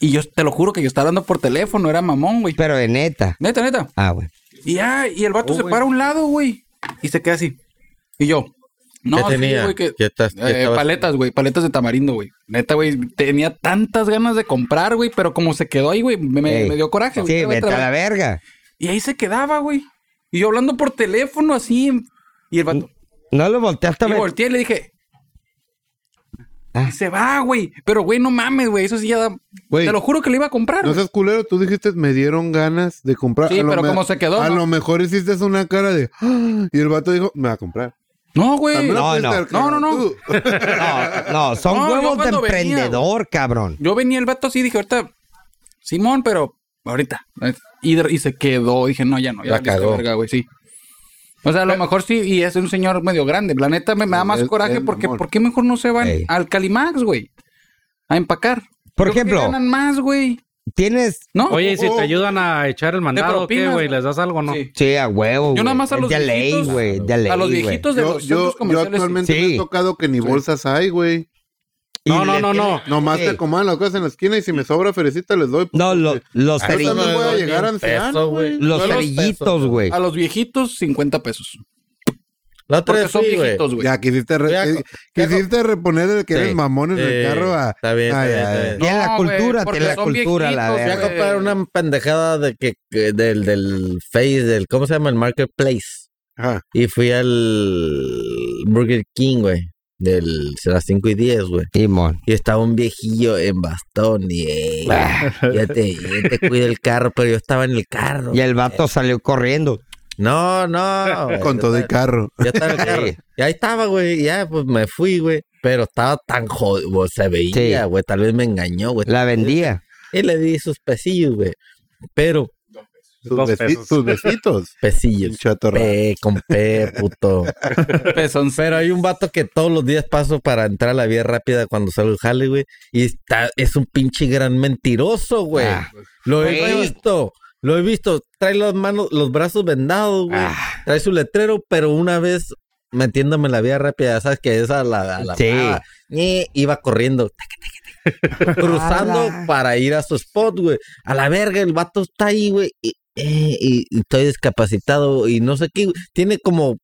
Y yo te lo juro que yo estaba hablando por teléfono, era mamón, güey. Pero de neta. Neta, neta. Ah, güey. Y ya, y el vato Oh, se güey. para a un lado, güey. Y se queda así. Y yo. No, ¿Qué sí, tenía? güey, que- ¿Qué estás- qué eh, estabas- paletas, güey, paletas de tamarindo, güey. Neta, güey, tenía tantas ganas de comprar, güey, pero como se quedó ahí, güey, me, me- Ey. me dio coraje. güey. Sí, Te voy a vete a la trabar. verga. Y ahí se quedaba, güey. Y yo hablando por teléfono así. Y el vato. No lo volteaste a Y ver. volteé y le dije. Ah. Y se va, güey. Pero, güey, no mames, güey. Eso sí ya da. Güey. Te lo juro que lo iba a comprar. No güey. seas culero, tú dijiste me dieron ganas de comprar. Sí, A lo pero me- ¿cómo se quedó, A no? lo mejor hiciste una cara de "Ah", y el vato dijo, me va a comprar. No, güey. También lo No, pudiste no. haber creído No, no, no. tú. No, no, son No, yo huevos de cuando venía, emprendedor, cabrón. Yo venía el vato así y dije, ahorita, Simón, pero ahorita. Y, de- y se quedó. Dije, no, ya no. Ya La valiste cagó. verga, güey, sí. O sea, a lo mejor sí, y es un señor medio grande. La neta me, me da más El- coraje el porque, mamón. ¿por qué mejor no se van Ey. al Calimax, güey? A empacar. Por Yo creo que ejemplo. Ganan más, güey. Tienes. ¿No? Oye, ¿y si Oh, te ayudan a echar el mandado, ¿qué, propinas, güey? ¿Les das algo o no? sí. Sí, a huevo. Yo nada más a güey. los de ley, viejitos- güey. De ley. a los güey. viejitos de *laughs* Yo, los centros yo, yo comerciales. actualmente sí. me he tocado que ni bolsas hay, güey. Y No, no, les no, no. Nomás Sí. te coman las cosas en la esquina y si me sobra ferecita les doy. *laughs* No, lo- los, Ahí ceri- también voy a llegar Peso, anciano, güey. güey. los yo los cerillitos, güey. A los viejitos, 50 pesos. La otra Porque vez son fui, güey. viejitos, güey. Ya quisiste, re- Ya, eh, ya- quisiste reponer el que Sí. eres mamón en Eh, el carro a... Está bien, está Ay, bien, está ay, bien. Tiene la No, cultura, güey, porque tiene la son cultura, la viejitos, Voy a verga. güey. comprar *laughs* una pendejada de que, que del, del Face, del, ¿cómo se llama? El Marketplace. Ajá. Y fui al Burger King, güey. Del, será 5 y 10, güey. Simón. Y estaba un viejillo en bastón y... eh, Ah. ya te, ya te cuido el carro, pero yo estaba en el carro. Y el vato salió corriendo. No, no. güey, Con yo todo el estaba- carro. Ya estaba en el carro. Sí. Y ahí estaba, güey. y Ya, pues me fui, güey. Pero estaba tan jodido, güey, se veía, Sí. güey. Tal vez me engañó, güey. La vendía. Y le di sus pesillos, güey. Pero, Sus, Dos besi- pesos. *laughs* sus besitos. pesillos. Chatorra. P con P, puto. Pesos. Pero hay un vato que todos los días paso para entrar a la vía rápida cuando salgo del jale, güey. Y está, es un pinche gran mentiroso, güey. Ah. lo he Güey. visto. Lo he visto. Trae las manos, los brazos vendados, güey. Ah. Trae su letrero, pero una vez metiéndome en la vía rápida, sabes que esa la, a la Sí. brava, ñe, iba corriendo. taca, taca, taca, *laughs* Cruzando Ala. para ir a su spot, güey. A la verga, el vato está ahí, güey. Y, eh, y- y estoy discapacitado y no sé qué. güey. Tiene como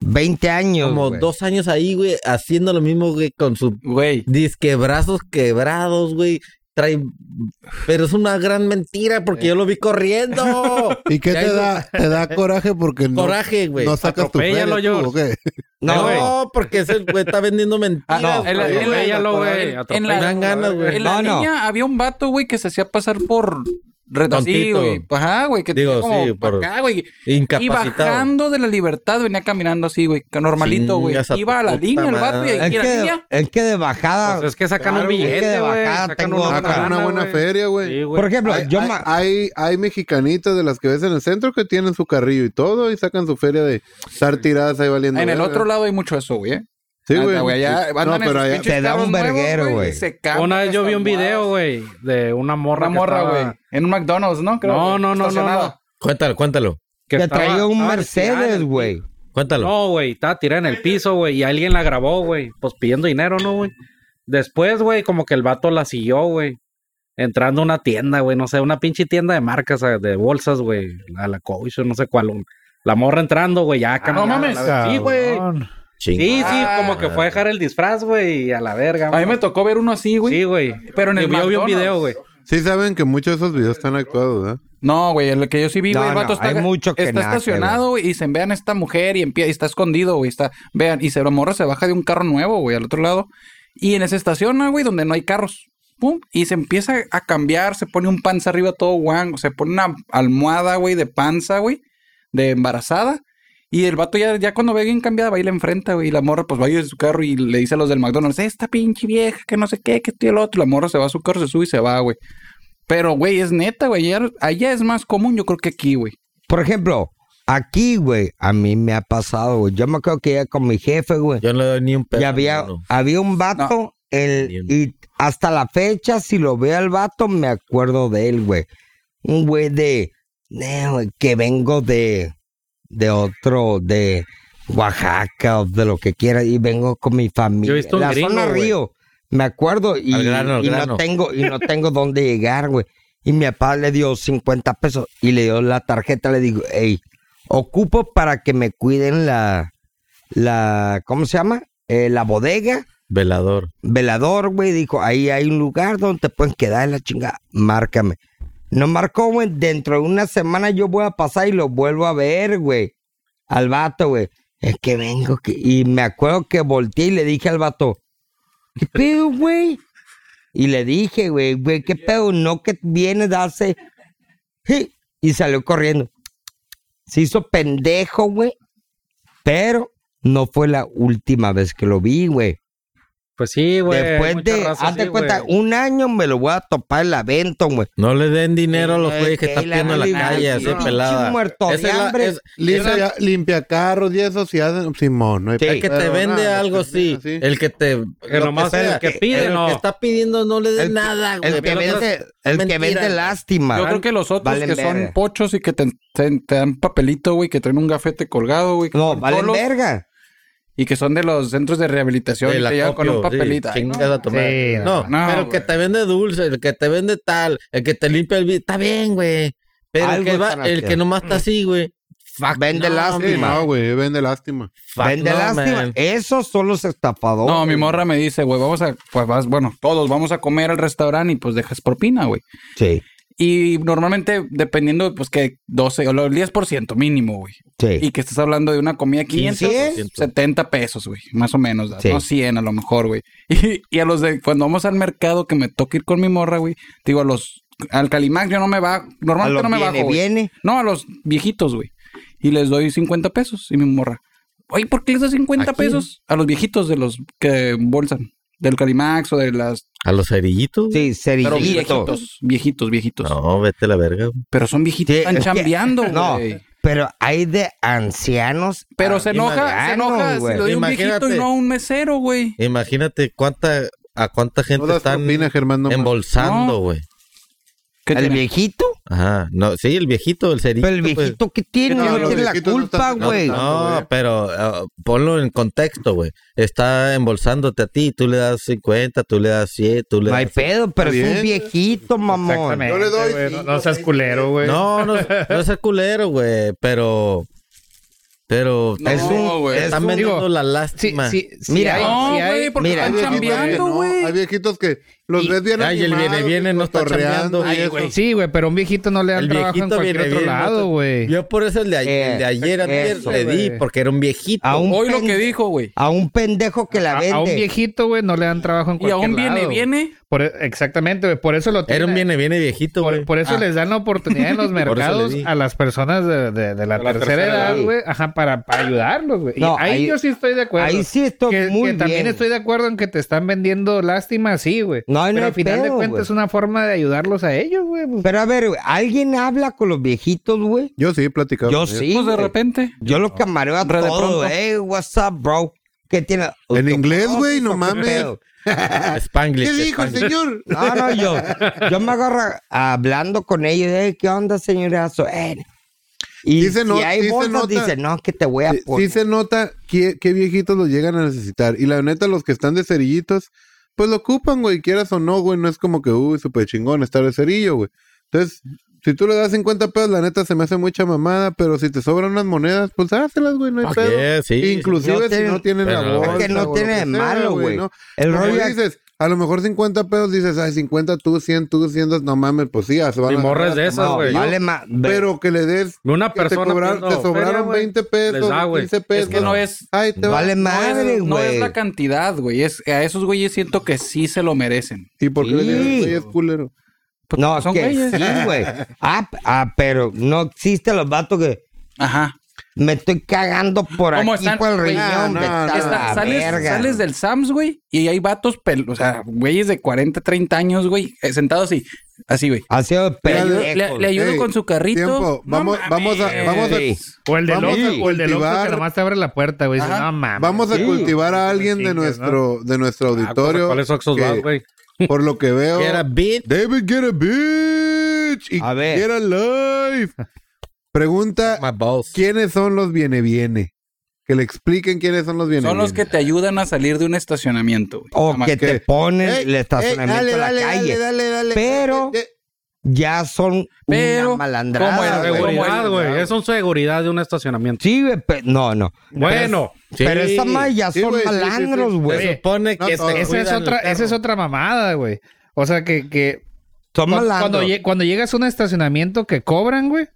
20 años. como güey. dos años ahí, güey, haciendo lo mismo, güey, con sus Güey. disque brazos quebrados, güey. Trae. Pero es una gran mentira porque yo lo vi *laughs* corriendo. ¿Y qué Ya te hizo- da? Te da coraje porque no, Coraje, güey. no sacas tu feria, Atropéllalo, tú, ¿o George. qué? No, No, porque ese güey está vendiendo mentiras. Ah, no, güey. en la- en la- Atropéllalo, güey, en la- Me dan ganas, güey. En la No, no. línea había un vato, güey, que se hacía pasar por retací, Tontito. güey. Ajá, güey, que Digo, tenía como sí, pa' por- acá, güey. Y Incapacitado. bajando de la libertad venía caminando así, güey, que normalito, güey. Chingas a tu Iba a la puta línea el vato y, madre. es, y la que, línea. es que de bajada. Pues es que sacan un Claro, güey, es que billete, de güey. bajada Sacan tengo una otra. Sacar una lana, buena güey. feria, güey. Ah, Sí, güey. por ejemplo, Hay, yo hay- ma- hay, hay mexicanitas de las que ves en el centro que tienen su carrillo y todo y sacan su feria de estar tiradas ahí valiendo. En el verga. otro lado hay mucho eso, güey. eh. Sí, Neta, güey. allá andan No, en pero sus allá. pinches Te da un carros nuevos, verguero, y güey. se cambian Una vez yo vi un las video, almohadas. güey, de una morra. Una que morra, estaba- güey. En un McDonald's, ¿no? Creo, No, güey, no, no, no, estacionada. no. Cuéntalo, cuéntalo. Que te estaba- traía un estaba tirada en el Mercedes, piso. güey. Cuéntalo. No, güey, estaba tirada en el piso, güey, y alguien la grabó, güey, pues pidiendo dinero, ¿no, güey? Después, güey, como que el vato la siguió, güey, entrando a una tienda, güey, no sé, una pinche tienda de marcas, eh, de bolsas, güey, a la Covish, no sé cuál. un- La morra entrando, güey, Ah, ya caminando. mames, Sí, güey. Sí, sí, Ah. como que fue a dejar el disfraz, güey, y a la verga. A mí me tocó ver uno así, güey. Sí, güey. Pero en el Yo vi un McDonald's. video, güey. Sí saben que muchos de esos videos están actuados, ¿eh? ¿verdad? No, güey, el que yo sí vi, No, güey, el no, vato está, hay mucho que está nace, estacionado, güey, y se vean esta mujer y, empie- y está escondido, güey, está, vean, y se la morra se baja de un carro nuevo, güey, al otro lado, y en ese estaciona, güey, donde no hay carros, pum, y se empieza a cambiar, se pone un panza arriba todo guango, se pone una almohada, güey, de panza, güey, de embarazada, y el vato ya, ya cuando ve bien cambiada, va y la enfrenta, güey, y la morra pues va de su carro y le dice a los del McDonald's, esta pinche vieja, que no sé qué, que estoy el otro, la morra se va a su carro, se sube y se va, güey. Pero, güey, es neta, güey. Allá, allá es más común, yo creo que aquí, güey. Por ejemplo, aquí, güey, a mí me ha pasado, güey. Yo me acuerdo que iba con mi jefe, güey. Yo no le doy ni un pedo. Y había, no. había un vato el, Bien. y hasta la fecha, si lo veo al vato, me acuerdo de él, güey. Un güey de, de, güey, que vengo de, de otro, de Oaxaca o de lo que quiera, y vengo con mi familia. Yo he visto un la gringo, zona güey. Río, me acuerdo, y, Al grano, al y no grano. tengo, y no tengo dónde llegar, güey. Y mi papá le dio 50 pesos y le dio la tarjeta, le digo, hey, ocupo para que me cuiden la, la, ¿cómo se llama? Eh, la bodega Velador. velador, güey, dijo, ahí hay un lugar donde te pueden quedar en la chingada, márcame. No marcó, güey, dentro de una semana yo voy a pasar y lo vuelvo a ver, güey, al vato, güey. Es que vengo, que- y me acuerdo que volteé y le dije al vato, ¿qué pedo, güey? Y le dije, güey, güey, ¿qué pedo? No que vienes de hace... Sí, Y salió corriendo. Se hizo pendejo, güey. Pero no fue la última vez que lo vi, güey. Pues sí, güey. hay Después mucha de, raza haz de así, cuenta, güey. un año me lo voy a topar en la venta, güey. No le den dinero a los Eh, güeyes que que están la pidiendo en la realidad, calle, sí, así no. pelada. Pinche muerto de Esa es la- hambre. es- Limpia, esa- limpia carros y eso, si hacen. Simón, no hay Sí. el que te pero vende nada, algo, pues, sí. así. El que te. Que lo nomás sea. el que pide, Pero no. El que está pidiendo no le El- den nada, güey. El que Pero vende, esas el que mentiras. vende lástima. Yo creo que los otros Valen que son verga. pochos y que te, te- te dan papelito, güey, que traen un gafete colgado, güey. que No, son vale cholos verga. Y que son de los centros de rehabilitación Te y la te llevan con un copio, sí, papelito. Ay, chingas a tu madre. Sí, no, no, pero el que güey. te vende dulce, el que te vende tal, el que te limpia el vidrio, está bien, güey. Pero el Algo que, va- están el haciendo. que nomás Mm. está así, güey. Fuck, no, Vende Sí, lástima. no, güey, vende lástima. fuck vende no, lástima. man. Esos son los estafadores. No, mi morra me dice, güey, vamos a, pues vas, bueno, todos vamos a comer al restaurante y pues dejas propina, güey. Sí, Y normalmente, dependiendo, pues que 12 o el 10% mínimo, güey. sí. Y que estás hablando de una comida 500, 100. 70 pesos, güey, más o menos, Sí. no 100 a lo mejor, güey. Y, y a los de cuando vamos al mercado que me toca ir con mi morra, güey, digo, a los al Calimax yo no me va, A normalmente lo no me viene, bajo, güey. viene. No, a los viejitos, güey. Y les doy 50 pesos y mi morra. Oye, ¿por qué les das 50 ¿A quién? pesos? A los viejitos de los que embolsan. Del Calimax o de las... A los cerillitos. Sí, Pero cerillito. viejitos, viejitos, viejitos. No, vete a la verga. güey. Pero son viejitos, Sí, están es que- chambeando, güey. No, pero hay de ancianos. Pero se enoja, se arriba de enoja años, si le doy un viejito Imagínate. y no a un mesero, güey. Eh, Imagínate cuánta, a cuánta gente No das están propina, Germán, no más. embolsando, No. güey. ¿Qué ¿El tiene? viejito? Ajá. No, sí, el viejito, el cerillito. Pero el pues. viejito, ¿qué tiene? No, No, los tiene la viejitos no culpa, están- No, güey. no, güey. pero ah, ponlo en contexto, güey. Está embolsándote a ti, tú le das 50, tú le das 100, tú le No hay das... pedo, pero es un bien. viejito, mamón. Exactamente. Yo le doy güey, no, cinco, no seas culero, güey. No, no, no es el culero, güey, pero... Pero... No, Es un- güey. es están un- vendiendo digo, la Sí, lástima. sí, sí Mira, hay, No, sí hay. güey, porque mira, están Hay viejitos que chambeando, no, güey. Hay viejitos que los ves bien Ay, el animados, viene, viene, no está cotorreando chambeando. y Ay, eso. güey. Sí, güey, pero un viejito no le dan El trabajo en viejito cualquier viene otro bien, lado, otro- güey. Yo por eso el de, a- el de ayer, ayer eso, Ah, le di, güey. porque era un viejito. A un Hoy lo pen- que dijo, güey. A un pendejo que la A, vende. a un viejito, güey, no le dan trabajo en Y cualquier lado. aún viene, güey. viene. Por e- exactamente, güey, por eso lo Era tienen. un viene, viene viejito, Por, güey. por eso les dan la oportunidad *laughs* en los eso le mercados di. a las personas de, de- de la, De tercera, la tercera edad, edad. güey, ajá, para, para ayudarlos, güey. Y No, ahí, ahí- yo sí estoy de acuerdo. Ahí sí estoy que, muy que bien. también estoy de acuerdo en que te están vendiendo lástima, sí, güey. No, no Pero hay al final de pedo, cuentas güey. es una forma de ayudarlos a ellos, güey. pues. Pero a ver, güey, ¿alguien habla con los viejitos, güey? Yo sí, he platicado. Yo con ellos. sí. Pues de güey. repente. Yo los camareo a Re de todos. pronto. Hey, what's up, bro? ¿Qué tiene? En inglés, güey, no ¿Qué mames. pedo? Spanglish. ¿Qué dijo el Spanglish. señor? No, no, *laughs* yo. Yo me agarro hablando con ellos. Hey, ¿qué onda, señorazo? Eh. Y Sí se si no- hay sí se bolsas, nota. dice, no, que te voy a Sí, poner. sí se nota qué, qué viejitos los llegan a necesitar. Y la neta, los que están de cerillitos, pues lo ocupan, güey, quieras o no, güey. No es como que, uy, súper chingón estar de cerillo, güey. Entonces, si tú le das 50 pesos, la neta se me hace mucha mamada, pero si te sobran unas monedas, pues hácelas, güey, no hay Fuck pedo. yeah, sí. Inclusive No si tienen- no tienen la Pero- bolsa. Es que no o lo tiene de sea, malo, güey. ¿no? El Como rollo es- dices, a lo mejor 50 pesos dices, ay, 50 tú, 100 tú, 100, dos, no mames, pues sí, ya se van Mi a morra es ganar de hasta esas, más güey. que yo. Vale, ma- Pero que le des Una que te, persona cobraron- pidiendo te sobraron feria, güey, 20 pesos, les da, güey. 15 pesos. Es que no es. Ay, te va. vale no madre, es, no es güey. la cantidad, güey. Es, a esos güeyes siento que sí se lo merecen. ¿Y por qué le dices, Sí. "Güey, es culero? Porque No, Pues son que güeyes. sí, güey. Ah, p- ah, pero no existe los vatos que Ajá. me estoy cagando por ¿Cómo aquí están? por el Güey, riñón. no, vete a no, la Está- sales, verga. sales del Sams, güey, y hay vatos, pel- o sea, güeyes de 40, 30 años, güey, eh, sentados y Así, güey. Ha sido Le, le- pendejo. le ayudo Ey, con su carrito. Tiempo. No Vamos, mames. vamos a, vamos a, Sí. O el del Vamos Oxxo, a o el del Oxxo cultivar- que nomás te abre la puerta, güey. Dices, Ajá. No mames. vamos a Sí. cultivar a alguien de Chingas, ¿no? nuestro, de nuestro auditorio. Ah, pues, ¿Cuáles oxos que, vas, güey? por lo que veo, Get a beat. David get a bitch y A ver. get a life. Pregunta My balls. ¿Quiénes son los viene viene? Que le expliquen quiénes son los viene Son los que te ayudan a salir de un estacionamiento, güey. O Nada más que te que- ponen el estacionamiento dale, en la dale, dale, calle. dale, dale. Pero- Eh, eh, ya son Pero, una malandrada. ¿cómo era, Ah, güey. güey? Seguridad, güey. Es un seguridad de un estacionamiento. Sí, güey, pe- no, no. Bueno. Pero Sí. esa madre ya Sí, son güey, sí, sí, sí. malandros, güey. Se supone No, que no, te Esa es, cuidan otra, el carro. esa es otra mamada, güey. O sea, que, que Son Cuando- malandros. Cuando, lle- cuando llegas a un estacionamiento que cobran, güey.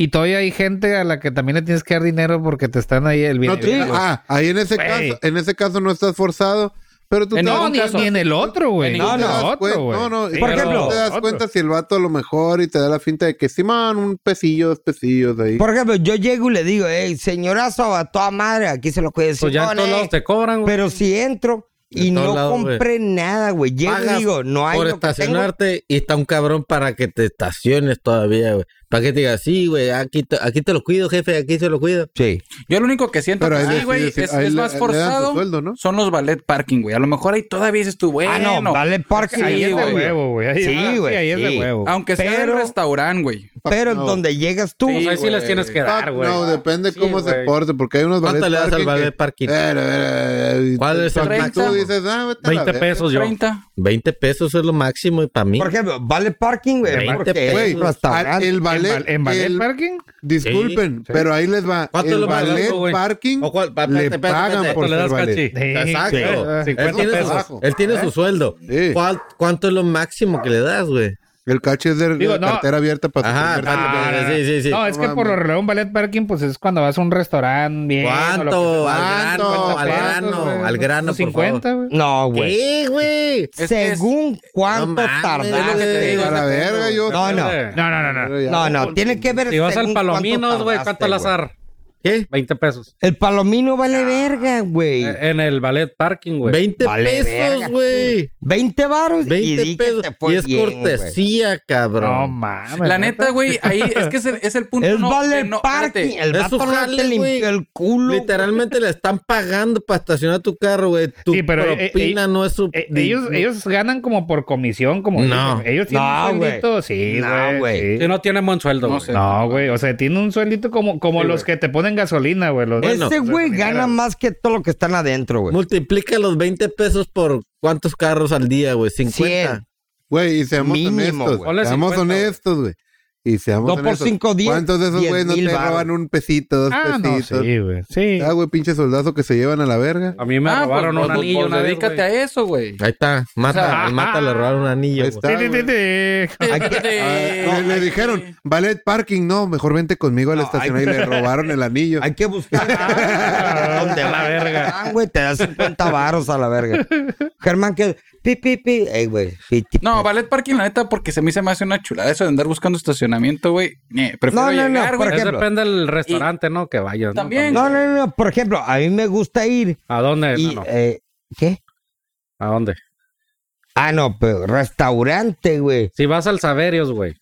Y todavía hay gente a la que también le tienes que dar dinero porque te están ahí el bien. no te- ah, ahí en ese Güey. caso, en ese caso no estás forzado, pero tú Eh, te no, das- ni, ni en el otro, güey. No, Ni en no, el das otro, cuen- güey. no, no, Sí, por pero ejemplo, no, te das otro. cuenta si el vato a lo mejor y te da la finta de que Simón, un pesillo, dos pesillos ahí. Ah, Por ejemplo, yo llego y le digo, hey, señorazo, a toda madre, aquí se lo cuide. Pues ya en Simón, todos eh". lados te cobran, güey. Pero si entro De y todos no lados, güey. compré nada, güey. Llego y Pagas digo, no hay por lo que tengo. estacionarte y está un cabrón para que te estaciones todavía, güey. Para que te digas, sí, güey, aquí te, aquí te lo cuido, jefe, aquí se lo cuido. Sí. Yo lo único que siento Pero que ahí sí, decide güey, si- es, ahí es le- más le dan su forzado. sueldo, ¿no? Son los ballet parking, güey. A lo mejor ahí todavía dices tú, bueno. Ah, no, vale, parking. Ahí es de güey. huevo, güey. Ahí- Sí, ah, güey, Ahí es sí. de huevo. Aunque sea el Pero- restaurante, güey. Pero no. donde llegas tú, O sea, ahí sí güey. les tienes que dar, güey. no, depende Sí, cómo se güey. porte, porque hay unos ¿Cuánto ballet le das al parking que- ballet parking? Eh, eh, eh, ¿Cuál es el tú máximo? dices, ah, vete a la 20 verga. pesos yo. 30. 20 pesos es lo máximo y para mí. por ejemplo, vale parking, güey. 20 Porque pesos. es Güey, un restaurante. el ¿En, ballet, Val- en Ballet el- Parking? Disculpen, pero ahí les va. ¿Cuánto El le pagas, ballet güey? parking ¿O cuál? Espérate, le espérate, pagan espérate. por ¿Cuánto le ser das, ballet. Cachi? Sí. Exacto. Sí. Él 50 tiene, su, pesos. él tiene ¿Eh? su sueldo. Sí. ¿Cuál- ¿Cuánto es lo máximo que le das, güey? El cachi es de, de Digo, no. cartera abierta para Ajá, tu primer para- date. Ah, sí, sí, sí. No, es que por lo regular un ballet parking, pues es cuando vas a un restaurante Eh, bien. o lo que sea. ¿Cuánto? Al ¿Cuánto? grano, al ¿Cuántos, grano, güey? al grano, Unos por favor. 50, güey. No, güey. ¿Qué, güey? que es- Según No cuánto mames, tardaste. güey. digo, A la verga, yo. No, no. No, no, no, no. Pero ya. No, no, tiene que ver Si vas al según cuánto Palominos, güey, tardaste, ¿cuánto al güey. azar? ¿Qué? 20 pesos. El palomino vale verga, güey. Eh, En el ballet parking, güey. 20 Pues, Vale, verga. pesos, güey. 20 varos y 20 di que pesos. te fue Y es bien, cortesía, cabrón. No Ah, mames. La neta, güey, ahí es que es el, es el güey. punto. Es no, vale de no- parking. espérate. Ah, El Es su vato no te jale, güey. limpió el culo. Literalmente le están pagando para estacionar tu carro, güey. Tu Sí, pero, eh, propina eh, no es su... Eh, ellos, ellos ganan como por comisión, como No. dicen. ellos tienen No, un güey. sueldito, sí, No, güey. güey. sí. Si no tienen buen sueldo, No güey. sé. No, güey, o sea, tiene un sueldito como, como los que te ponen gasolina, güey. los- Bueno, Ese güey gana más que todo lo que están adentro, güey. Multiplica los 20 pesos por cuántos carros al día, güey. 50. 100. Güey, y seamos Mínimo, honestos. güey. Ponle Seamos 50, güey. honestos, güey. Y seamos Dos por honestos. cinco, diez, ¿Cuántos de esos diez güeyes no mil te varos. roban un pesito, dos Ah, no, pesitos? sí, güey. Sí. Ah, güey, pinche soldazo que se llevan a la verga. A mí me Ah, robaron pues, un pues, anillo pues, una vez, Dedícate güey. a eso, güey. *laughs* Ahí está. Mata, Ah. al mata le robaron un anillo, Pues, Ahí güey. está, Ti, ti, güey. ti, ti. Eh, Ah, le, le dijeron, ballet parking, no, mejor vente conmigo a la No, estación y le robaron el anillo. Hay que buscar *laughs* dónde va la verga. güey, te das 50 varos a la verga. Germán, que pi pi pi, ey, güey. pi, ti, No, pi. ballet parking, la neta, porque se me hizo más una chulada eso de andar buscando estacionamiento, güey. Eh, prefiero No, no, no, llegar, güey. *laughs* por Es ejemplo. depende del restaurante, ¿no? Que vayas. ¿no? También. No, no, no, por ejemplo, a mí me gusta ir ¿A dónde? y No, no. eh, ¿qué? ¿A dónde? Ah, no, pero restaurante, güey. Si vas al Saberios, güey.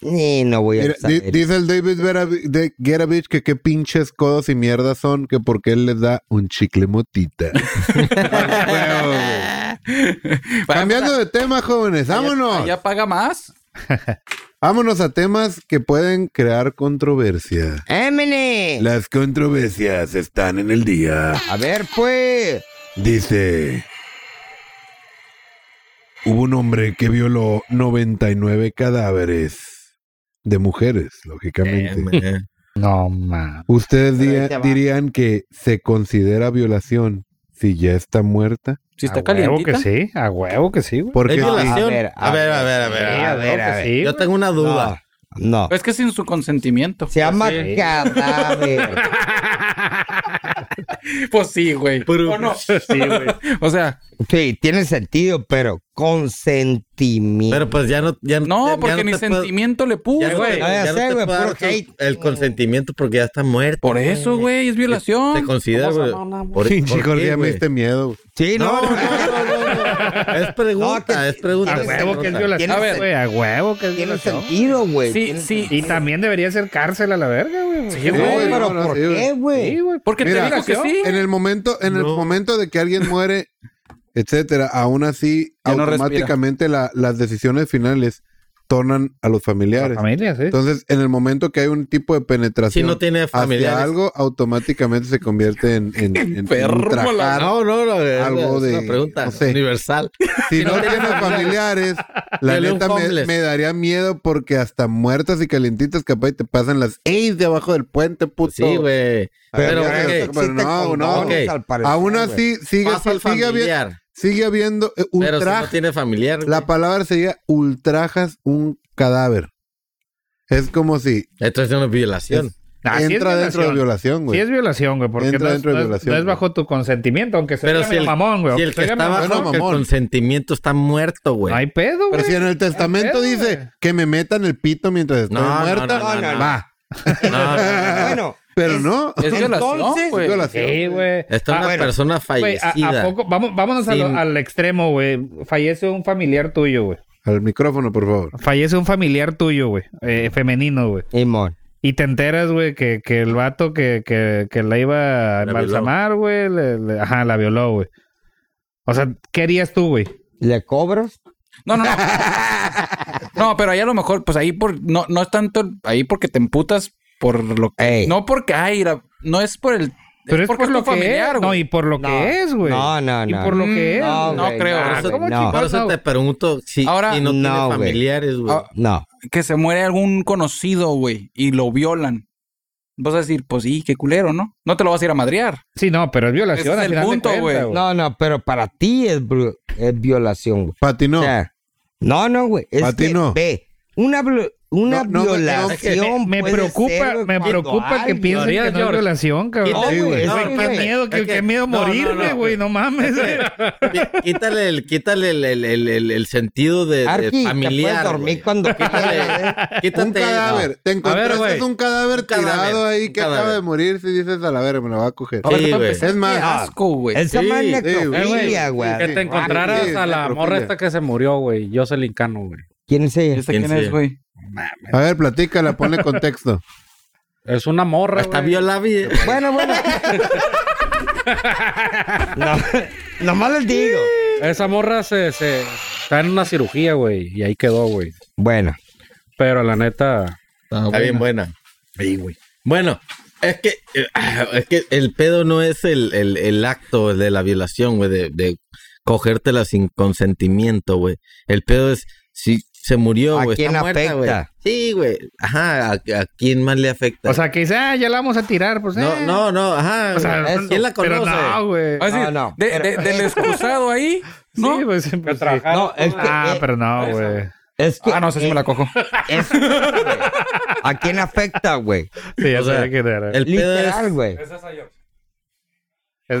Ni no voy a Mira, di- saber. dice el David Vera, de Geravich que qué pinches codos y mierdas son, que porque él les da un chicle motita. *laughs* Huevo, güey. Cambiando de tema, jóvenes, vámonos. ¿Ya pues, paga más? Vámonos a temas que pueden crear controversia. Emily, Las controversias están en el día. a ver, pues. Dice... Hubo un hombre que violó 99 cadáveres de mujeres, lógicamente. Eh, No, mames. ¿Ustedes Pero ahí di- te va. dirían que se considera violación si ya está muerta? Si Ah, está a huevo que calientita. sí, a huevo que *laughs* sí, güey. Porque ¿Es sí, violación? A ver, A ver, a ver, a ver, Sí, a a ver. ver, a ver. Sí, Yo güey. tengo una duda. No, no. Es que sin su consentimiento. Se llama sí. *laughs* cadáver. *laughs* Pues sí, güey. Pero- ¿O no? Sí, güey. O sea, Sí, tiene sentido, pero consentimiento. Pero pues ya no... Ya, ya- no, ya porque ni te puedo- sentimiento le Ya puso, no, te- güey. Ah, ya ya no sé, te güey, puedo puro dar hate. tu- el consentimiento porque ya está muerto. Por eso, güey, es violación. Te considera, güey. Por, Pinche ¿por qué, Jordi, ya me güey? diste este miedo. sí, no. No, no, no, no, no. Es pregunta, No, que- es pregunta. A es huevo que es pregunta. violación, Tiene güey. A huevo que es Tiene violación. sentido, güey. Sí, Tiene- sí. Y también debería ser cárcel a la verga, güey. Sí, No, güey. güey, pero no, no, ¿por sí, güey. qué, güey? Sí, güey. Porque Mira, te digo que sí. En el momento, en el No. momento de que alguien muere, etcétera, aún así, Ya no respira. automáticamente la- las decisiones finales tornan a los La familiares. familia, sí. Entonces, en el momento que hay un tipo de Si penetración no tiene hacia familiares. algo, automáticamente se convierte en, *laughs* en, en- en Perro, tragar. la- No, no, no. Es, Algo algo de, de- una pregunta no sé. universal. Si no tiene familiares, la Violé un neta me, homeless. me daría miedo porque hasta muertas y calientitas capaz te pasan las A's de abajo del puente, puto. Sí, güey. Pero, ya ok, existe Existe no, no. condones, ok. al parecer, Aún güey. así, sigue, Pasa al sigue, habi- familiar. sigue habiendo eh, Pero si no ultraje. tiene familiar, Pues güey. La palabra sería ultrajas un cadáver. Es como si esto es una violación. es- Ah, sí es entra dentro de violación, güey. Sí es violación, güey, porque Entra no es, dentro de no es- violación, no es bajo tu consentimiento, aunque sea Pero si el, mamón, güey. si aunque el que se está llame mamón, bajo Bueno, el mamón. consentimiento está muerto, güey. no hay pedo, Pero güey. si en el testamento pedo, dice güey. que me metan el pito mientras estoy No, no, muerta, no, no, no, no. va. No, no, no, no. Bueno, Pero no, *laughs* Es violación, Entonces, güey. violación. Sí, güey. Está Ah, una bueno, persona güey, a- a fallecida. poco- vamos, vámonos a lo- Sin- al extremo, güey. Fallece un familiar tuyo, güey. Al micrófono, por favor. Fallece un familiar tuyo, güey. eh, femenino, güey. Simón. Y te enteras, güey, que, que el vato que, que, que la iba a La embalsamar, güey, le- le- ajá, la violó, güey. O sea, ¿qué harías tú, güey? ¿Le cobras? No, no, no. *laughs* No, pero ahí a lo mejor, pues ahí por, no, no es tanto el- ahí porque te emputas por lo que. Ey. No porque, ay, la- no es por el. Pero es por, tu lo que es, no, y por lo que es, güey. No, no, Y no. por lo que es. No, güey. no güey, creo. no, Por eso- güey, ¿Cómo no, chingón? Por eso no. te pregunto si, Ahora- si no, No, tiene güey. familiares, güey. Ah, no. que se muere algún conocido, güey, y lo violan. Vas a decir, pues sí, qué culero, ¿no? No te lo vas a ir a madrear. Sí, no, pero es violación. Ese es al el final de punto, cuentas, güey. No, no, pero para ti es, bru- es violación, güey. Pati no. O sea, no, no, güey. Es Pa' ti que, no. ve, una, blu- una No, no, no, es que violación. Me puede preocupa, ser, güey, me cuando preocupa que hay, piensen Gloria que no es George. violación, cabrón. No, Sí, güey. güey, Güey, no, qué güey. miedo, es que, que- qué miedo no, no, morirme, no. güey, no, mames. güey. Qui- Quítale el, quítale el, el, el, el- el sentido de, de Arqui, te familiar. puedes dormir güey. *laughs* cuando Quítale, quieras. ¿eh? quítate un cadáver. Te encontraste güey. un cadáver Un cadáver, tirado un ahí que cadáver. acaba de morir. Si dices a la verga, me lo va a coger. Sí, ah. güey. Es más, Qué asco, güey. Esa Sí, madre es sí, güey. necrofilia, Eh, güey. Que te Ah, encontraras Sí, a la necrofilia. morra esta que se murió, güey. Jocelyn Cano, güey. ¿Quién es ella? ¿Esta ¿Quién este quién es, sea? güey? a ver, platícala, ponle *laughs* contexto. Es una morra, Está güey. violable. Bueno, bueno. no, nomás les digo. Esa morra se, se- está en una cirugía, güey. Y ahí quedó, güey. Bueno, Pero la neta... Está bien buena. Sí, güey. Bueno, es que, eh, es que el pedo no es el, el, el acto de la violación, güey, de, de cogértela sin consentimiento, güey. El pedo es si se murió, ¿A güey. quién está muerta, afecta? güey. Sí, güey. Ajá, ¿a, a quién más le afecta? O sea, que dice, ah, ya la vamos a tirar, pues. no, eh. no, no, ajá. O sea, güey. eso, ¿Quién la Pero conoce? no, güey. Vas a No, decir, no, de- de- pero- *laughs* del excusado ahí, ¿no? Sí, pues, sí, pues, sí. no, es que. Ah, eh, pero no, güey. es que Ah, no sé si me la cojo. es- güey. ¿A quién afecta, güey? Sí, ya O sea, sabía quién era. el pedo es... Literal, güey. Es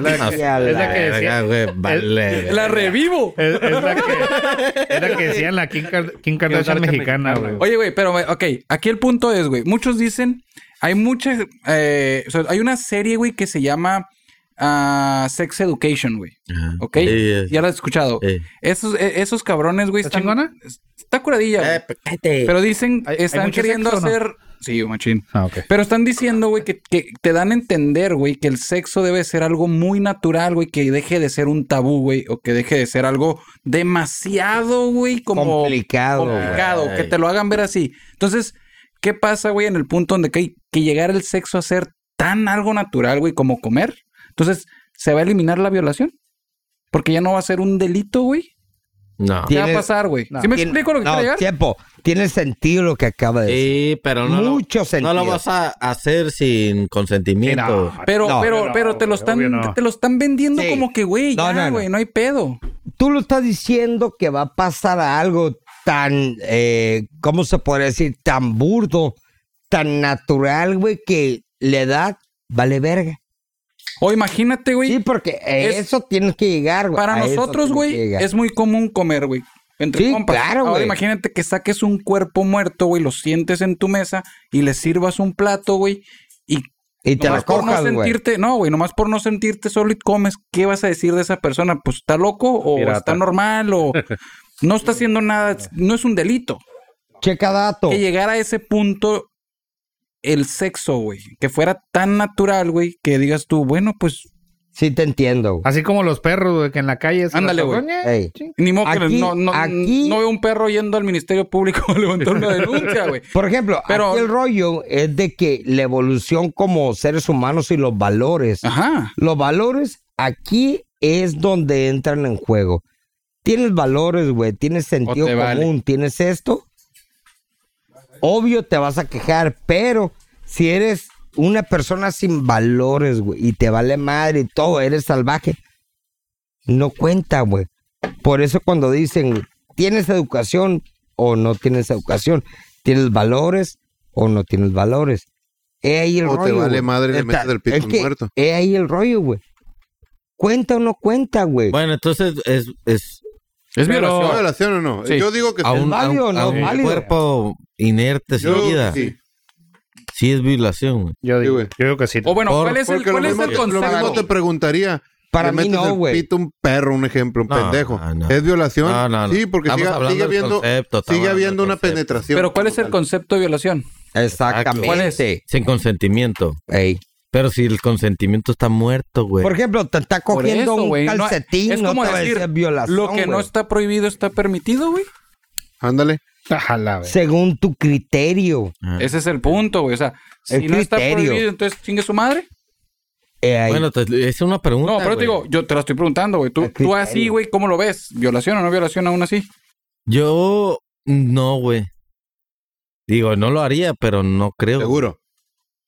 *laughs* la que, Sí, a es la que Verga, decía. güey, vale, güey. La revivo. Es, es la que, es la que decía la Kim, Kar- Kim Kardashian mexicana, güey. Oye, güey, pero, güey, ok, aquí el punto es, güey, muchos dicen, hay muchas, eh, o sea, hay una serie, güey, que se llama ah, Sex Education, güey, Ajá. ¿ok? Sí, es- eh. ya la has escuchado. sí. Esos, e- esos cabrones, güey, ¿Está están... chingona? Está curadilla, güey. Eh, pues, cállate. Pero dicen, ¿Hay- hay están mucho queriendo sexo o no? hacer... Sí, machín. Ah, ok. Pero están diciendo, güey, que, que te dan a entender, güey, que el sexo debe ser algo muy natural, güey, que deje de ser un tabú, güey, o que deje de ser algo demasiado, güey, como Complicado, güey. complicado, que te lo hagan ver así. Entonces, ¿qué pasa, güey, en el punto donde que hay que llegar el sexo a ser tan algo natural, güey, como comer? Entonces, ¿se va a eliminar la violación? Porque ya no va a ser un delito, güey. No. ¿Qué va a Tiene- pasar, güey? ¿Sí me Tiene- explico lo que no, quiero llegar? tiempo. Tiene sentido lo que acaba de decir. Sí, pero no, lo- Mucho no pues, sentido. lo vas a hacer sin Sí, consentimiento. no, Pero, No. pero, No, pero te lo güey, están, obvio no. te lo están vendiendo Sí. como que, güey, No, ya, no, no. güey, no. hay pedo. Tú lo estás diciendo que va a pasar algo tan, eh, ¿cómo se podría decir? Tan burdo, tan natural, güey, que la edad vale verga. O imagínate, güey, Sí, porque a es- eso tienes que llegar, güey. para A eso nosotros, tienes que güey, llegar. es muy común comer, güey. Entre Sí, compas. claro, Ahora güey. imagínate que saques un cuerpo muerto, güey, lo sientes en tu mesa y le sirvas un plato, güey, y Y te la Nomás por no cojas, güey. sentirte, no, güey, nomás por no sentirte solo y comes, ¿qué vas a decir de esa persona? Pues está loco o Pirata. está normal o no está haciendo nada, no es un delito. Checa dato. Que llegara a ese punto el sexo, güey, que fuera tan natural, güey, que digas tú, bueno, pues Sí te entiendo. güey. Así como los perros, güey, que en la calle. se Ándale, los- güey. Ey. Ching. ni modo que Aquí- no, no, aquí- no veo un perro yendo al Ministerio Público a levantar una denuncia, güey. Por ejemplo, Pero- aquí el rollo es de que la evolución como seres humanos y los valores. Ajá. Los valores aquí es donde entran en juego. Tienes valores, güey, tienes sentido te común, vale. tienes esto. Obvio te vas a quejar, pero si eres una persona sin valores, güey, y te vale madre y todo, eres salvaje, no cuenta, güey. Por eso cuando dicen, ¿tienes educación o no tienes educación? ¿Tienes valores o no tienes valores? He ahí el O te rollo. vale güey. madre y le Neta, metes el pito es que muerto. He ahí el rollo, güey. ¿Cuenta o no cuenta, güey? Bueno, entonces es, es Es ¿Es una violación o no? Sí. Yo digo que a un, a un- válido o no a un válido? cuerpo inerte sí. sin Yo digo vida. que Sí. sí. es violación, güey. Yo digo, Sí, güey. yo digo que sí. O bueno, ¿cuál es el, Porque cuál lo es mismo, el te- lo mismo te concepto? preguntaría. Para le mí metes no, el güey. pito a un perro, un ejemplo, un No, pendejo. no, no. ¿Es violación? No, no, no. Sí, porque Estamos sigue, hablando sigue del habiendo, concepto, estamos sigue hablando habiendo del una concepto. penetración. Pero ¿cuál es el Como concepto de violación? Exactamente. ¿Cuál es? Sin consentimiento. Ey. Pero si el consentimiento está muerto, güey. Por ejemplo, te está Por cogiendo eso, un güey, no- calcetín, no, es como te va a decir, decir violación. Lo que no güey. está prohibido está permitido, güey. tal. Ándale. Ojalá, güey. Según tu criterio. Ah. Ese es el punto, güey. O sea, si El no está criterio. prohibido, entonces chingue su madre. He ahí. Bueno, te- es una pregunta. No, pero te güey. digo, yo te la estoy preguntando, güey. Tú, El tú criterio. así, güey, ¿cómo lo ves? ¿Violación o no violación aún así? Yo no, güey. Digo, no lo haría, pero no creo. Seguro. *laughs*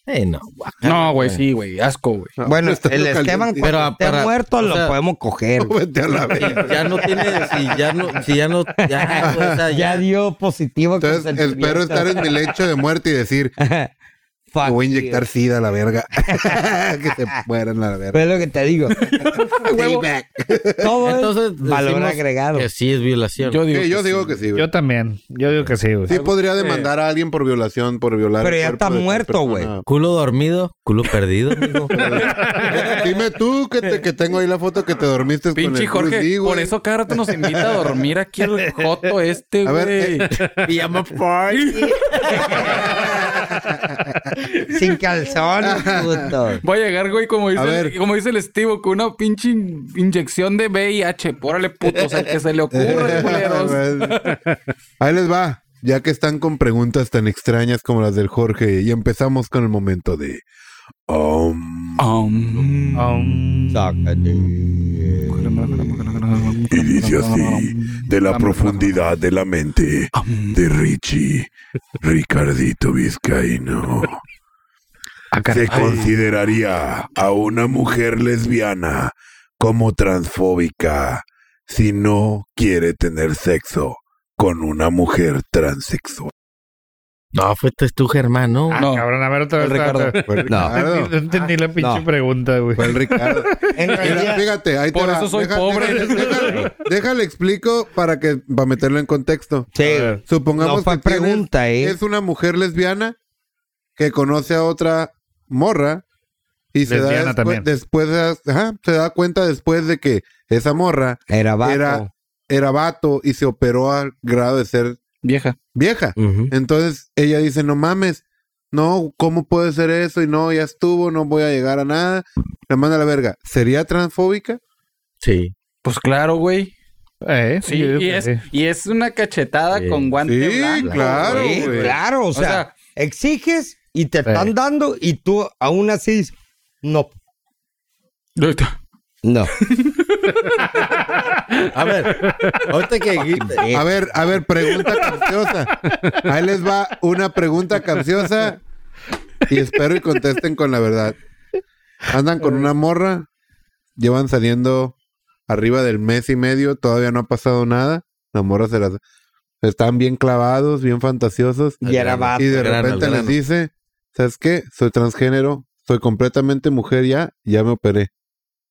Eh, no. No, güey, sí, güey. Asco, güey. bueno, Está el caliente. Esteban, Pero cuando esté para- muerto, o lo sea- podemos coger. güey. Vete a la verga. Ya no tiene, si ya no, si ya no, ya, güey, o sea, Ya ya- dio positivo. Entonces consentimiento. espero estar en mi lecho de muerte y decir, *laughs* Fuck me voy a you. inyectar sida a la verga. *laughs* que se mueran a la verga. Pero es lo que *laughs* te digo. Todo Entonces, es valor decimos agregado. que sí es violación. Yo digo. Sí, yo que digo que sí, güey. Yo también. Yo digo que sí, güey. Sí podría demandar a alguien por violación, por violar. Pero el ya cuerpo está de otra muerto, güey. persona. Culo dormido, culo perdido, amigo. *laughs* Dime tú que, te- que tengo ahí la foto que te dormiste con Pinche el Bruce Jorge, Lee, güey. por eso cada rato nos invita a dormir aquí el *laughs* joto este, A güey. ver, eh, Pijama party. *laughs* Sin calzón, puto. Voy a llegar, güey, como dice, A el- ver. como dice el Estivo, con una pinche in- inyección de VIH. Pórale, puto, o sea, que se le *laughs* ocurre, culeros. Ahí les va. Ya que están con preguntas tan extrañas como las del Jorge, y empezamos con el momento de. "Oh, Om. Um, Sácate. Y dice así, de la profundidad de la mente de Richie, Ricardito Vizcaíno. ¿Se consideraría a una mujer lesbiana como transfóbica si no quiere tener sexo con una mujer transexual? No, fuiste tú, Germán, ¿no? Ah, No. cabrón, a ver otra vez. El otra- Ricardo. Fue el Ricardo. No entendí la pinche Ah, no. Pues, pregunta, güey. Fue el Ricardo. En Mira, realidad, fíjate, ahí te Por va. eso soy pobre. Déjale, *laughs* déjale- déjale explico para que para meterlo en contexto. sí, Supongamos No fue que tienes- pregunta, ¿eh? es una mujer lesbiana que conoce a otra morra y se da Lesbiana despu- también. después de- ajá, se da cuenta después de que esa morra era vato. era era vato y se operó al grado de ser Vieja. vieja. Ujú. Entonces ella dice, "No mames, no, ¿cómo puede ser eso? Y no, ya estuvo, no voy a llegar a nada." La manda a la verga. ¿Sería transfóbica? Sí. Pues claro, güey. Eh, Sí, yo digo y que es, sí. y es una cachetada Sí. con guante Sí, blanco. claro, Sí, güey. claro, o sea, sea, exiges y te están dando y tú aún así dices, no, *laughs* no. A ver, ahorita que dijiste- A ver, a ver, pregunta capciosa. Ahí les va una pregunta capciosa y espero y contesten con la verdad. Andan con una morra, llevan saliendo arriba del mes y medio, todavía no ha pasado nada. La morra se las... Están bien clavados, bien fantasiosos. Y era vato. Y de al grano, repente al les grano. dice, ¿sabes qué? Soy transgénero, soy completamente mujer ya, ya me no operé. puede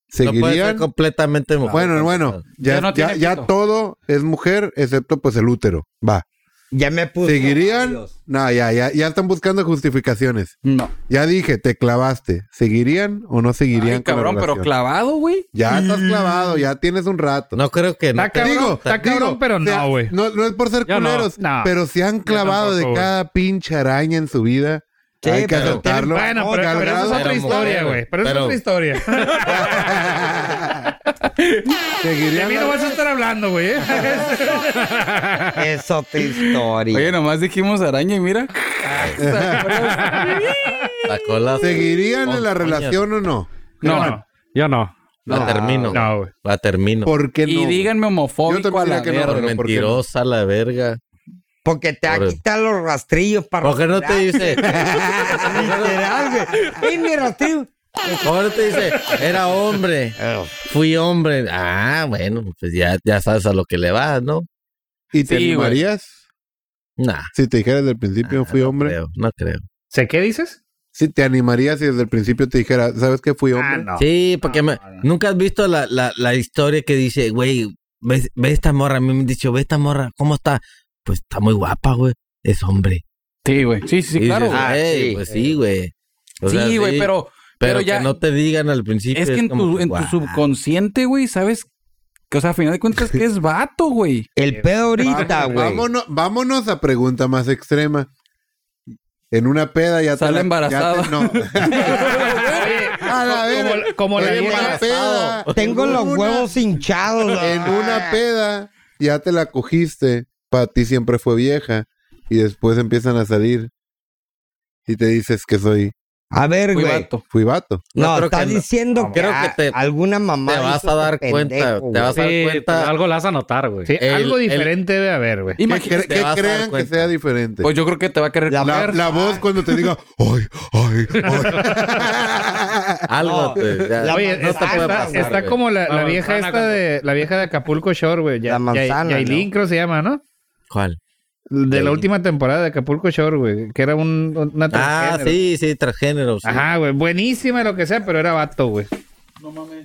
ser ¿Seguirían? completamente mujer. Bueno, bueno, ya, Ya no ya, tiene ya pito. todo es mujer, excepto pues el útero. Va. Ya me puse. ¿Seguirían? No, ya, ya, ya están buscando justificaciones. No. Ya dije, te clavaste. ¿Seguirían o no seguirían? Ay, con la cabrón, pero relación? clavado, güey. Ya estás Mm. clavado, ya tienes un rato. No creo que no. Está cabrón, está cabrón, pero no, sea- güey. No, no es por ser Yo no, culeros, no. pero se han clavado tampoco, de güey. cada pinche araña en su vida. Sí, Hay que pero- aceptarlo. Bueno, pero, Al pero eso es grado- otra Pero historia, mujer, güey. Pero, eso es pero- otra *laughs* historia. De Seguirían mí la- no vas a estar hablando, güey. *laughs* ¿eh? Es otra historia. Oye, nomás dijimos araña y *laughs* mira. Ah, La cola. ¿Seguirían en la Coño, relación o no? No, no, Yo no. La termino. no, güey. La termino. ¿Por qué no? Y güey? díganme homofóbico Yo también a la diría que no, verga. Por pero ¿por qué mentirosa la verga. Porque te va a Por- quitar los rastrillos para. ¿Por qué no te dice? Literal, güey. Y mi rastrillo. ¿Por qué no te dice? Era hombre. Fui hombre. Ah, bueno, pues ya, ya sabes a lo que le vas, ¿no? ¿Y te Sí, güey. animarías? Nah. Si te dijera desde el principio fui hombre. creo, no creo. ¿Sé qué dices? Si te animarías y desde el principio te dijera, ¿sabes qué fui hombre? Ah, no. Sí, porque me- nunca has visto la, la, la historia que dice, güey, ve, ve esta morra. A mí me han dicho, ve esta morra, ¿cómo está? Pues está muy guapa, güey. Es hombre. Sí, güey. Sí, sí, Y sí, claro. dices, güey. Ah, "Ey, sí. Pues sí, güey. O sea, sí, güey, pero, pero Pero, ya- que no te digan al principio. es que en como tu, en tu "Guau". subconsciente, güey, sabes que, o sea, a final de cuentas que es vato, güey. El pedo ahorita, Vamos- güey. Vámonos, vámonos a pregunta más extrema. En una peda ya te Sale la- ya embarazada. te- no. a la verga. Como, como la Oye, vieja. embarazado. peda. Tengo En los una- huevos hinchados. En ah. una peda ya te la cogiste. Para ti siempre fue vieja. Y después empiezan a salir. Y te dices que soy. A ver, Fui güey. vato. Fui vato. No, No, creo estás que no. diciendo que, Creo que a- te- alguna mamá. te vas hizo a dar este cuenta, te güey. vas a- Sí, dar cuenta- pues, algo la vas a notar, güey. Sí, El- algo el- diferente debe haber, güey. Que, Imagínate. cre- que vas a dar crean que cuenta. sea diferente. Pues yo creo que te va a querer La- la, coger. la voz cuando te "Oh, diga, ay, ay, ay. *laughs* Algo. No. te- ya- La Oye, no te está, puede está- pasar, está güey. como la, la La vieja manzana esta con- de la vieja de Acapulco Shore, güey. Ya- La manzana, ya- Yailin, ¿no? creo se llama, ¿no? ¿Cuál? De la Yailin. última temporada de Acapulco Shore, güey. Que era un, una Ah, transgénero. sí, sí, transgénero. sí. Ajá, güey. Buenísima lo que sea, pero era vato, güey.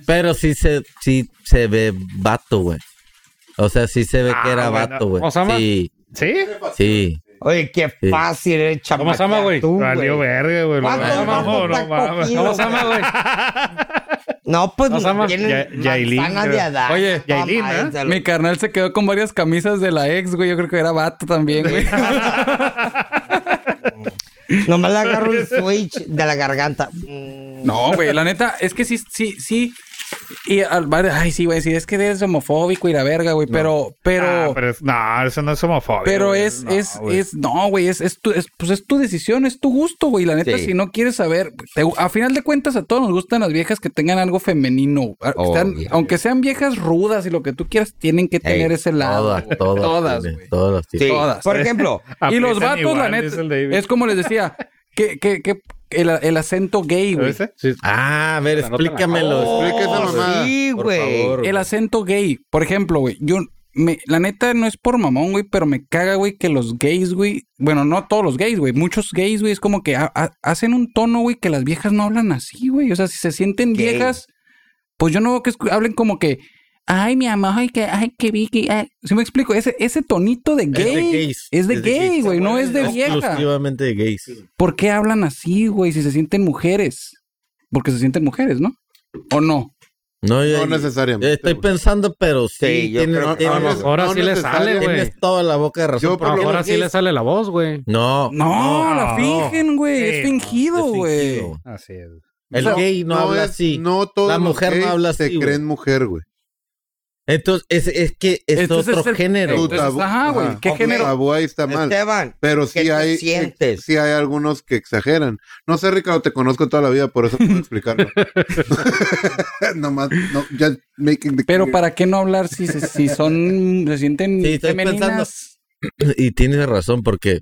Pero sí se, sí se ve vato, güey. O sea, sí se ve Ah, que era bueno. vato, güey. ¿Cómo se llama? Sí, ¿Sí? sí. Oye, qué Sí. fácil es ¿Cómo se llama, güey? tú, Valió güey. verga, güey. lo- ¿Cuántos No, no, vatos te has mames. cogido, ¿Cómo se llama, güey? No, pues ¿Cómo se llama? tienen Ya- Yailin, manzana creo. de Adán. Oye, No, Yailin, mames, ¿eh? de los- Mi carnal se quedó con varias camisas de la ex, güey. Yo creo que era vato también, güey. Nomás le agarro el switch de la garganta. Mm, No, güey, la neta, es que sí, sí, sí. Y al bar- ay, sí, güey, sí, es que eres homofóbico y la verga, güey, pero, pero, Ah, pero, pero es- no, eso no es homofobia. güey. es, No, es, güey. es, no, güey, es, es tu, es, pues es tu decisión, es tu gusto, güey, la neta, Sí. si no quieres saber, te- a final de cuentas a todos nos gustan las viejas que tengan algo femenino, a- Oh, sean- yeah. aunque sean viejas rudas y lo que tú quieras, tienen que tener ese lado, Todas, güey, *laughs* todas. todas, tienen, güey. Todas. tienen. sí. todas. Por ejemplo, Y los Aprietan vatos, la igual, dice el neta, David. es como les decía, que, que, que el, el acento gay, ¿Lo güey. viste? Ah, a ver, explícamelo. Explica esa mamada. oh, sí, por güey. favor. Oh, El acento gay, por ejemplo, güey, yo me, la neta no es por mamón, güey, pero me caga, güey, que los gays, güey, bueno, no todos los gays, güey, muchos gays, güey, es como que ha- ha- hacen un tono, güey, que las viejas no hablan así, güey, o sea, si se sienten Gay. viejas, pues yo no veo que escu- hablen como que, ay, mi amor, ay, que, ay, que vi, que, ay". si me explico, ese, ese tonito de gay, es de, gays. gay, güey, no es de vieja. Exclusivamente de gays. ¿Por qué hablan así, güey, si se sienten mujeres? Porque se sienten mujeres, ¿no? ¿O no? No, yo, No necesariamente. yo estoy güey. pensando, pero sí. Sí, yo tienes, creo que- tienes- A lo mejor así le sale, necesariamente. güey. tienes toda la boca de razón. Yo A por lo lo mejor menos- así le sale la voz, güey. No. No, No, la fingen, güey. Sí, es fingido, es güey. fingido. Así es. El gay no, habla es- así. No todos La los mujer no gays habla así, Se güey. creen mujer, güey. Entonces, es, es que es Entonces, otro es el- género. Tu Entonces, ajá, güey, ¿qué tu género? tabú ahí está Este, mal. Esteban, Pero ¿qué sí te hay, sientes? sí hay algunos que exageran. No sé, Ricardo, te conozco toda la vida, por eso puedo *laughs* explicarlo. *laughs* Nomás, no, just making the Pero para qué no hablar si, se- si son se sienten Sí, estoy femeninas. Y tienes razón, porque,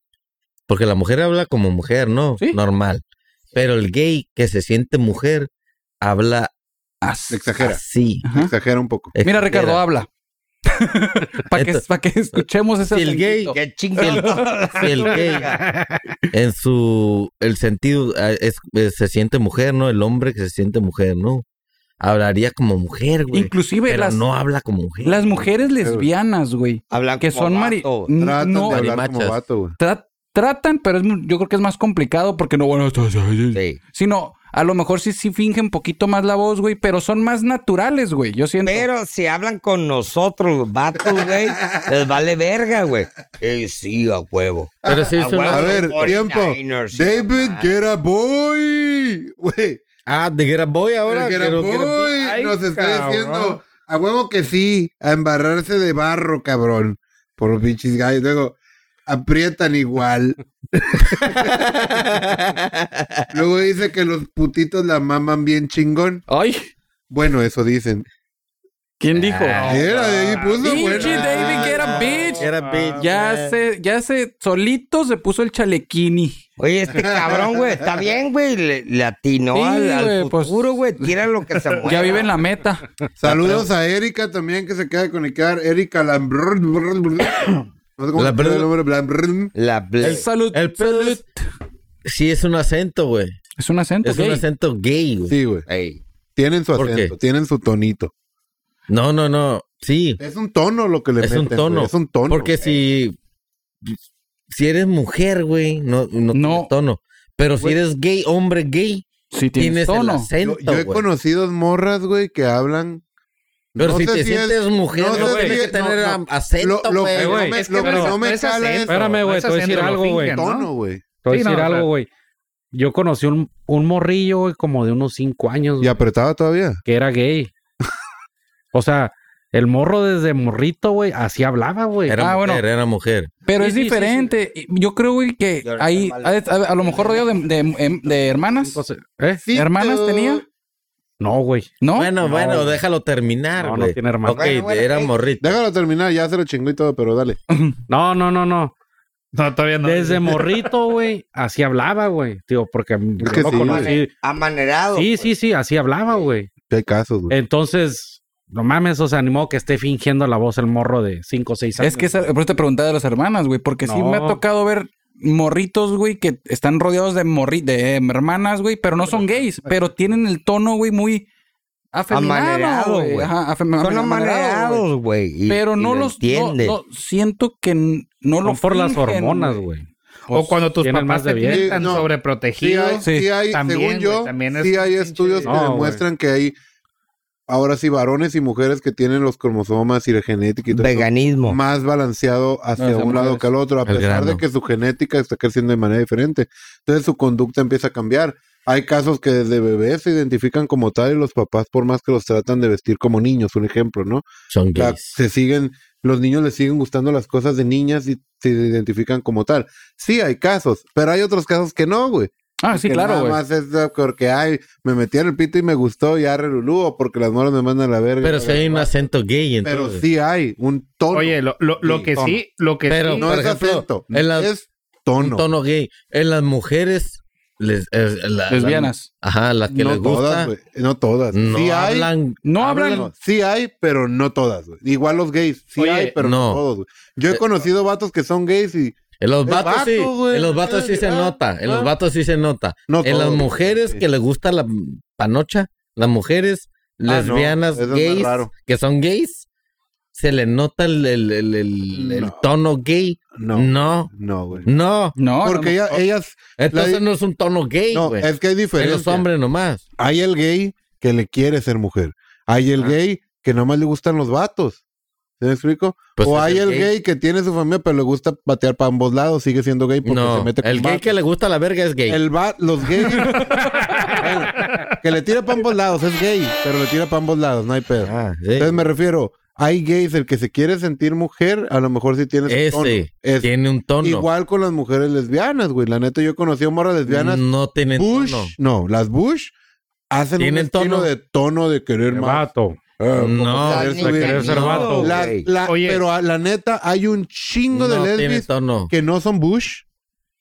porque la mujer habla como mujer, ¿no? Sí. Normal. Pero el gay que se siente mujer habla As- Exagera, así. Ajá. exagera un poco. Mira, Espera. Ricardo, habla. para que, Entonces- pa' que escuchemos ese Si el gay- acentito. ¿Qué *laughs* chingada? Si el gay en ah, su el sentido eh, es- eh, se siente mujer, ¿no? El hombre que se siente mujer, ¿no? hablaría como mujer, güey. Inclusive Pero las- no habla como mujer. Las mujeres lesbianas, güey, Hablan que como son mari... vato, güey. n- Tratan no, de hablar como marimachas. vato, güey. tra- tratan, pero es mu- yo creo que es más complicado porque no, bueno, esto- Sí. sino a lo mejor sí, sí fingen poquito más la voz, güey, pero son más naturales, güey, yo siento. Pero si hablan con nosotros, los vatos, güey, les vale verga, güey. Eh, sí, a huevo. Pero sí, A es una- huevo. A ver, 49ers, tiempo. sí, David, mamá. get a boy. Güey, Ah, de Get Up Boy ahora. get a pero- boy. Ay, Nos está cabrón. diciendo a huevo que sí, a embarrarse de barro, cabrón. Por los pinches gallos. Luego, *laughs* aprietan igual. Luego dice que los putitos la maman bien chingón. Ay, Bueno, eso dicen. ¿quién dijo? Era, ahí puso, Pinche bueno. David, get a bitch. Get Up Bitch. Ya se, ya se, solito se puso el chalequini. Oye, este cabrón, güey, está bien, güey. Le, le atinó Sí, al, al güey, pues, futuro, güey. Tira lo que se mueve. Ya vive en la meta. Saludos a Erika también que se queda de conectar. Erika Lambrón. *coughs* No sé cómo se Lambrón. pronuncia el nombre. Lambrón. La ble- El salud. El pedo es- sí es un acento, güey. Es un acento Es gay. un acento gay, güey. Sí, güey. Ey. Tienen su ¿Por qué? acento, tienen su tonito. No, no, no. Sí, Es un tono lo que le es meten. un tono. güey, Es un tono. Porque si, si eres mujer, güey, no, no, No. tienes tono. Pero si eres gay, hombre gay, Sí, tienes tienes, el tono. yo, acento, yo he güey. conocido morras, güey, que hablan. Pero no si sé te es- sientes mujer, no no, sé tienes si que es- tener no, am- no. acento, Lo- lo- güey. Eh, güey, no me- es lo que, que pero no me es cala acento, es Espérame, güey, es te voy a decir acento, lo algo, güey. fingen, ¿no? tono, güey. Te voy a Sí, no, decir o algo, sea- güey. Yo conocí un, un morrillo, güey, como de unos cinco años, Y güey, apretaba todavía. que era gay. o sea, el morro desde morrito, güey, así hablaba, güey. Era Ah, mujer, bueno. era mujer. Pero Sí, es sí, sí, diferente. Y Yo creo, güey, que Y ahorita hay, mal. ha de- a, a lo mejor rodeo de, de- em- de hermanas. Entonces, ¿eh? ¿Hermanas tenía? No, güey. ¿No? Bueno, No. bueno, déjalo terminar, No, güey. no tiene hermano. Ok, Bueno, bueno, era ey. morrito. Déjalo terminar, ya se lo chingó y todo, pero dale. No, no, no, no. No, todavía no. Desde morrito, güey, así hablaba, güey. Tío, porque yo que lo sí, conocí. Amanerado. Sí, sí, sí, así hablaba, güey. Sí Hay casos, güey. Entonces, no mames, o sea, animó que esté fingiendo la voz el morro de 5 o 6 años. Es que esa- por eso te preguntaba de las hermanas, güey, porque sí No. me ha tocado ver morritos, güey, que están rodeados de morri de em, hermanas, güey, pero no son gays, pero tienen el tono, güey, muy Amanerado, afeminado, güey. güey. Ajá, afem- Son amanerado, güey. amanerados, güey. y- Pero y no lo los no, entienden. no, siento que n- no lo Son por las fingen, hormonas, güey. Pues, o cuando tus tienen papás más de te tienen bien. tan Sí, no. Sí sobreprotegidos. hay, sí hay- También, según güey, yo, también es sí un hay pinche- estudios que No, güey. demuestran que hay ahora sí varones y mujeres que tienen los cromosomas y la genética y todo eso Veganismo. más balanceado hacia Hacia un lado mujeres. que al otro, a El pesar de grano. que su genética está creciendo de manera diferente. Entonces su conducta empieza a cambiar. Hay casos que desde bebés se identifican como tal y los papás, por más que los tratan de vestir como niños, un ejemplo, ¿no? Son O sea, gays. se siguen, los niños les siguen gustando las cosas de niñas y se identifican como tal. Sí, hay casos, pero hay otros casos que no, güey. Ah, sí, que claro, nada güey. más es de- porque ay, me metí en el pito y me gustó y arre lulú, o porque las moras me mandan a la verga. Pero si hay un acento gay, Pero entonces. sí hay un tono. Oye, lo, lo, lo Sí, que tono. sí, lo que Pero- sí. no por es ejemplo, acento, en la- es un tono. tono gay. En las mujeres... Les, eh, la- Lesbianas. la- ajá, las que no les gusta. todas, güey. No todas. no sí hay, hablan... No hablan no, sí hay, pero no todas, güey. Igual los gays. Sí Oye, hay, pero no, no. Eh, todos, güey. Yo he conocido vatos que son gays y En los Es vatos vato, sí, güey. en los vatos sí se Ah, nota, en ah. los vatos sí se nota. No en las todos, mujeres sí. que les gusta la panocha, las mujeres Ah, no, lesbianas, eso es más gays, raro. que son gays, se le nota el, el- el- el- el No. tono gay. no. No, No, güey. no, No, Porque no, ella- ellas. entonces La- no es un tono gay, No, güey. es que hay es diferencia. los hombres nomás. Hay el gay que le quiere ser mujer. Hay Ah. el gay que nomás le gustan los vatos. ¿Se me explico? Pues o es hay el gay. que tiene su familia, pero le gusta batear para ambos lados. Sigue siendo gay porque No, se mete con el gay vatos. que le gusta la verga es gay. El va- los gays. *laughs* Bueno, que le tira para ambos lados, es gay, pero le tira para ambos lados, no hay pedo. Ah, sí. Entonces me refiero, hay gays, el que se quiere sentir mujer, a lo mejor sí tiene su Ese tono. Ese. tiene un tono. Igual con las mujeres lesbianas, güey. La neta, yo conocí a morras lesbianas. no tienen Bush, tono. no, las Bush hacen un Tienen estilo tono. de tono de querer El más. vato. Ah, como No, querer ni subir. querer ser no, vato, güey. La- la- Oye. pero a la neta, hay un chingo de No tiene lesbis tono. que no son Bush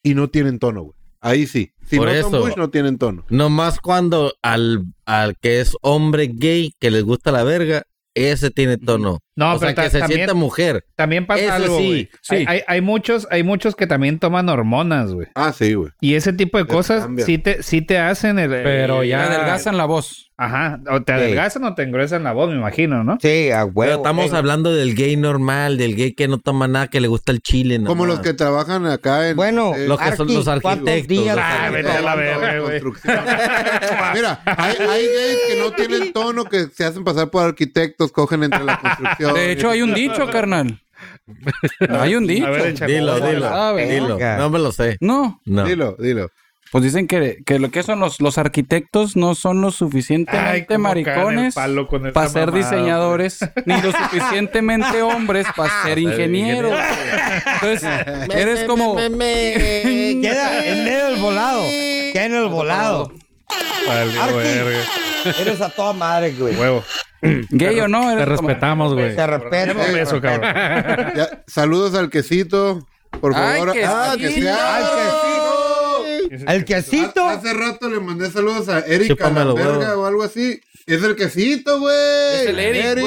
y no tienen tono, güey. Ahí sí. Si Por no son eso. Bush, no tienen tono. Nomás cuando al, al que es hombre gay que les gusta la verga, ese tiene tono. No, o pero sea, ta- que se también- sienta mujer. También pasa Eso algo, sí, güey. sí. Hay, hay, hay muchos, hay muchos que también toman hormonas, güey. Ah, sí, güey. Y ese tipo de Te cosas cambia. sí te, sí te hacen el... Pero el- ya- adelgazan la voz. Ajá. O te Sí. adelgazan o te engruesan la voz, me imagino, ¿no? Sí, a huevo. Pero estamos eh. hablando del gay normal, del gay que no toma nada, que le gusta el chile. Como nomás. los que trabajan acá en... Bueno, eh, Lo que son los ¿cuántos arquitectos, días los hace? Ah, vete a la verga, güey. Construcción. Mira, hay, hay gays que no tienen tono, que se hacen pasar por arquitectos, cogen entre la construcción. De hecho, hay un *laughs* dicho, carnal. Hay un dicho. A ver, échame. Dilo, dilo. ¿Sabe? Dilo. No me lo sé. No, No. Dilo, dilo. pues dicen que, que lo que son los, los arquitectos no son lo Ay, suficientemente cómo caen el maricones palo con esa para ser mamada, diseñadores, ni lo suficientemente hombres *laughs* para ser ingenieros. Entonces, *laughs* eres como... Queda en medio del volado. Queda en el volado. Vale, Arqui. verga. Eres a toda madre, güey. Huevo. Gay o no, Te eres como- respetamos, güey. Te respeto. Dame un beso, cabrón. Ya, saludos al quesito. Por Ay, favor, Ah, quesito. sea- Ay, El quesito. Ha- Ah, Hace rato le mandé saludos a Eric a Chúpame la los huevos. verga o algo así. Es el quesito, güey. Es el Eric,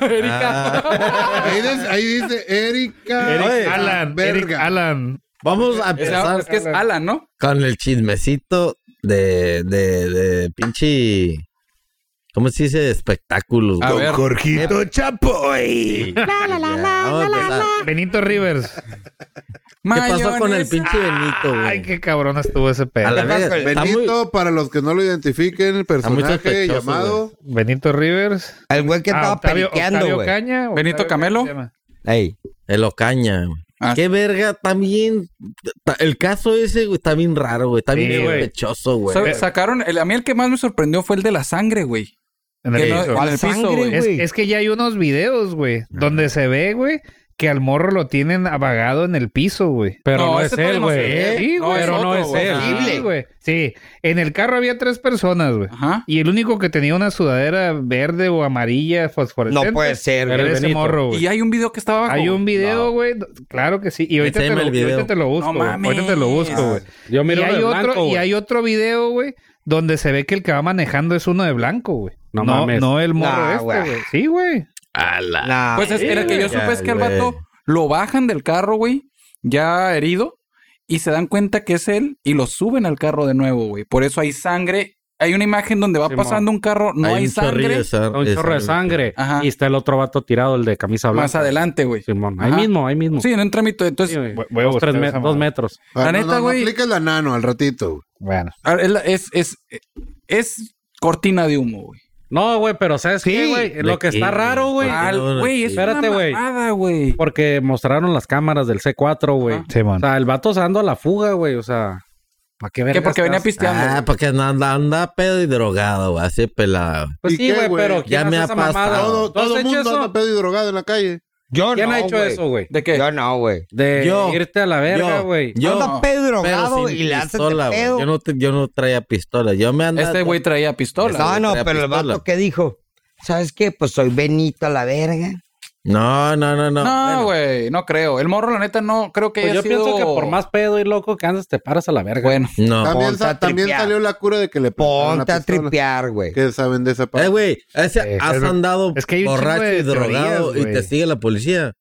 güey. Ah. Ahí, des- ahí dice Erika. Eric Oye, Alan, verga. Eric Alan. *laughs* Vamos a Es, a- empezar es que es Alan, ¿no? con el chismecito de, de, de pinche. ¿Cómo se dice? Espectáculos. A güey. ver. Jorgito Chapoy. Vamos a empezar. Benito Rivers. ¿Qué pasó con el pinche Benito, güey? Ay, qué cabrón estuvo ese pedo. A la vez. Está muy- Benito, para los que no lo identifiquen, el muy personaje sospechoso, llamado. Benito Rivers. El güey que Ah, estaba Octavio- periqueando, Octavio güey. Caña. Benito Octavio Camelo. Caña se llama. Ey, El Ocaña. güey. Ah. Qué verga, también. ta- El caso ese, güey, está bien raro, güey. Está Sí, bien güey. sospechoso, güey. Eh. Sa- Sacaron, el- a mí el que más me sorprendió fue el de la sangre, güey. En Que el no- piso. en el sangre, piso, güey. Es, güey. es que ya hay unos videos, Ah. güey, donde se ve, güey, que al morro lo tienen apagado en el piso, güey. Pero no, es ese todavía él, no se güey. ve. Sí, No, güey, es pero otro, no es güey. él. Sí, güey. Sí, en el carro había tres personas, güey. Ajá. Y el único que tenía una sudadera verde o amarilla fosforescente. No puede ser, Era güey. ese morro, Y güey. hay un video que estaba abajo. Hay un video, No. güey. Claro que sí. Y ahorita te, Enséñame lo, el video. ahorita te lo busco. No güey. mames. ahorita te lo busco, güey. Yo Y miro hay, de otro, blanco, y güey. hay otro video, güey, donde se ve que el que va manejando es uno de blanco, güey. No, No no, mames. el morro Nah, este, güey. güey. Sí, güey. A la- Nah. Pues es, Sí, era que yo güey. supe es que el Ay, vato güey. lo bajan del carro, güey, ya herido, y se dan cuenta que es él y lo suben al carro de nuevo, güey. Por eso hay sangre. Hay una imagen donde va Sí, pasando un carro, no hay, un chorrillo sangre. de sar- Un chorro de sangre. Ajá. Y está el otro vato tirado, el de camisa blanca. Más adelante, güey. Simón. Ahí Ajá. mismo, ahí mismo. Sí, en un trámite. Entonces, Sí, güey. Voy- voy a Dos, buscar tres me- esa dos madre. metros. Ah, La no, neta, no, no güey. apliques la nano al ratito. Bueno. a ver, es, la- es, es, es cortina de humo, güey. No, güey, pero ¿sabes qué, güey? ¿De Lo que qué, está güey? raro, güey. Ah, Al- no, no, Güey, es espérate, una güey. mamada, güey. Porque mostraron las cámaras del C4, güey. Ajá. Simón. O sea, el vato se ando a la fuga, güey. O sea, ¿para qué ver? Que porque venía pisteando. Ah, güey. porque anda, anda pedo y drogado, güey. Así pelado. Pues ¿Y sí, qué, güey, güey? pero ¿quién Ya hace me ha esa mamada? pasado. Todo, ¿Tú has todo el hecho mundo eso? anda pedo y drogado en la calle. Yo ¿Quién no, ha hecho güey. eso, güey? ¿De qué? Yo no, güey. De Yo. irte a la verga, Yo. güey. Yo. Anda Anda pedo drogado sin y le haces pistola, de güey. pedo. Yo no, te- yo no traía pistola. Yo me andaba. Este güey traía pistola. Exacto. No, no, traía pero el pistola. vato que dijo, ¿sabes qué? Pues soy Benito a la verga. No, no, no, no. Bueno, No, güey, no creo. El morro, la neta, no creo que Pues haya yo sido- pienso que por más pedo y loco que andas, te paras a la verga. Bueno, No. También, ponte sa- a también tripear. salió la cura de que le pasaron la Ponte a pistola. tripear, güey. Que saben de esa parte. Eh, güey, ese Eh, has es- andado es que hay un borracho chingo de y drogado teorías, y güey. te sigue la policía.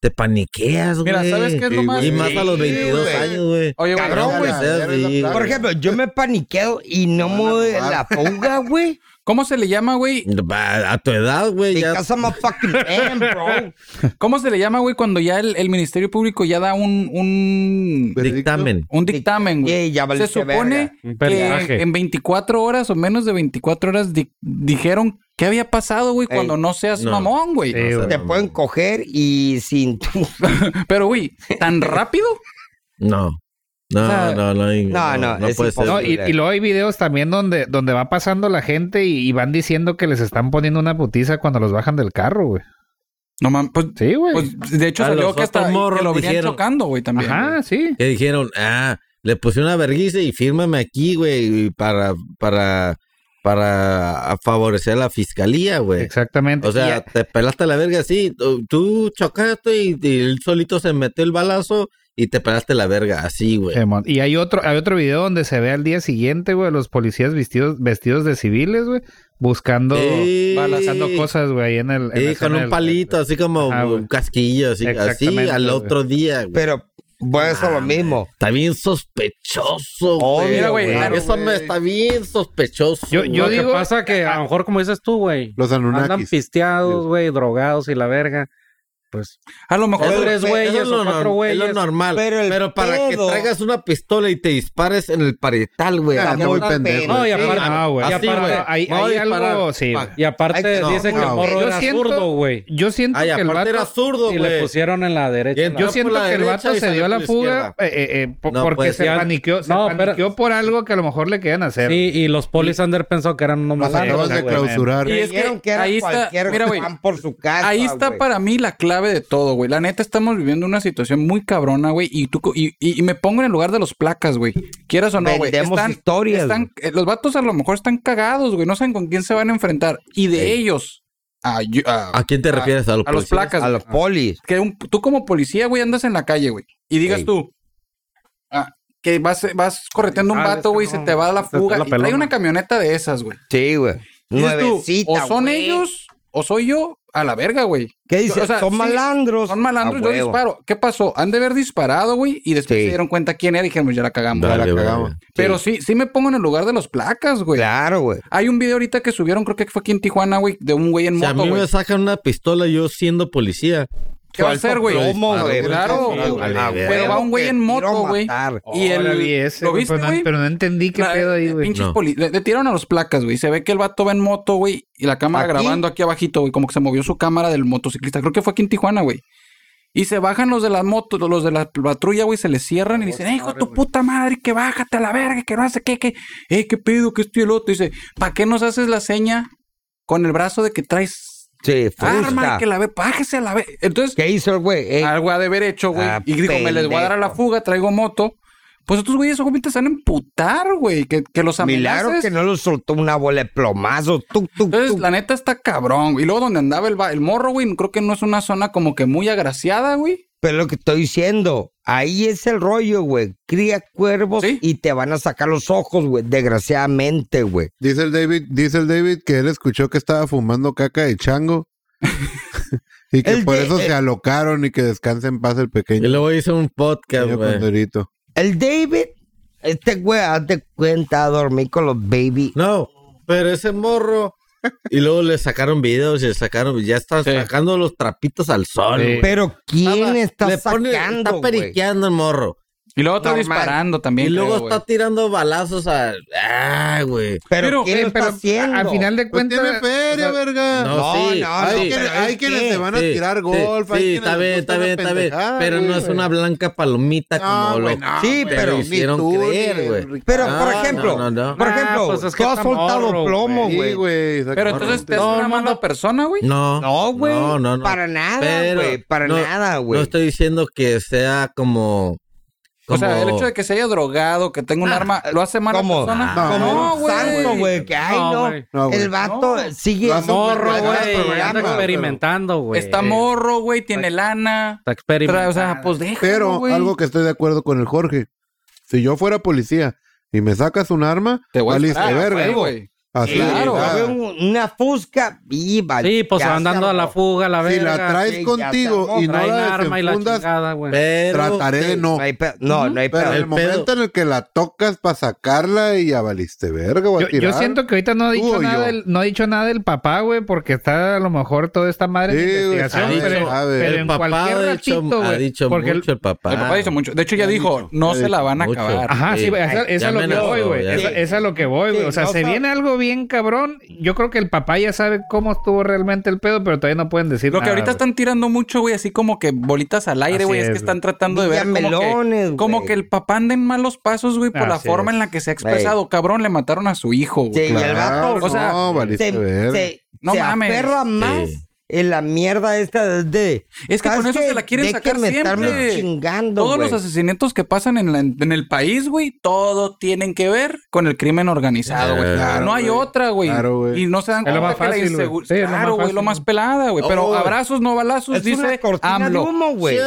Te paniqueas, güey. mira, ¿sabes qué es lo Sí, más? Y más a los Sí, 22 güey. años, güey. Oye, güey, Cabrón, no, güey. Sí, sí, Por ejemplo, yo me paniqueo y no me doy la fuga, *laughs* güey. ¿Cómo se le llama, güey? Va, A tu edad, güey, Y ya. casa más fucking *laughs* man, bro. ¿Cómo se le llama, güey, cuando ya el, el Ministerio Público ya da un, un, Dictamen. un dictamen, güey? Sí, ya Se valiste verga. supone Un que peritaje. en 24 horas o menos de 24 horas di- dijeron qué había pasado, güey, Ey. cuando no seas No. mamón, güey. Sí, güey. Te pueden coger y sin tu... Pero, güey, ¿tan rápido? No. No, O sea, no, no, no, no, no, es puede ser. imposible. No, y, y luego hay videos también donde, donde va pasando la gente y, y van diciendo que les están poniendo una putiza cuando los bajan del carro, güey. No mames, pues, Sí, güey. pues, de hecho A salió los que hasta otros morros que lo venían dijeron. chocando, güey, también. Ajá, güey. sí. Que dijeron, ah, le puse una verguisa y fírmame aquí, güey, y para, para, para favorecer a la fiscalía, güey. Exactamente. *laughs* O sea, Y a- te pelaste la verga así, tú, tú chocaste y, y él solito se metió el balazo y te pelaste la verga así, güey. Simón. Y hay otro, hay otro video donde se ve al día siguiente, güey, a los policías vestidos, vestidos de civiles, güey, buscando, Sí. balazando cosas, güey, ahí en el. en la Sí, escena con un del- palito, así como Ajá, güey. un casquillo, así, así Exactamente, al güey. otro día, güey. *laughs* Pero Bueno, eso es lo mismo. Está bien sospechoso, Oh, güey. Obvio, güey, claro, Eso me güey. está bien sospechoso. Yo- yo güey. Lo que digo- pasa que a lo mejor, como dices tú, güey, Los andan Anunnakis. pisteados, güey, drogados y la verga. Pues A lo mejor o Eso- tres eso güeyes es lo o cuatro norm- güeyes. Es lo normal. Pero Pero, el para pedo- que traigas una pistola y te dispares en el parietal, güey. Ah, está muy pendejo. No, y Sí, aparte, ah, no, güey. así, y aparte, güey. hay, Voy hay a disparar. algo, sí. Pa- güey. Y aparte Ay, no, dice que el no, morro güey. era Yo siento- zurdo, güey. Yo siento Ay, que el aparte vato, era zurdo, Y le güey. pusieron en la derecha. Bien, ¿no? yo por siento la que el derecha vato y se salió dio a la por la fuga eh, eh, eh, po- No, porque pues, se ya- paniqueó, se No, pero- paniqueó por algo que a lo mejor le querían hacer. Sí, y los polis han de haber pensado que eran unos Los acabas malandros, de güey. clausurar. Y es Creyeron que ahí está- cualquier mira, güey, fan por su casa. Ahí está güey. para mí la clave de todo, güey. La neta, estamos viviendo una situación muy cabrona, güey. Y, tú, co- y, y, y me pongo en el lugar de los placas, güey. Quieras o no, güey. Vendemos Están, historias, están- eh, los vatos a lo mejor están cagados, güey. No saben con quién se van a enfrentar. Y de ellos, a, yo- a- ¿A quién te refieres? A los, a los policías? placas. A los polis. que un- tú como policía, güey, andas en la calle, güey. Y digas Ey. tú ah, que vas, vas correteando un Ah, es vato, que güey, no, se te va a la se te fuga. va la y trae pelona. una camioneta de esas, güey. Sí, güey. Dices tú, Nuevecita, o son güey. ellos o soy yo a la verga, güey. ¿Qué dices? Yo, o sea, son sí, malandros. Son malandros, Pues, A yo huevo. disparo. ¿Qué pasó? Han de haber disparado, güey, y después Sí. se dieron cuenta quién era y dijimos, ya la cagamos. Dale, Ya la güey. cagamos. Pero sí, sí me pongo en el lugar de los placas, güey. Claro, güey. Hay un video ahorita que subieron, creo que fue aquí en Tijuana, güey, de un güey en Si a moto, mí güey. me sacan una pistola yo siendo policía. ¿Qué va a hacer, güey? Plomo, Claro, güey. Claro, Sí, güey. A Pero huevo va un güey que en te moto, quiero güey. matar. Y el- Ahora vi ese, ¿Lo güey, viste, pero, no, güey? pero no entendí qué La- pedo ahí, güey. pinches No. poli- le, le tiraron a los placas, güey. Se ve que el vato va en moto, güey, y la cámara ¿Aquí? grabando aquí abajito, güey, como que se movió su cámara del motociclista. Creo que fue aquí en Tijuana, güey. Y se bajan los de las motos, los de la patrulla, güey, se les cierran y dicen, "Eh, hijo de tu puta madre, que bájate a la verga, que no sé qué, que, eh, qué pedo, que estoy el otro. Dice, ¿para qué nos haces la seña con el brazo de que traes Sí, arma? frusca. Que la ve, bájese a la verga. Entonces, ¿Qué hizo el güey? Eh, Ey, algo ha de haber hecho, güey. Ah, y dijo, me les voy a dar a la pendejo. fuga, traigo moto. Pues estos güeyes obviamente se van a emputar, güey. Que, que los milagro amenaces. que no lo soltó una bola de plomazo. Tuc, tuc, Entonces, tuc. la neta está cabrón. güey. Y luego donde andaba el, va- el morro, güey, creo que no es una zona como que muy agraciada, güey. Pero lo que estoy diciendo, ahí es el rollo, güey. Cría cuervos Sí. y te van a sacar los ojos, güey. Desgraciadamente, güey. Dice el David, dice el David que él escuchó que estaba fumando caca de chango. *laughs* y que El por de- eso se alocaron y que descanse en paz el Yo pequeño. le voy a hacer un podcast, niño güey. Condorito. El David, este güey, hazte cuenta, dormí con los baby. No, pero ese morro. Y luego le sacaron videos, le sacaron, ya están sacando los trapitos al sol. Sí. güey. Pero ¿quién Estaba- está le pone- sacando, Está güey? periqueando el morro. Y luego está Normal. disparando también. y luego creo, está güey. tirando balazos a. ¡Ah, güey! Pero, Pero, Eh, ¿quién Sí, lo está haciendo? Al final de Pues cuentas. tiene feria, o sea, verga. No, sí, no, hay no, quienes- pero hay es quienes que- te van a Sí, tirar sí, golf. hay Sí, quienes está les bien, gusta está la bien, está bien. pendejada, Pero no güey. es una blanca palomita No, como güey, lo no, Sí, güey, pero ni hicieron tú, ni creer, el güey. Ricardo. Pero, por Ah, ejemplo, no, no, no. por Ah, ejemplo, pues es tú que has está soltado morro, plomo, Sí, güey. güey. Pero exactamente. entonces te es No, una no, mala no. persona, güey. No. No, güey. No, no, no. Para nada, Pero güey. Para no- nada, güey. No estoy diciendo que sea como. O sea, el como- hecho de que se haya drogado, que tenga un arma, lo hace mala ¿cómo? persona. Ah, Como no, un santo, güey. Que, ay, No, no. güey. No, güey. el vato sigue. Lo hace un Morro, Ah, güey. programa, Anda pero- experimentando, güey. Está morro, güey, tiene lana. Está Trae- experimentando. O sea, pues déjalo, Pero güey. algo que estoy de acuerdo con el Jorge. Si yo fuera policía y me sacas un arma, Te voy a valiste disparar, verga. güey. Así Claro, es, fue ah, un- una fusca viva. Sí, pues ya andando se a la armó. fuga, la Si verga. la traes sí, ya contigo se y no Traen la arma y la desenfundas, chingada, güey. Pero- trataré de no. No hay pedo. No, no hay Pero pedo. en el el momento en el que la tocas para sacarla y ya valiste verga o a Yo, yo tirar. siento que ahorita no ha Tú o yo. dicho nada del, no ha dicho nada del papá, güey, porque está a lo mejor toda esta madre Sí, en güey, investigación, sabe, pero, sabe. pero El en papá cualquier ha dicho- ratito, güey. ha dicho porque el- mucho el papá. El papá dice mucho. De hecho, ya dijo, no se la van a mucho. acabar. Ajá, sí, Sí. güey, esa, Ay, esa eh, ya es lo que amenazó, voy, güey. ya. Esa, esa es lo que voy, güey. Sí, o sea, no se sabe. viene algo bien cabrón. Yo creo que el papá ya sabe cómo estuvo realmente el pedo, pero todavía no pueden decir Lo que nada, ahorita güey. están tirando mucho, güey, así como que bolitas al aire, Así güey. Es, es, que güey. están tratando de ver como Villamelones, que, güey. como que el papá anda en malos pasos, güey, por la Así forma es. en la que se ha expresado. Cabrón, le mataron a su hijo, Sí, güey. y el vato, Claro, o sea, no, valiste se, verga. se- No se mames. aferra más Sí. en la mierda esta de... Es que ¿sabes con eso qué? se la quieren Déjenme sacar estarme siempre. chingando, Todos güey. los asesinatos que pasan en, la- en el país, güey, todo tienen que ver con el crimen organizado, güey. Claro, no hay güey. otra, güey. Claro, güey. y no se dan Es lo cuenta más que la fácil, güey. insegu- Sí, es lo más claro, güey, fácil, lo más pelada, güey. Pero Oh. abrazos, no balazos, Es una Pues dice cortina AMLO. de humo, güey.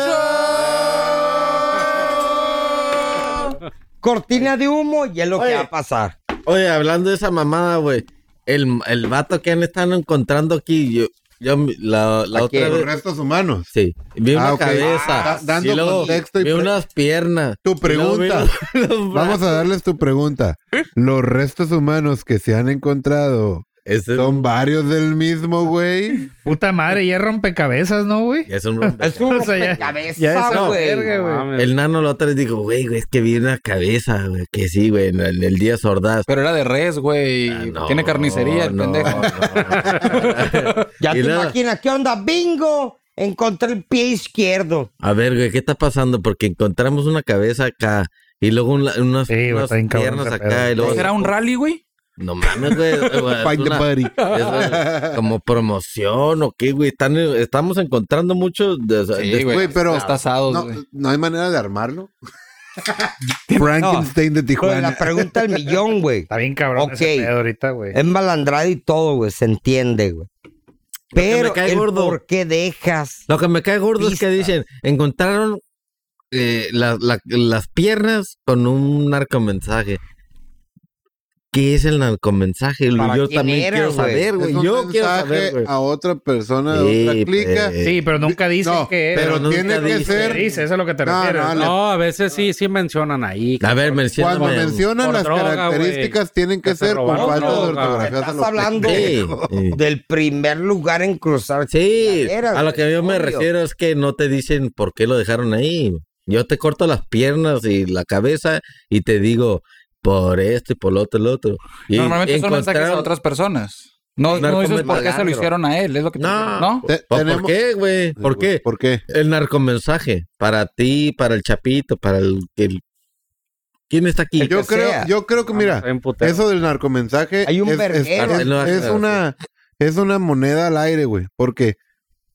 Cortina de humo y es lo que Oye. va a pasar. Oye, hablando de esa mamada, güey. El, el vato que han estado encontrando aquí, yo, yo mi- la, la ¿A otra quién? vez- Los restos humanos. Sí. Vi una Ah, ok. cabeza. Ah, dando y luego contexto y vi pre- unas piernas. Tu y luego vi pregunta. los- *laughs* los Vamos a darles tu pregunta. Los restos humanos que se han encontrado Ese es, son varios del mismo, güey. Puta madre, ya rompecabezas, ¿no, güey? es un *laughs* rompe- *laughs* Es un O sea, ya- ya rompecabezas, esa güey. verga, güey. Mames. El nano la otra vez dijo, güey, güey, es que vi una cabeza, güey, que sí, güey, en el, el día sordaz. Pero era de res, güey. Ah, no, Tiene carnicería, el no, pendejo. *laughs* no. Ya Y te nada. imaginas, ¿qué onda? ¡Bingo! Encontré el pie izquierdo. A ver, güey, ¿qué está pasando? Porque encontramos una cabeza acá y luego un la- unas, Sí, güey, unas está bien cabrón piernas ese acá pedo. y luego... ¿Era un rally, güey? No mames, güey. *laughs* es- es Fight the una- *laughs* party. es como promoción o qué, güey. Están- estamos encontrando mucho... de- de- Sí, Güey, güey. pero- Está asado, No, güey. no hay manera de armarlo. Frankenstein de Pero la Tijuana. pregunta del millón, güey. *laughs* Está bien cabrón ese Ok. pedo ahorita, güey. Eh, Es malandrada y todo, güey. Se entiende, güey. que me Pero cae el gordo. por qué dejas. Lo que me cae gordo es que Pista. dicen, encontraron eh, la- la- las piernas con un narcomensaje. ¿Qué es el narcomensaje? ¿Para Yo quién también era, quiero güey? saber, Es güey. un Yo quiero saber, mensaje güey. a otra persona de Sí, otra clica. pues. Sí, pero nunca dicen No, que es. pero, Pero nunca tiene que dice. ser. ¿Qué dice? Eso es lo que te No, refieres. no, ¿no? le- No, a veces sí, sí mencionan ahí. A ver, Cuando mencióname. mencionan por las droga, características, tienen que Que se ser con robaron falta de droga. ortografía. Estás Lo- hablando Sí, sí. del primer lugar en cruzar. Sí, chingaderas, a lo güey, que yo me obvio. refiero es que no te dicen por qué lo dejaron ahí. Yo te corto las piernas y la cabeza y te digo por esto y por lo otro, lo otro. Y Normalmente son mensajes a encontraron- otras personas. No, Sí, no dices narcomensajes. por qué se lo hicieron a él, es lo que te No. ¿No? Te- Pues, ¿Por- tenemos- ¿Por qué, güey? ¿Por qué? ¿Por qué? El narcomensaje. Para ti, para el chapito, para el... el- ¿Quién está aquí? El- Yo que creo, sea. yo creo que, mira, eso del narcomensaje Hay un es, es- verguero. es- Ah, no, es claro, una es una moneda al aire, güey, porque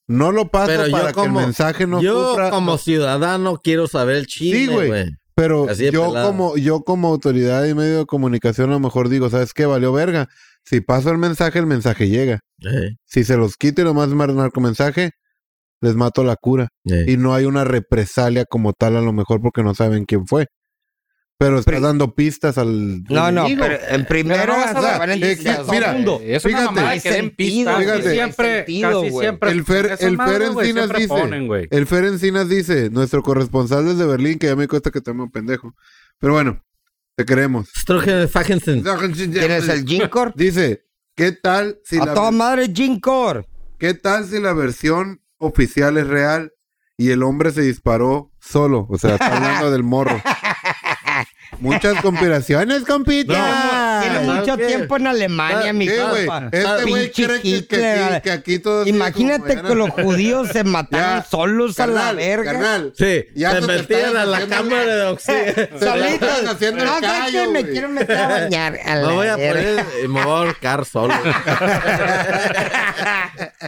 no lo paso Pero yo para que como- el mensaje no yo sufra, como ciudadano quiero saber el Sí, chisme, güey. güey. pero así de yo pelada. como yo como autoridad y medio de comunicación a lo mejor digo, ¿sabes qué? Valió verga. Si paso el mensaje, el mensaje llega. Eh, Si se los quito y nomás mar- narcomensaje, les mato la cura. eh. y no hay una represalia como tal a lo mejor porque no saben quién fue. Pero estás Pero- dando pistas al No, no, enemigo. pero en primera Pero no vas a se dar- van a eh, entender que- todo mira, el mundo. Es una fíjate. mamada que den pistas. Fíjate. Casi Fíjate. siempre, Sentido, casi güey. siempre. El Fer- esa el madre, Fer güey, Encinas siempre dice- ponen, güey. El Fer Encinas dice, nuestro corresponsal desde Berlín, que ya me cuesta que te llamo pendejo. Pero bueno, te queremos. Stroge- Fagensen. ¿Tienes el Gincor? Dice, ¿qué tal si A toda la madre Gincor. qué tal si la versión oficial es real y el hombre se disparó solo? O sea, está hablando del *laughs* morro. Muchas conspiraciones, compita. Tiene mucho ¿sabes qué? tiempo en Alemania, Ah, mi Sí, Ah, güey. compa. Este güey Pinche cree que, que Hitler, aquí, ale- que aquí todos... Imagínate que los judíos se mataron *laughs* Ya, solos a la verga. Carnal, Sí, Ya se se te metían está a la haciendo- cámara de oxígeno. Solitos. estás haciendo el No, ¿sabes callo, qué? me güey. quiero meter a bañar. *laughs* a la Me voy a verga. poner, eh, me voy a ahorcar solo.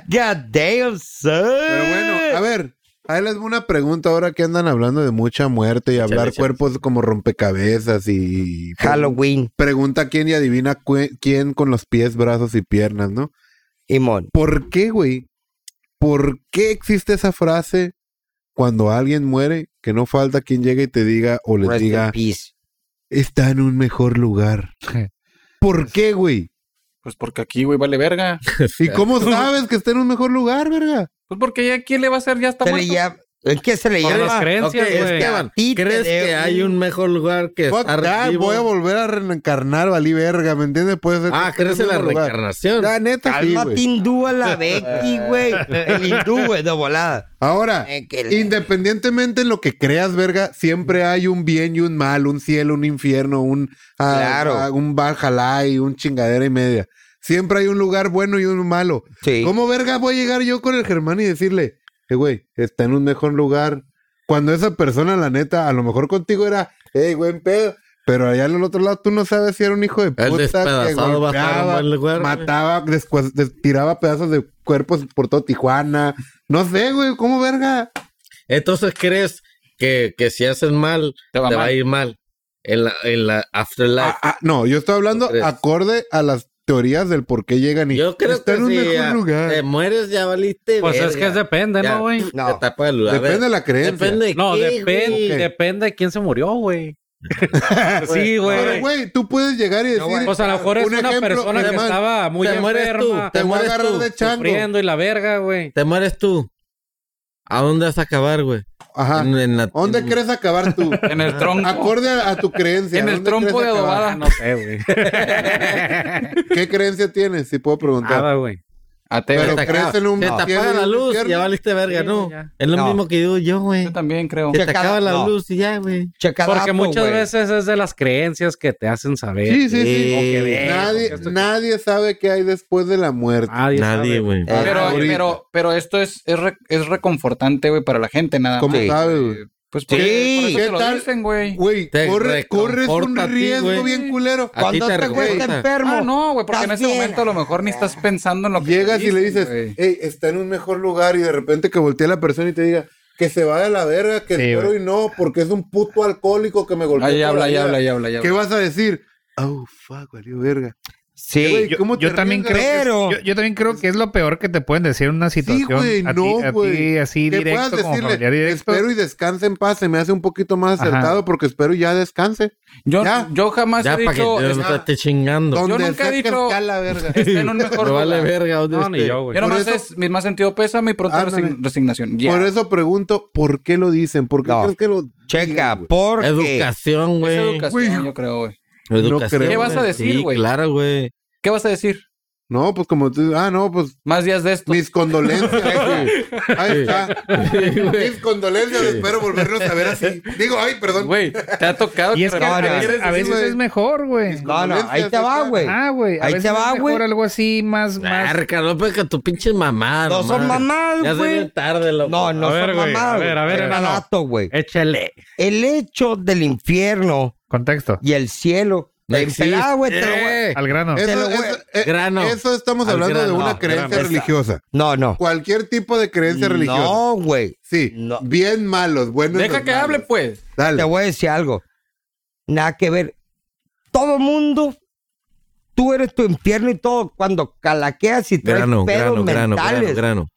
God damn, son. Pero bueno, a ver, ahí les voy una pregunta ahora que andan hablando de mucha muerte y hablar échale. cuerpos como rompecabezas y... Halloween, Pregunta quién y adivina cu- quién con los pies, brazos y piernas, ¿no? Imón. ¿Por qué, güey? ¿Por qué existe esa frase cuando alguien muere que no falta quien llegue y te diga o les Rest in diga peace. está en un mejor lugar? ¿Por qué, güey? Pues porque aquí, güey, vale verga. ¿Y cómo sabes que está en un mejor lugar, verga? Pues porque ya, ¿quién le va a hacer? Ya está Se le muerto. llama- Es que se le Por las llama. creencias, Ok, güey. Esteban, Títere ¿crees de que un- hay *laughs* un mejor lugar que Fuck estar that, vivo? voy a volver a reencarnar, valí verga, ¿me entiendes? Puede ser. que Ah, esté en ¿crees en el la mismo lugar. reencarnación? Ya, neta, sí, Cálmate güey. hindú *laughs* a la Becky, güey. El hindú, güey, de volada. Ahora, Eh, que la- independientemente de lo que creas, verga, siempre hay un bien y un mal, un cielo, un infierno, un, ah, Claro. ah, un barjalá y un chingadera y media. Siempre hay un lugar bueno y un malo. Sí. ¿Cómo verga voy a llegar yo con el Germán y decirle, eh, güey, está en un mejor lugar? Cuando esa persona, la neta, a lo mejor contigo era, hey, buen pedo. Pero allá en el otro lado tú no sabes si era un hijo de puta que despedazado va a estar en golpeaba, buen lugar, güey. mataba, descua- des- tiraba pedazos de cuerpos por todo Tijuana. No sé, güey, ¿cómo verga? Entonces, ¿crees que, que si haces mal, te va, va mal. a ir mal? En la, en la afterlife. Ah, ah, no, yo estoy hablando ¿Tú crees? acorde a las teorías del por qué llegan y Yo creo está que en un si mejor ah, lugar. te mueres, ya valiste. Pues es que verga. depende, Ya, ¿no, güey? te No. tapa el lugar. A Depende ver, de la creencia. Depende de No, qué, depende, güey. güey. depende de quién se murió, güey. Sí, Pero, güey. güey, tú puedes llegar y decir. O sea, a lo mejor es un una ejemplo, persona que Germán, estaba muy te mueres tú, enferma, Te voy a mueres agarrar tú, de chango. sufriendo y la verga, güey. Te mueres tú. ¿A dónde vas a acabar, güey? Ajá. En- en la- Ah. ¿Dónde en- crees acabar tú? En el tronco. Acorde a, Ah, pues, a tu creencia. En el ¿dónde trompo de crees acabar? adobada. No *laughs* sé, güey. ¿Qué creencia tienes? Si puedo preguntar. Nada, güey. Ateo. Pero te crees acaba- en un Se te izquierdo apaga y la un luz y izquierdo. ya valiste verga, Sí, ¿no? güey, ya. Es lo No. mismo que digo yo, güey. Yo también creo. Se te Checa- acaba la no. luz y ya, güey. Checa Porque datos, muchas güey. veces es de las creencias que te hacen saber. Sí, sí, sí. Eh, O que ves, o Nadie, que esto- Ah, nadie sabe qué hay después de la muerte. Nadie, Nadie, sabe. güey. Eh, Pero, Ah, ahorita. pero, pero esto es, es, re- es reconfortante, güey, para la gente, nada ¿Cómo más. Sí. sabes, güey? Pues porque- Sí. por eso ¿Qué te lo tal? dicen, güey. Güey, Te corre- corres un reconforta a ti, riesgo güey. bien culero. A ti Cuando te este güey está reconforta. enfermo. Ah, no, güey, porque en estás ese bien. momento a lo mejor ni estás pensando en lo que te Llegas y le dicen, dices, güey. hey, está en un mejor lugar y de repente que voltea la persona y te diga que se vaya a la verga, que Sí, espero y no, porque es un puto alcohólico que me golpeó. Ahí toda habla, la ahí vida". habla, ahí habla, ahí habla. ¿Qué vas a decir? Oh, fuck, valió verga. Sí. Güey, Eh, Yo, ¿cómo yo te también creo arriesgas? que es- Pero- yo, yo también creo que es lo peor que te pueden decir en una situación güey, a ti- no, a ti güey. así Que directo puedas como decirle, familiar directo. espero y descanse en paz, se me hace un poquito más Ajá. acertado porque espero y ya descanse. Yo, Ya. yo jamás Ya he para que dicho, te- está, te chingando. Donde nunca he sea que dicho- este esté a la verga. está en un mejor No vale lugar. verga. ¿dónde No, ni esté? yo, güey. Yo nomás Por eso- es mi más sentido pésame y pronta Ándale. resign- resignación. Ya. Por eso pregunto, ¿por qué lo dicen? ¿Por qué No. crees que lo Checa, porque. Educación, es güey. educación, yo creo, güey. Educación. creo. ¿Qué vas a güey. decir, Sí, güey? claro, güey. ¿Qué vas a decir? No, pues como tú, ah, no, pues Más días de esto. mis condolencias. güey. Ahí está. Mis condolencias, espero volverlos a ver así. Digo, ay, perdón. Güey, te ha tocado. Y es que No, a no, veces, a veces güey. es mejor, güey. No, no, ahí te va, güey. Ah, güey. a Ahí te veces va, es güey. mejor algo así más, más. Arca, no que tu pinche mamá. No son Ya mamadas, se ve güey. tarde, loco. No, no A ver, son güey, mamadas. a ver, a ver, güey. Checa enano. datos, güey. Échale. El hecho del infierno Contexto. y el cielo. No el existe. pelado, güey, te lo voy- Eh, Al grano. Eso, Te lo voy- eso- eh, grano. eso estamos Al hablando de grano, una no, creencia grano. religiosa. No, no. Cualquier tipo de creencia religiosa. No, güey. Sí, No. bien malos, buenos. Deja los que hable, malos. pues. Te Dale. voy a decir algo. Nada que ver. Todo mundo, tú eres tu infierno y todo. Cuando calaqueas y traes grano, pedos grano, grano, mentales, grano, grano.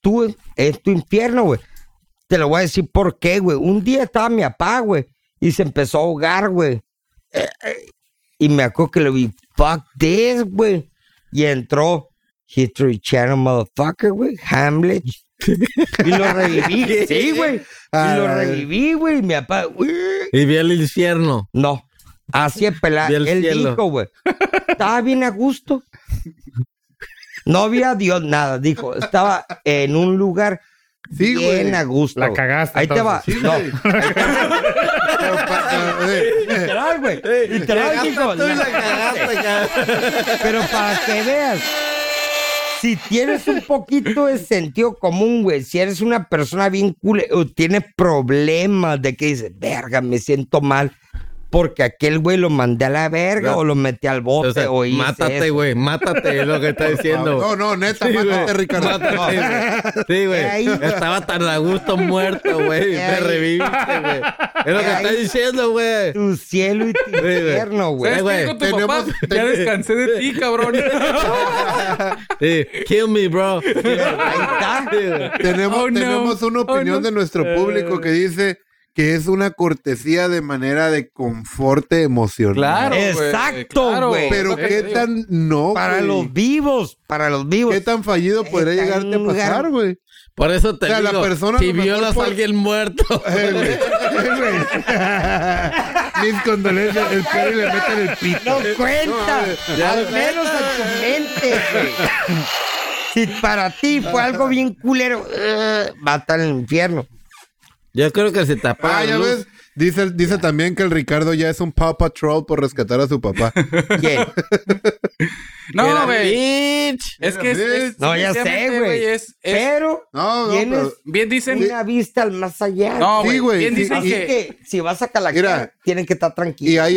tú es- es tu infierno, güey. Te lo voy a decir por qué, güey. Un día estaba mi papá, güey, y se empezó a ahogar, güey. Eh, eh, Y me acuerdo que le vi, fuck this, güey. Y entró History Channel, motherfucker, güey, Hamlet. y lo reviví, sí, güey. Y lo reviví, güey. Y Mi papá, "Uy". Y vi el infierno. No. Así es pelado. Vi el Él cielo. dijo, güey. Estaba bien a gusto. No había Dios nada. Dijo, estaba en un lugar Sí, güey. bien a gusto. La güey. cagaste, Ahí te va. entonces. no. güey. Pero pa- eh, eh, Literal, güey. Literal, dijo. "La cagaste". Pero para que veas. Si tienes un poquito de sentido común, güey, si eres una persona bien cool o tienes problemas de que dices, verga, me siento mal porque aquel güey lo mandé a la verga No. o lo metí al bote O sea, o hice mátate, esto". güey. Mátate, es lo que está diciendo. No, no, neta, Sí, güey. mátate, Ricardo. Mátate, güey. Sí, Ahí. güey. Estaba tan a gusto muerto, güey. Me Ahí. reviviste, güey. Es lo que Ahí. está diciendo, güey. Tu cielo y tu güey. infierno, güey. Eh, ¿Sabes güey, qué dijo tu tenemos- *laughs* papá? Ya descansé de ti, cabrón. Sí, kill me, bro. Ahí está. Sí, güey. Tenemos, Oh, no. tenemos una opinión no. de nuestro público que dice que es una cortesía de manera de conforte emocional. Claro, güey. Exacto, Claro, güey. es Pero lo que qué te digo. tan no, Para güey. los vivos, para los vivos. qué tan fallido Qué podría tan llegarte a lugar. pasar, güey. Por eso te O sea, la digo, persona a si lo mejor violas por- a alguien muerto, *laughs* Eh, güey. Eh, güey. Mis condolencias, el perro y le meten el pito. No cuenta. al menos a tu mente, güey. Si para ti fue algo bien culero, eh, va a estar en el infierno. *laughs* yo creo que se tapa. Ah, ya ves. Dice, dice también que el Ricardo ya es un Paw Patrol por rescatar a su papá. Bien. No, güey. Bitch. Es que es- es- No, ya sé, definitivamente, güey. Es, es- Pero No, no, tienes pero- bien dicen. una vista al más allá. No, Sí, güey. güey, bien sí, dicen Así que. que si vas a calaquear, Mira. tienes que estar Y tranquilo. hay,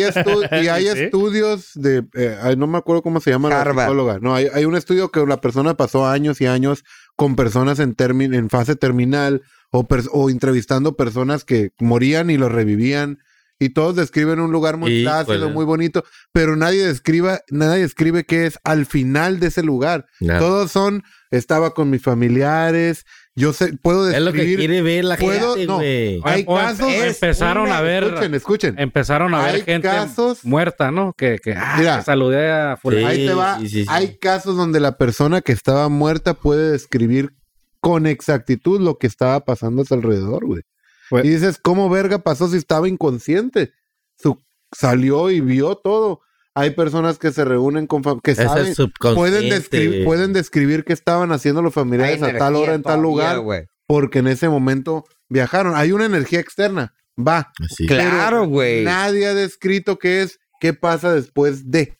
*laughs* estu- y hay Sí. estudios de, eh, ay, no me acuerdo cómo se llama la Harvard. psicóloga. No, hay, hay un estudio que la persona pasó años y años con personas en, termi- en fase terminal o, pers- o entrevistando personas que morían y los revivían. Y todos describen un lugar muy Híjole. plácido, muy bonito, pero nadie describa, nadie describe qué es al final de ese lugar. No. Todos son, estaba con mis familiares, Yo sé, puedo Es describir... lo que quiere ver la puedo- gente, no. güey. Hay O em- casos- empezaron es una- a ver. Escuchen, escuchen. Empezaron a Hay ver gente casos- muerta, ¿no? Que, que, ah, Mira. que saludé a fulano. Ahí te va. sí, sí, sí. Hay casos donde la persona que estaba muerta puede describir con exactitud lo que estaba pasando a su alrededor, güey. Pues- y dices, ¿cómo verga pasó si estaba inconsciente? Su- salió y vio todo. Hay personas que se reúnen con fam- que Es el saben, subconsciente, pueden, descri- güey. pueden describir qué estaban haciendo los familiares a tal hora en tal lugar, güey. porque en ese momento viajaron. Hay una energía externa. Va, Así. Claro, güey. Nadie ha descrito qué es, qué pasa después de,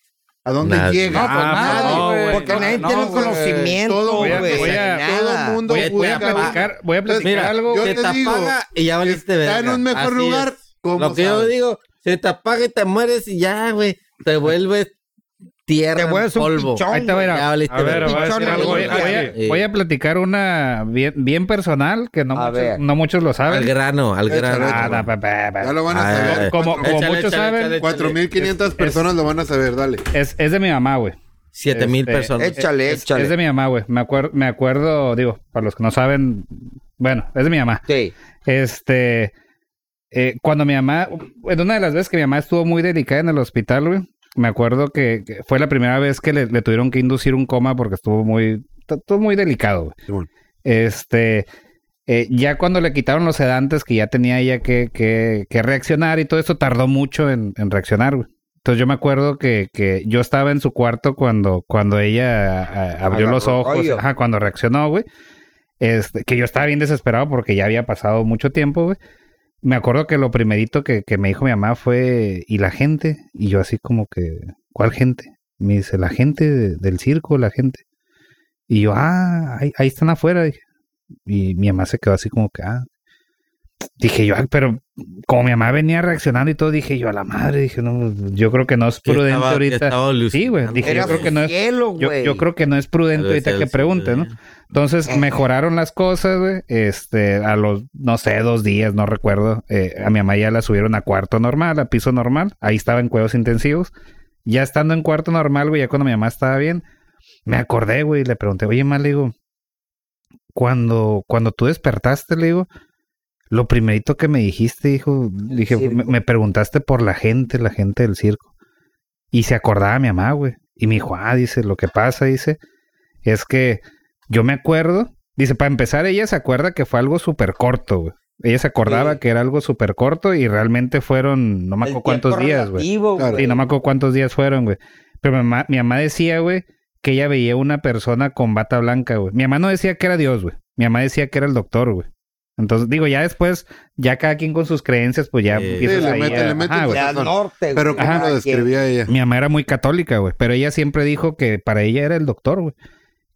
a dónde Nadie. llega. No, pues Ah, nadie, no, güey. güey. Porque nadie No, tiene güey. conocimiento, Todo- güey. voy a- voy a- de nada. todo mundo Voy a, voy a busca- platicar, voy a platicar Mira, algo. yo se te te digo, apaga y ya valiste está verga. en un mejor Así lugar, es. ¿cómo Lo que yo sabes? digo, se te apaga y te mueres y ya, güey. Te vuelves tierra, Te vuelves un polvo. pichón, Ahí te va, güey. mira. Ya valiste A ver, verga. voy a decir Pichón, algo. Voy a- güey. voy a- Eh, voy a platicar una bien, bien personal que no A muchos, ver. no muchos lo Al saben. grano, al Échale, grano. échale. Ah, da, pa, pa, pa. Ya lo van a Ah, saber. eh, Como, como Échale, muchos échale, saben, échale, échale. 4.500 personas lo van a saber, dale. Es, es de mi mamá, güey. Siete mil Este, personas. Échale, Es de échale. mi mamá, güey. Me, acuer- me acuerdo, digo, para los que no saben, bueno, es de mi mamá. Sí. Este, eh, cuando mi mamá, en una de las veces que mi mamá estuvo muy delicada en el hospital, güey, me acuerdo que, que fue la primera vez que le, le tuvieron que inducir un coma porque estuvo muy, estuvo muy delicado, güey. Simón. Este, eh, ya cuando le quitaron los sedantes, que ya tenía ella que, que- que reaccionar y todo esto tardó mucho en, en reaccionar, güey. Entonces yo me acuerdo que, que yo estaba en su cuarto cuando, cuando ella a- a- abrió Agarró los ojos, rollo. ajá, cuando reaccionó, güey. Este, que yo estaba bien desesperado porque ya había pasado mucho tiempo, güey. Me acuerdo que lo primerito que, que me dijo mi mamá fue, ¿y la gente? Y yo así como que, ¿cuál gente? Me dice, la gente de- del circo, la gente. Y yo, ah, ahí, ahí están afuera. dije. Y mi mamá se quedó así como que, ah. Dije yo, "Ay, pero como mi mamá venía reaccionando y todo, dije yo, a la madre, dije, no, yo creo que no es Que prudente estaba- que ahorita. estaba Sí, güey, alucinando. dije, yo Era creo que no es, cielo, yo, güey. yo creo que no es prudente Tal vez ahorita que alucinando, pregunte, ¿no? ya. Entonces mejoraron las cosas, güey. Este, a los, no sé, dos días, no recuerdo. eh, a mi mamá ya la subieron a cuarto normal, a piso normal. Ahí estaba en cuidados intensivos. Ya estando en cuarto normal, güey, ya cuando mi mamá estaba bien, me acordé, güey, y le pregunté, oye, mamá, le digo, cuando, cuando tú despertaste, le digo, lo primerito que me dijiste, hijo, dije, circo. me, me preguntaste por la gente, la gente del circo. Y se acordaba mi mamá, güey. Y me dijo, ah, dice, lo que pasa, dice, es que yo me acuerdo. Dice, para empezar, ella se acuerda que fue algo súper corto, güey. Ella se acordaba Sí. que era algo súper corto y realmente fueron, no me acuerdo cuántos días, güey. Claro. Sí, no me acuerdo cuántos días fueron, güey. Pero mi mamá, mi mamá decía, güey, que ella veía una persona con bata blanca, güey. Mi mamá no decía que era Dios, güey. Mi mamá decía que era el doctor, güey. Entonces, digo, ya después, ya cada quien con sus creencias, pues ya Sí. Sí, empiezas le ahí mete, a- le mete. ajá, güey. cosas, Al ¿no? norte, Pero güey. ¿cómo lo describía ella? Mi mamá era muy católica, güey, pero ella siempre dijo que para ella era el doctor, güey.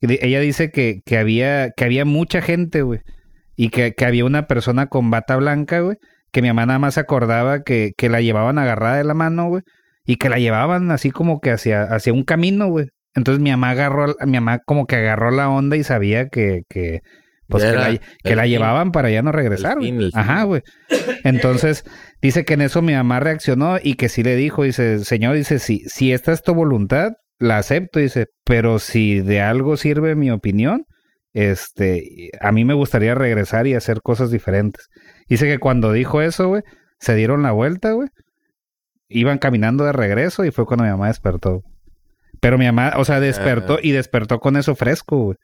Y di- Ella dice que, que había, que había mucha gente, güey, y que, que había una persona con bata blanca, güey, que mi mamá nada más acordaba que, que la llevaban agarrada de la mano, güey, y que la llevaban así como que hacia, hacia un camino, güey. Entonces mi mamá agarró, mi mamá como que agarró la onda y sabía que, que, pues, Ya que era la, que el la fin. llevaban para ya no regresar, El güey. fin, el fin. Ajá, güey. Entonces, dice que en eso mi mamá reaccionó y que sí le dijo, dice, señor, dice, si, si esta es tu voluntad, la acepto, dice, pero si de algo sirve mi opinión, este, a mí me gustaría regresar y hacer cosas diferentes. Dice que cuando dijo eso, güey, se dieron la vuelta, güey, iban caminando de regreso y fue cuando mi mamá despertó. Pero mi mamá, o sea, despertó Ah. y despertó con eso fresco, güey.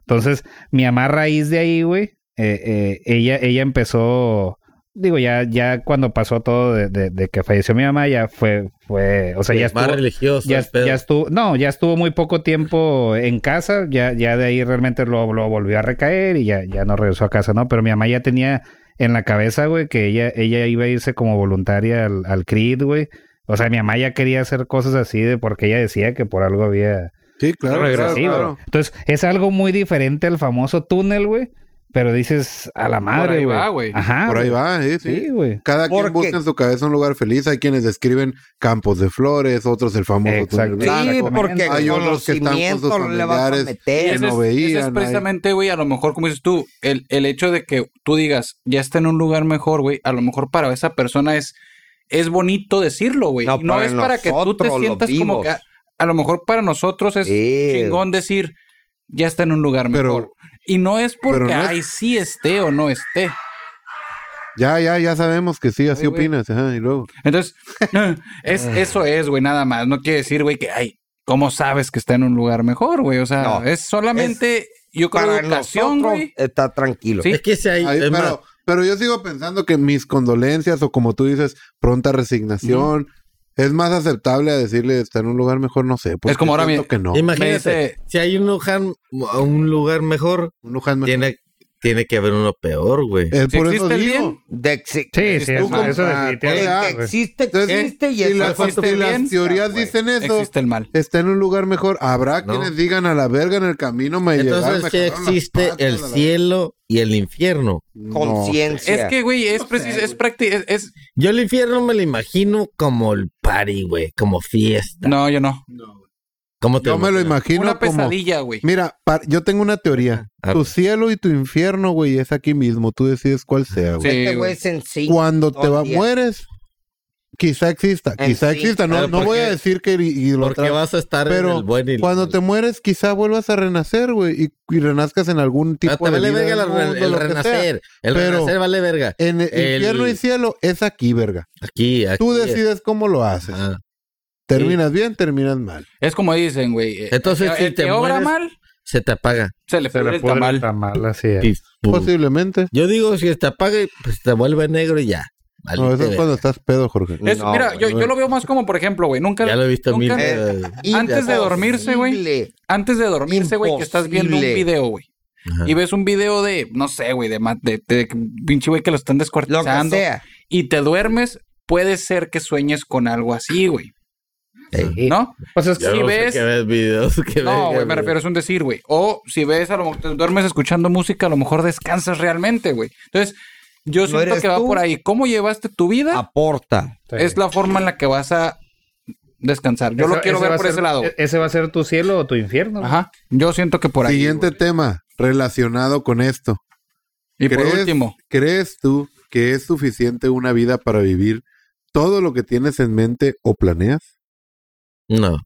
Entonces, mi mamá a raíz de ahí, güey, eh, eh, ella, ella empezó, digo, ya, ya cuando pasó todo de, de- de que falleció mi mamá, ya fue, fue, o sea, ya más estuvo, religioso. ya, el pedo. ya estuvo, no, ya estuvo muy poco tiempo en casa, ya, ya de ahí realmente lo, lo volvió a recaer y ya, ya no regresó a casa, ¿no? Pero mi mamá ya tenía en la cabeza, güey, que ella, ella iba a irse como voluntaria al, al CRID, güey. O sea, mi mamá ya quería hacer cosas así de porque ella decía que por algo había... Sí, claro, claro, Sí, güey. claro. Entonces, es algo muy diferente al famoso túnel, güey. Pero dices, a la madre, ahí güey. va, güey. Ajá. Por ahí güey. va, eh, sí. Sí, güey. Cada quien Porque- busca en su cabeza un lugar feliz. Hay quienes describen campos de flores, otros el famoso Exacto. túnel blanco. Sí, porque Hay con otros los que están con sus cimientos le vas a familiares. Y que meter. no ese es- ese veían, es ahí. precisamente, güey, a lo mejor, como dices tú, el, el hecho de que tú digas, ya está en un lugar mejor, güey, a lo mejor para esa persona es, es bonito decirlo, güey. No, Y No, para es para que tú te nosotros, los sientas como vivos. que a, a lo mejor para nosotros es Sí. chingón decir, ya está en un lugar Pero- mejor. Y no es porque, Pero no es- ay, sí esté o no esté. Ya, ya, ya sabemos que sí, así Ay, güey. opinas. Ajá, y luego. Entonces, *laughs* es, Ah. eso es, güey, nada más. No quiere decir, güey, que, ay, ¿cómo sabes que está en un lugar mejor, güey? O sea, No, es solamente, yo creo, Para educación, nosotros güey. está tranquilo. Sí. Es que si hay. Ahí, es más, pero, pero yo sigo pensando que mis condolencias o como tú dices, pronta resignación, es más aceptable a decirle está en un lugar mejor, no sé. porque Es como ahora siento mi- que no. imagínate, me dice- si hay un lugar, un lugar mejor, Un lugar mejor. tiene, tiene que haber uno peor, güey. Es Si por eso existe el digo. bien, De exi- Sí, sí, Tú eso, compras, eso definitivamente. o sea, de que existe, Entonces, existe y si eso las, es si las bien, teorías güey. dicen eso, existe el mal. está en un lugar mejor. Habrá No. quienes digan a la verga en el camino me llegaron, me Entonces, ¿qué jalaron las existe patas, el a la- cielo y el infierno? Conciencia. Es que, güey, es preciso, es práctico, es, es- Yo el infierno me lo imagino como el party, güey, como fiesta. No, yo no. ¿Cómo te Yo me lo imagino Una como... pesadilla, güey. Mira, par- yo tengo una teoría. A Tu ver. cielo y tu infierno, güey, es aquí mismo. Tú decides cuál sea, güey. Sí, este güey. güey es sencillo. Cuando te todo va, el día. mueres, quizá exista, En quizá sí. exista. No, Pero no ¿por voy qué? a decir que y- y lo Porque tra- vas a estar en pero el buen y el cuando mal. te mueres, quizá vuelvas a renacer, güey, y, y renazcas en algún Ah, tipo te de vale vida verga del la- mundo, el, el lo que sea. renacer. El Pero- renacer vale verga. En el El- infierno y cielo es aquí, verga. Aquí, aquí. Tú es. decides cómo lo haces. Ah. Terminas bien, terminas mal. Es como dicen, güey. eh, Entonces, el si el te que obra mueres- mal, Se te apaga. se le Se pone le el pone tamal. tan mal así. es. Pif, pum. Pues Posiblemente. Yo digo, si te apaga, pues te vuelve negro y ya. Valiste No, eso es verga. cuando estás pedo, Jorge. Es- No, mira, güey. yo, yo lo veo más como, por ejemplo, güey, nunca, Ya lo he visto mil nunca- veces. antes de dormirse, güey. Imposible. Antes de dormirse, güey, que estás viendo un Imposible. video, güey. Ajá. Y ves un video de, no sé, güey, de, ma- de, de, pinche güey que lo están Lo que descuartizando. sea. Y te duermes, puede ser que sueñes con algo así, güey. Sí. ¿No? Pues es Yo Si no sé ves- que ves videos que No, verga, güey, me refiero, es un decir, güey. O si ves, a lo mejor te duermes escuchando música, a lo mejor descansas realmente, güey. Entonces, yo No siento eres que va tú. por ahí. ¿Cómo llevaste tu vida? Aporta. Ah, Sí. Es la forma en la que vas a descansar. Yo lo Ese- quiero ese ver va a por ser- ese lado. e- Ese va a ser tu cielo o tu infierno. güey. Ajá. Yo siento que por ahí. Siguiente güey. tema relacionado con esto. Y por último. ¿Crees tú que es suficiente una vida para vivir todo lo que tienes en mente o planeas? No.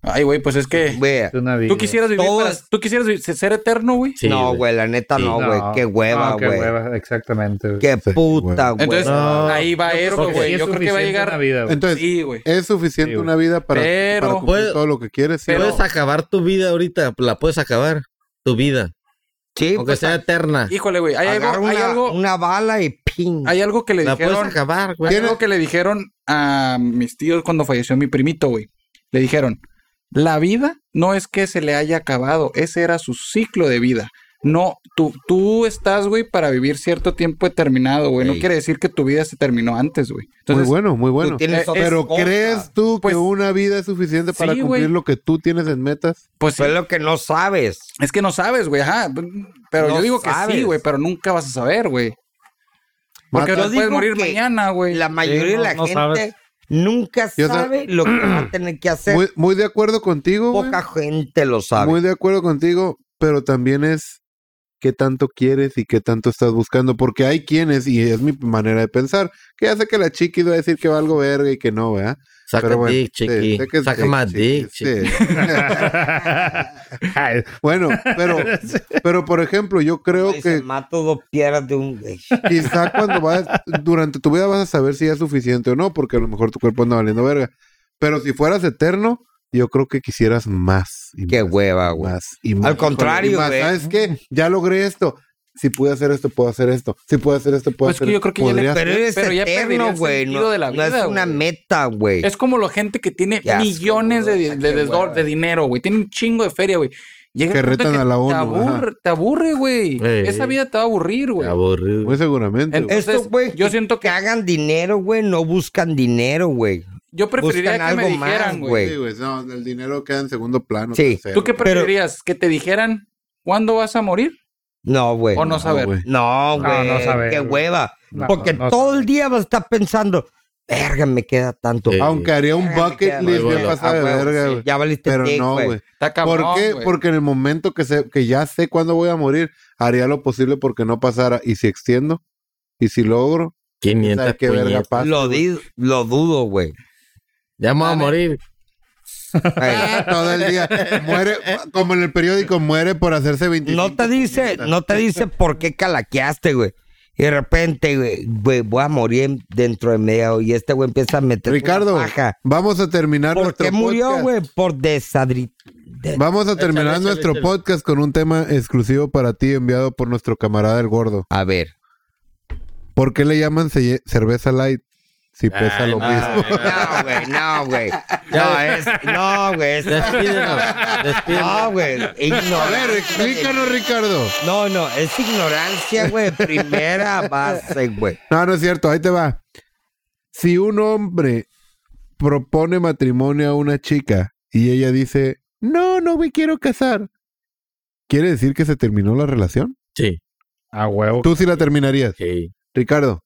Ay, güey, pues es que. Güey. Una vida. ¿Tú quisieras vivir Todo para- es- ¿Tú quisieras vi- ser eterno, güey? Sí, no, güey, la neta Sí. no, güey. qué hueva, no, qué güey. hueva, exactamente. güey. Qué Sí, puta, hueva. güey. Entonces, No. ahí va eso, Porque sí güey. es Yo creo que va a suficiente llegar. una vida, güey. Entonces, Sí, güey. ¿es suficiente Sí, güey. una vida para, Pero- para cumplir Puede- todo lo que quieres? Sí, pero- güey. Puedes acabar tu vida ahorita, la puedes acabar. Tu vida, sí, aunque pues, sea eterna. Híjole, güey. Hay algo, agarra hay, una, algo, una bala y ping. hay algo que le La puedes dijeron. acabar, güey. Hay algo que le dijeron a mis tíos cuando falleció mi primito, güey. Le dijeron: La vida no es que se le haya acabado. Ese era su ciclo de vida. No, tú, tú estás, güey, para vivir cierto tiempo determinado, güey. No Ey. quiere decir que tu vida se terminó antes, güey. muy Entonces, bueno, muy bueno. tienes eh, otras Pero cosas. ¿crees tú Pues- que una vida es suficiente para Sí, cumplir güey. lo que tú tienes en metas? pues sí, Eso es lo que no sabes. Es que no sabes, güey, ajá. Pero No yo digo que sí, sabes. güey, pero nunca vas a saber, güey. Porque no Mata. Yo puedes digo morir que mañana, güey. La mayoría Sí, no- de la no gente sabes. nunca Yo sab- sabe lo que va a tener que hacer. Muy, muy de acuerdo contigo. güey. Poca gente lo sabe. Muy de acuerdo contigo, pero también es qué tanto quieres y qué tanto estás buscando, porque hay quienes, y es mi manera de pensar, que hace que la chiquis va a decir que valgo verga y que no, ¿verdad? Saca Pero bueno, dick, sí, chiqui. sé que- Saca sí, más sí, dick, sí. chiqui. *laughs* Ay, *laughs* Bueno, pero, pero por ejemplo, yo creo Dice, que mato dos piedras de un güey. quizá cuando vas, durante tu vida vas a saber si es suficiente o no, porque a lo mejor tu cuerpo anda valiendo verga. Pero si fueras eterno, yo creo que quisieras más. y Qué más, hueva, y güey. más, y más. Al Y contrario, más, güey. ¿Sabes qué? Ya logré esto. Si pude hacer esto, puedo hacer esto. Si puedo hacer esto, puedo Pues hacer que yo esto. creo que ya le- Podrías- Pero eres Pero ya perdí eterno, el güey. sentido No, de la no es vida, una güey. meta, güey. Es como la gente que tiene Qué asco, millones de, güey, de, de- qué do- hueva. de dinero, güey. Tiene un chingo de feria, güey. Llega Que el punto retan en a la te ONU, aburre- ajá. Te aburre, güey. Ey. Esa vida te va a aburrir, güey. Aburrido. Muy seguramente. güey. Entonces, Estos, güey, yo siento que que hagan dinero, güey, no buscan dinero, güey. yo preferiría que buscan me algo más, dijeran, güey. Sí, güey, no, el dinero queda en segundo plano. Sí. tercero. ¿Tú qué Pero- preferirías? ¿Que te dijeran cuándo vas a morir No, güey. o no saber? güey. No, No, güey. no saber, Qué güey. hueva. No, Porque no todo saber. el día vas a estar pensando, verga, me queda tanto. Ah, Sí. Aunque haría un Verga, me bucket queda- list Muy bien bueno. pasado de Ah, huevo, verga, sí, güey. Ya valiste Pero tic, no, güey. güey. Está cabrón, ¿Por qué? güey. Porque en el momento que, sé, que ya sé cuándo voy a morir, haría lo posible porque no pasara. Y si extiendo, y si logro, 500 ¿sabes qué verga puñetas. pasa? *laughs* Lo, di- lo dudo, güey. Ya me voy a morir. Ey, Todo el *laughs* día. Muere, como en el periódico, muere por hacerse 25. No te dice, no te dice por qué calaqueaste, güey. Y de repente, güey, güey, voy a morir en- dentro de media hora. Y este güey empieza a meter una Ricardo, faja. vamos a terminar ¿Por nuestro qué murió, podcast. güey? Por desadri... de- Vamos a terminar échale, nuestro échale. podcast con un tema exclusivo para ti enviado por nuestro camarada el gordo. A ver. ¿Por qué le llaman ce- cerveza light si pesa Ay, lo madre. mismo? *laughs* No, güey, no, güey. No, es... No, güey. *laughs* es- Despídenos, despídenos. No, güey. A ver, Ignorancia. explícanos, Ricardo. No, no, es ignorancia, güey. Primera base, güey. No, no es cierto, ahí te va. Si un hombre propone matrimonio a una chica y ella dice, no, no me quiero casar, ¿quiere decir que se terminó la relación? Sí. A huevo. Tú sí la terminarías, sí. Ricardo.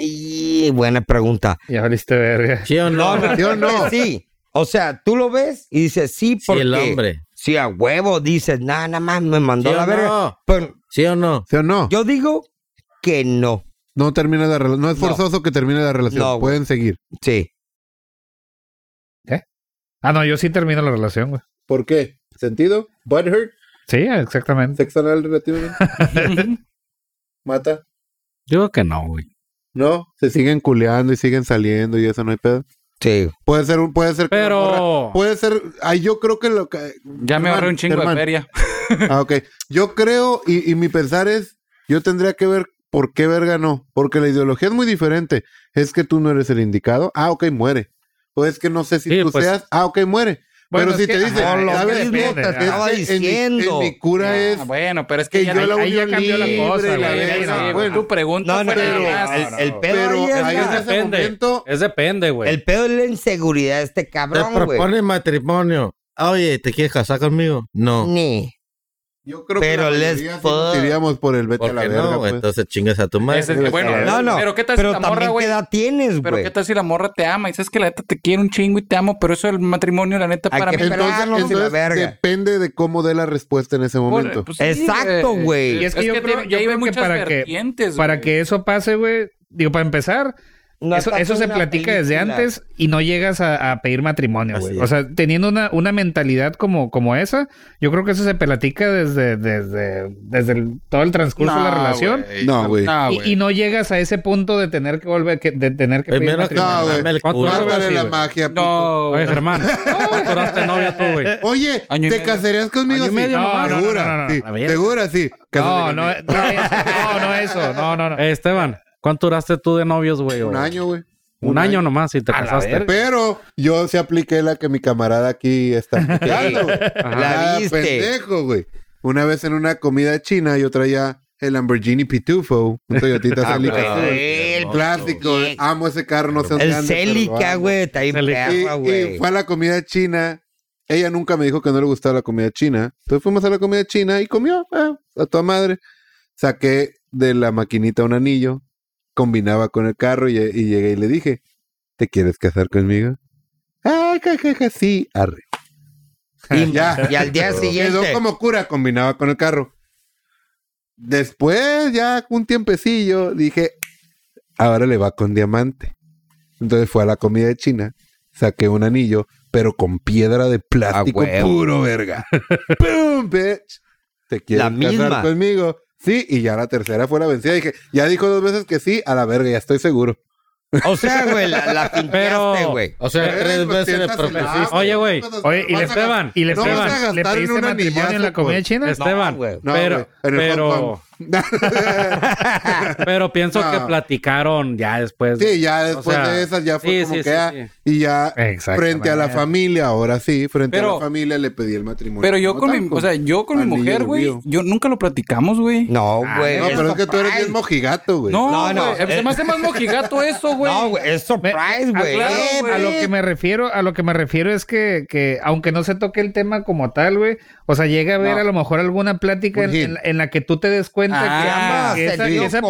Y buena pregunta. Ya valiste verga. ¿Sí o no? No, no, ¿Sí o no? que sí. O sea, tú lo ves y dices sí Sí, porque el hombre. si a huevo dices nada, nada más me mandó ¿Sí la o verga. no? Pero ¿Sí o no? ¿Sí o no? yo digo que no. No termina la relación. No es No. forzoso que termine la relación. No, güey. Pueden seguir. Sí. Ah, no, yo sí termino la relación, güey. ¿Por qué? ¿Sentido? ¿Butthurt? Sí, exactamente. ¿Sexo anal relativamente? *laughs* ¿Mata? Yo digo que no, güey. ¿No? Se siguen culeando y siguen saliendo y eso no hay pedo. Sí. Puede ser un, puede ser que la morra- Pero Puede ser, ay, yo creo que lo que, Ya me Germán, ahorré un chingo Germán. de feria. Ah, ok. Yo creo, y, y mi pensar es, yo tendría que ver por qué verga no. Porque la ideología es muy diferente. Es que tú no eres el indicado. Ah, ok, muere. O es que no sé si Sí, tú pues- seas. Ah, ok, muere. Bueno, Pero si es te que- dice, Ah, lo ¿sabes? mismo te Es que estaba en mi- diciendo. En mi, cura es Ah, bueno, pero es que, que ya yo la ahí ya unión cambió la libre, cosa, la güey. verga, Ahí no, sí, bueno, tu pregunta No, no, fue pero- nada el, más. el pedo pero ahí es ahí en la- ese depende. momento es depende, güey. el pedo es la inseguridad de este Te cabrón, güey. propone matrimonio. Oye, ¿te quieres casar conmigo? Mm, No. Ni. yo creo Pero que la les mayoría sí puedo- nos iríamos por el vete a ¿Por la qué verga. no? pues. Entonces chingas a tu madre. Ese- bueno, No, no. Pero qué tal si Pero la morra, también qué güey. edad tienes, Pero qué güey. tal si la morra te ama y sabes que la neta te quiere un chingo y te amo, pero eso del matrimonio, la neta, Hay para que mí. esperar, Entonces, no, si la entonces verga. depende de cómo dé la respuesta en ese momento. Pues sí, Exacto, güey. Y es que yo creo- tiene- yo ahí creo hay que muchas para que- vertientes, Pues, Para güey. que eso pase, güey. Digo, para empezar, No eso, estás eso en se una platica desde película. antes y no llegas a, a pedir matrimonio, Así güey. es. O sea, teniendo una, una mentalidad como, como esa, yo creo que eso se platica desde, desde, desde el- todo el transcurso de la relación. No, güey. No, Y, y no llegas a ese punto de tener que volver, que- de tener que pedir Primero que matrimonio. No, güey. dame el ¿Cuánto culo. vas a ver? Mátale así, la güey. magia. puto. No, Oye, Germán, ¿cuánto duraste novia tú, *laughs* güey? Oye, Año y ¿te medio. casarías conmigo? Año y Sí. medio, No, no, no, segura, no, no, no, sí. la verga. Segura, sí. No, Cásate no, eh, conmigo. no, no, no, eso, no, no, no. Eh, Esteban, ¿cuánto duraste tú de novios, güey? Un año, güey. Un, año nomás y te A la casaste. verga. Pero yo se apliqué la que mi camarada aquí está aplicando, güey. La Ah, viste. pendejo, güey. Una vez en una comida china yo traía el Lamborghini Pitufo, un Toyotita Ah, Celica. güey, el- Un Clásico, güey. amo ese carro, no sé dónde El ande, pero lo Celica, amo. güey, está ahí Celica. Y, perra, y güey. fue a la comida china. Ella nunca me dijo que no le gustaba la comida china. Entonces fuimos a la comida china y comió ah, a toda madre. Saqué de la maquinita un anillo, combinaba con el carro y, y llegué y le dije, ¿te quieres casar conmigo? Ay, jajaja, sí, arre. Y, ya. y al día Quedó siguiente. como cura, combinaba con el carro. Después, ya un tiempecillo, dije, ahora le va con diamante. Entonces fue a la comida de China, saqué un anillo, pero con piedra de plástico Ah, huevo. puro, verga. *laughs* ¡Pum, bitch! ¿Te quieres La casar misma. conmigo? Sí, y ya la tercera fue la vencida. Dije, ya dijo dos veces que sí, a la verga, ya estoy seguro. O sea, güey, la, la finteaste, Pero- güey. O sea, Eh, tres pues, veces le piénsasela, propusiste. Oye, güey. Vas a- Oye, y le, vas a gastar- y le, no pediste- vas a le gastar en pediste un matrimonio en la anillazo, comida pues. china. Esteban, güey. No, pero, güey, en el pero, Hong Kong. *laughs* pero pienso No. que platicaron ya después. Sí, ya después sea, de esas ya fue sí, como sí, que sí, ah, sí. y ya Exactamente. frente a la familia, ahora sí, frente a Pero- la familia le pedí el matrimonio. Pero yo como con tal, mi, o sea, yo con mi anillo mujer, güey, mío. yo nunca lo platicamos, güey. No, güey. No, pero es que tú eres surprise. bien mojigato, güey. No, No, no, no, eh. Se me hace más *laughs* mojigato eso, güey. No, güey, es Me- surprise, Ah, güey. claro, Eh, güey. a lo que me refiero, a lo que me refiero es que, que aunque no se toque el tema como tal, güey, o sea, llega a haber No. a lo mejor alguna plática Un en, hit. en la- en la que tú te des cuenta que- Pues Ah, que, esa, se dio que esa con-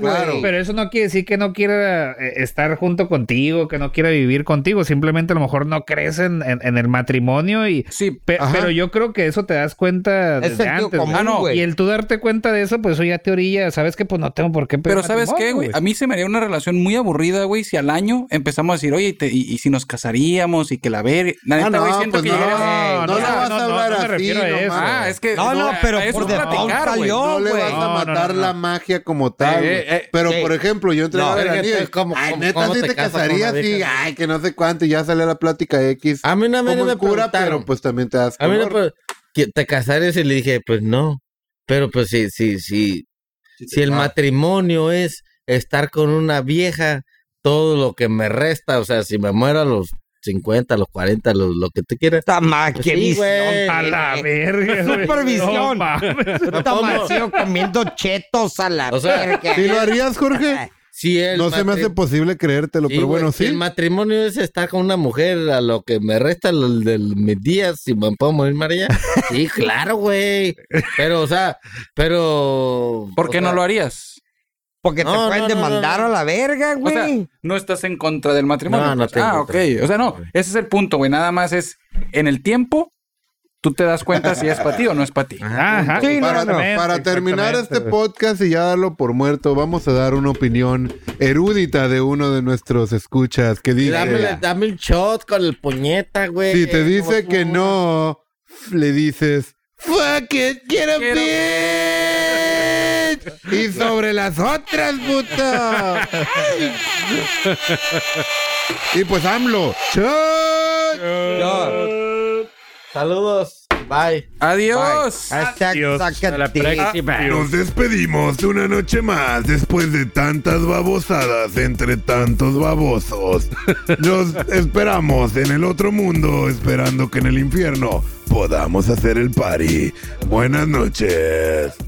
claro, claro. pero eso no quiere decir que no quiera eh, estar junto contigo, que no quiera vivir contigo, simplemente a lo mejor no crees en, en- en el matrimonio y... Sí, pe- Ajá. pero yo creo que eso te das cuenta Es desde sentido antes. común, güey. Ah, no. Y el tú darte cuenta de eso, pues eso ya te orilla, sabes que pues no tengo por qué pedir Pero ¿sabes qué, matrimonio, güey? A mí se me haría una relación muy aburrida, güey, si al año empezamos a decir, oye, y, te- y- y si nos casaríamos y que la verga. Ah, La neta, no, güey, siento pues que no. llegarías- No, no, vas a hablar no me así, refiero a no eso. mames. Ah, es que. No, no, pero a eso por es default platicar, güey. salió, No le vas güey. No, a no, matar no, no. la magia como tal. Eh, güey. eh, eh, pero, sí. por ejemplo, yo entregaba No, a es la que niña y, tú, ¿cómo- ay, cómo- neta, cómo sí te te casas con casarías, una sí, virgen? ay, que no sé cuánto, y ya sale la plática X. A mí una vez como me el cura, preguntaron. pero pues también te das A mí me color. pre- que te casarías y le dije, pues no. Pero pues sí, sí, sí. Si Ah. el matrimonio es estar con una vieja, todo lo que me resta, o sea, si me muero a los 50, a los 40, lo, lo que tú quieras. Esta más que Sí, visión. güey. A Eh, la verga, güey. No Supervisión. mames. Esta ¿Cómo? más sigo comiendo chetos a la O sea, verga. ¿Sí lo harías, Jorge? Si el no se me matri- hace posible creértelo, Sí, pero güey, bueno, si El sí. matrimonio es estar con una mujer a lo que me resta lo- de mis días, si me puedo morir María. Sí, claro, *laughs* güey. Pero, o sea, pero... ¿Por qué o no sea, lo harías? Porque te No, no, pueden no, demandar no, no. a la verga, O sea, güey. no estás en contra del matrimonio. No, no pues. tengo ah, ok. contra. O sea, no, ese es el punto, güey. Nada más es en el tiempo, tú te das cuenta si es para ti o no es para *laughs* ti. Ajá. Sí, no, Para, no. exactamente, para terminar este exactamente. podcast y ya darlo por muerto, vamos a dar una opinión erudita de uno de nuestros escuchas que Y Dame, dice, dame un shot con el puñeta, güey. si te dice Como- que no, le dices, fuck it, get a bitch. Y sobre las otras, *laughs* puta. y pues AMLO, chut. No. Saludos. Bye. Adiós. Hashtag Dios, saca a la ti. próxima. Ah, Nos despedimos una noche más después de tantas babosadas entre tantos babosos. Nos esperamos en el otro mundo, esperando que en el infierno podamos hacer el party. Buenas noches.